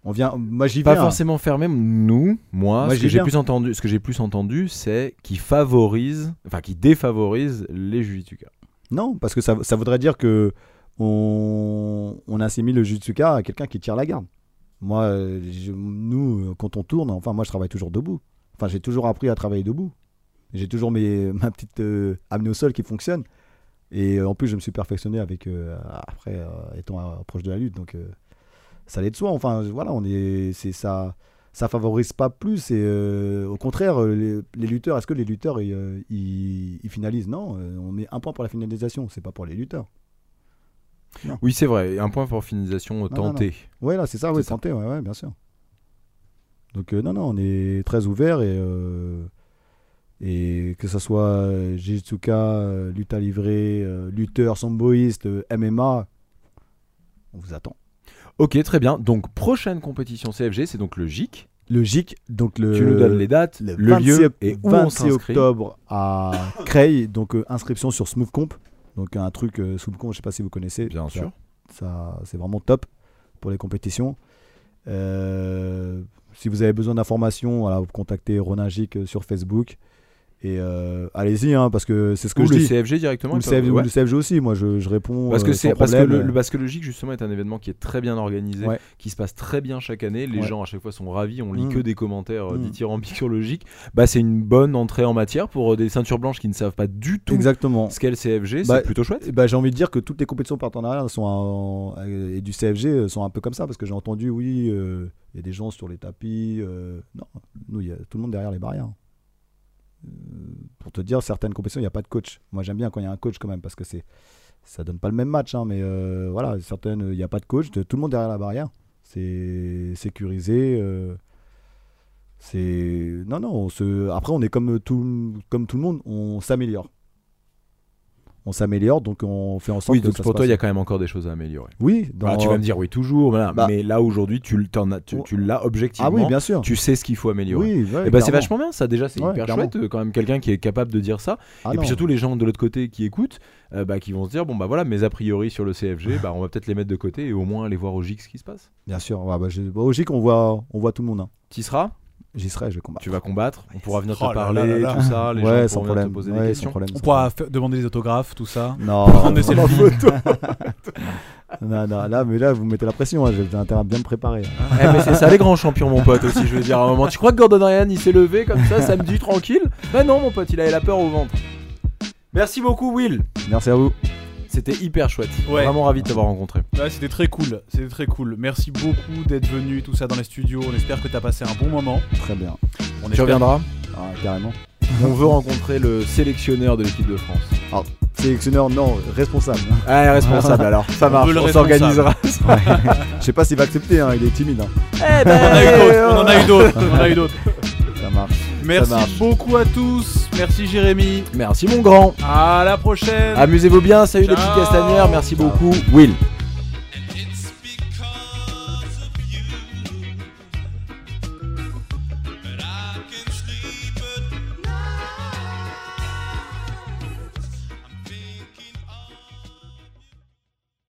Speaker 5: On vient, moi j'y
Speaker 2: pas
Speaker 5: viens.
Speaker 2: forcément fermé nous moi,
Speaker 5: Moi,
Speaker 2: ce
Speaker 5: j'y
Speaker 2: que j'ai
Speaker 5: viens.
Speaker 2: plus entendu ce que j'ai plus entendu c'est qui favorise enfin qui défavorise les Jujitsuka.
Speaker 5: Non, parce que ça, ça voudrait dire que on, on assimile le Jujitsuka à quelqu'un qui tire la garde. Moi, euh, je- nous, euh, quand on tourne, enfin moi je travaille toujours debout. Enfin j'ai toujours appris à travailler debout. J'ai toujours mes, *laughs* ma petite euh, amenée au sol qui fonctionne. Et euh, en plus, je me suis perfectionné avec euh, après euh, étant euh, proche de la lutte, donc euh, ça allait de soi. Enfin, je- voilà, on est, c'est ça, ça favorise pas plus. Et euh, au contraire, euh, les, les lutteurs, est-ce que les lutteurs ils, euh, ils- ils finalisent Non, euh, on met un point pour la finalisation. C'est pas pour les lutteurs.
Speaker 2: Oui, c'est vrai, un point pour finalisation
Speaker 5: non, non.
Speaker 2: tenté.
Speaker 5: Ouais, là, c'est ça,
Speaker 2: C'est
Speaker 5: oui,
Speaker 2: ça.
Speaker 5: santé, ouais, ouais, bien sûr. Donc, euh, non, non, on est très ouvert et, euh, et que ce soit euh, Jujitsuka, euh, lutte à livrer, euh, lutteur, samboïste, euh, MMA, on vous attend.
Speaker 2: Ok, très bien. Donc, prochaine compétition CFG, c'est donc le JIC.
Speaker 5: Le GIC, donc le,
Speaker 2: tu nous donnes les dates, le,
Speaker 5: Euh, le, 26,
Speaker 2: lieu et où on
Speaker 5: 26
Speaker 2: s'inscrit.
Speaker 5: octobre à Creil, donc euh, inscription sur SmoothComp. Donc un truc euh, sous le con, je sais pas si vous connaissez.
Speaker 2: Bien
Speaker 5: Ça-
Speaker 2: sûr.
Speaker 5: ça c'est vraiment top pour les compétitions. Euh, si vous avez besoin d'informations, voilà, vous contactez Ronagic sur Facebook. Et euh, allez-y, hein, parce que c'est ce que
Speaker 2: Ou
Speaker 5: je
Speaker 2: le
Speaker 5: dis.
Speaker 2: CFG directement.
Speaker 5: Ou le
Speaker 2: ils peuvent-
Speaker 5: CFG, ou
Speaker 2: ouais.
Speaker 5: le CFG aussi, moi je, je réponds.
Speaker 2: Parce
Speaker 5: euh,
Speaker 2: que
Speaker 5: sans
Speaker 2: c'est parce que le,
Speaker 5: problème.
Speaker 2: le basque logique justement est un événement qui est très bien organisé,
Speaker 5: Ouais.
Speaker 2: qui se passe très bien chaque année. Les
Speaker 5: Ouais.
Speaker 2: gens à chaque fois sont ravis. On lit
Speaker 5: Mm.
Speaker 2: que des commentaires euh,
Speaker 5: Mm.
Speaker 2: dithyrambiques *laughs* sur logique. Bah c'est une bonne entrée en matière pour euh, des ceintures blanches qui ne savent pas du tout
Speaker 5: Exactement.
Speaker 2: ce qu'est le CFG.
Speaker 5: Bah,
Speaker 2: c'est plutôt chouette.
Speaker 5: Eh ben, j'ai envie de dire que toutes les compétitions partenariales sont en- et du CFG euh, sont un peu comme ça, parce que j'ai entendu, oui, euh, il y a des gens sur les tapis. euh, non, nous, il y a tout le monde derrière les barrières. Euh, pour te dire, certaines compétitions, il n'y a pas de coach. Moi, j'aime bien quand il y a un coach quand même, parce que c'est ça donne pas le même match, hein, mais euh, voilà, certaines, il n'y a pas de coach, de- tout le monde derrière la barrière. C'est sécurisé. euh, c'est non non on se après on est comme tout comme tout le monde on s'améliore on s'améliore donc on fait en sorte
Speaker 2: Oui,
Speaker 5: que
Speaker 2: donc
Speaker 5: ça
Speaker 2: pour
Speaker 5: se
Speaker 2: toi il y a
Speaker 5: passe.
Speaker 2: quand même encore des choses à améliorer.
Speaker 5: oui dans-
Speaker 2: Alors, tu vas me dire oui toujours, voilà.
Speaker 5: Bah.
Speaker 2: mais là aujourd'hui tu t'en as- tu-
Speaker 5: Oh.
Speaker 2: tu l'as objectivement.
Speaker 5: ah oui bien sûr
Speaker 2: Tu sais ce qu'il faut améliorer.
Speaker 5: oui
Speaker 2: et bah c'est vachement bien ça déjà c'est
Speaker 5: Ouais,
Speaker 2: hyper
Speaker 5: clairement.
Speaker 2: chouette euh, quand même quelqu'un qui est capable de dire ça
Speaker 5: Ah,
Speaker 2: et puis surtout les gens de l'autre côté qui écoutent, euh, bah, qui vont se dire bon bah voilà mes a priori sur le
Speaker 5: Ah.
Speaker 2: CFG, bah on va peut-être les mettre de côté et au moins aller voir au GIC ce qui se passe.
Speaker 5: bien sûr ouais, bah, j'ai- bah, logique on voit on voit tout le monde hein.
Speaker 2: Tu seras,
Speaker 5: j'y serai je vais combattre
Speaker 2: tu vas combattre, on pourra venir te
Speaker 4: Oh là
Speaker 2: parler,
Speaker 4: là là là.
Speaker 2: tout ça, Ah, les
Speaker 5: ouais,
Speaker 2: gens
Speaker 5: sans
Speaker 2: pourront venir
Speaker 5: problème.
Speaker 2: te poser
Speaker 5: Ouais,
Speaker 2: des
Speaker 5: sans
Speaker 2: questions.
Speaker 5: problème
Speaker 4: On
Speaker 5: sans
Speaker 4: pourra faire- demander des autographes, tout
Speaker 2: *laughs*
Speaker 4: ça.
Speaker 5: problème. non
Speaker 4: prendre des selfies.
Speaker 5: non non là mais là vous mettez la pression hein, j'ai j'ai intérêt à bien me préparer
Speaker 2: Eh, mais c'est ça les grands champions mon pote aussi je veux dire à un moment. Tu crois que Gordon Ryan il s'est levé comme ça samedi tranquille Bah non mon pote il avait la peur au ventre. Merci beaucoup Will,
Speaker 5: merci à vous
Speaker 2: c'était hyper chouette,
Speaker 4: Ouais.
Speaker 2: vraiment ravi de t'avoir rencontré.
Speaker 4: Ouais, c'était très cool, c'était très cool. Merci beaucoup d'être venu, tout ça dans les studios. On espère que t'as passé un bon moment.
Speaker 5: très bien
Speaker 4: On
Speaker 2: Tu
Speaker 4: espère-
Speaker 2: reviendras,
Speaker 5: Ah, carrément
Speaker 2: on veut rencontrer le sélectionneur de l'équipe de France.
Speaker 5: sélectionneur non responsable
Speaker 2: Allez responsable alors, ça marche,
Speaker 4: veut le
Speaker 2: on s'organisera.
Speaker 5: *laughs* je sais pas s'il va accepter hein, il est timide hein.
Speaker 4: On en a eu d'autres, on en a eu d'autres, on en a eu d'autres.
Speaker 5: ça marche marche.
Speaker 4: Merci beaucoup à tous. Merci Jérémy.
Speaker 2: Merci mon grand.
Speaker 4: À la prochaine.
Speaker 2: Amusez-vous bien, salut les
Speaker 4: Ciao.
Speaker 2: petites castagnères, merci beaucoup. Will.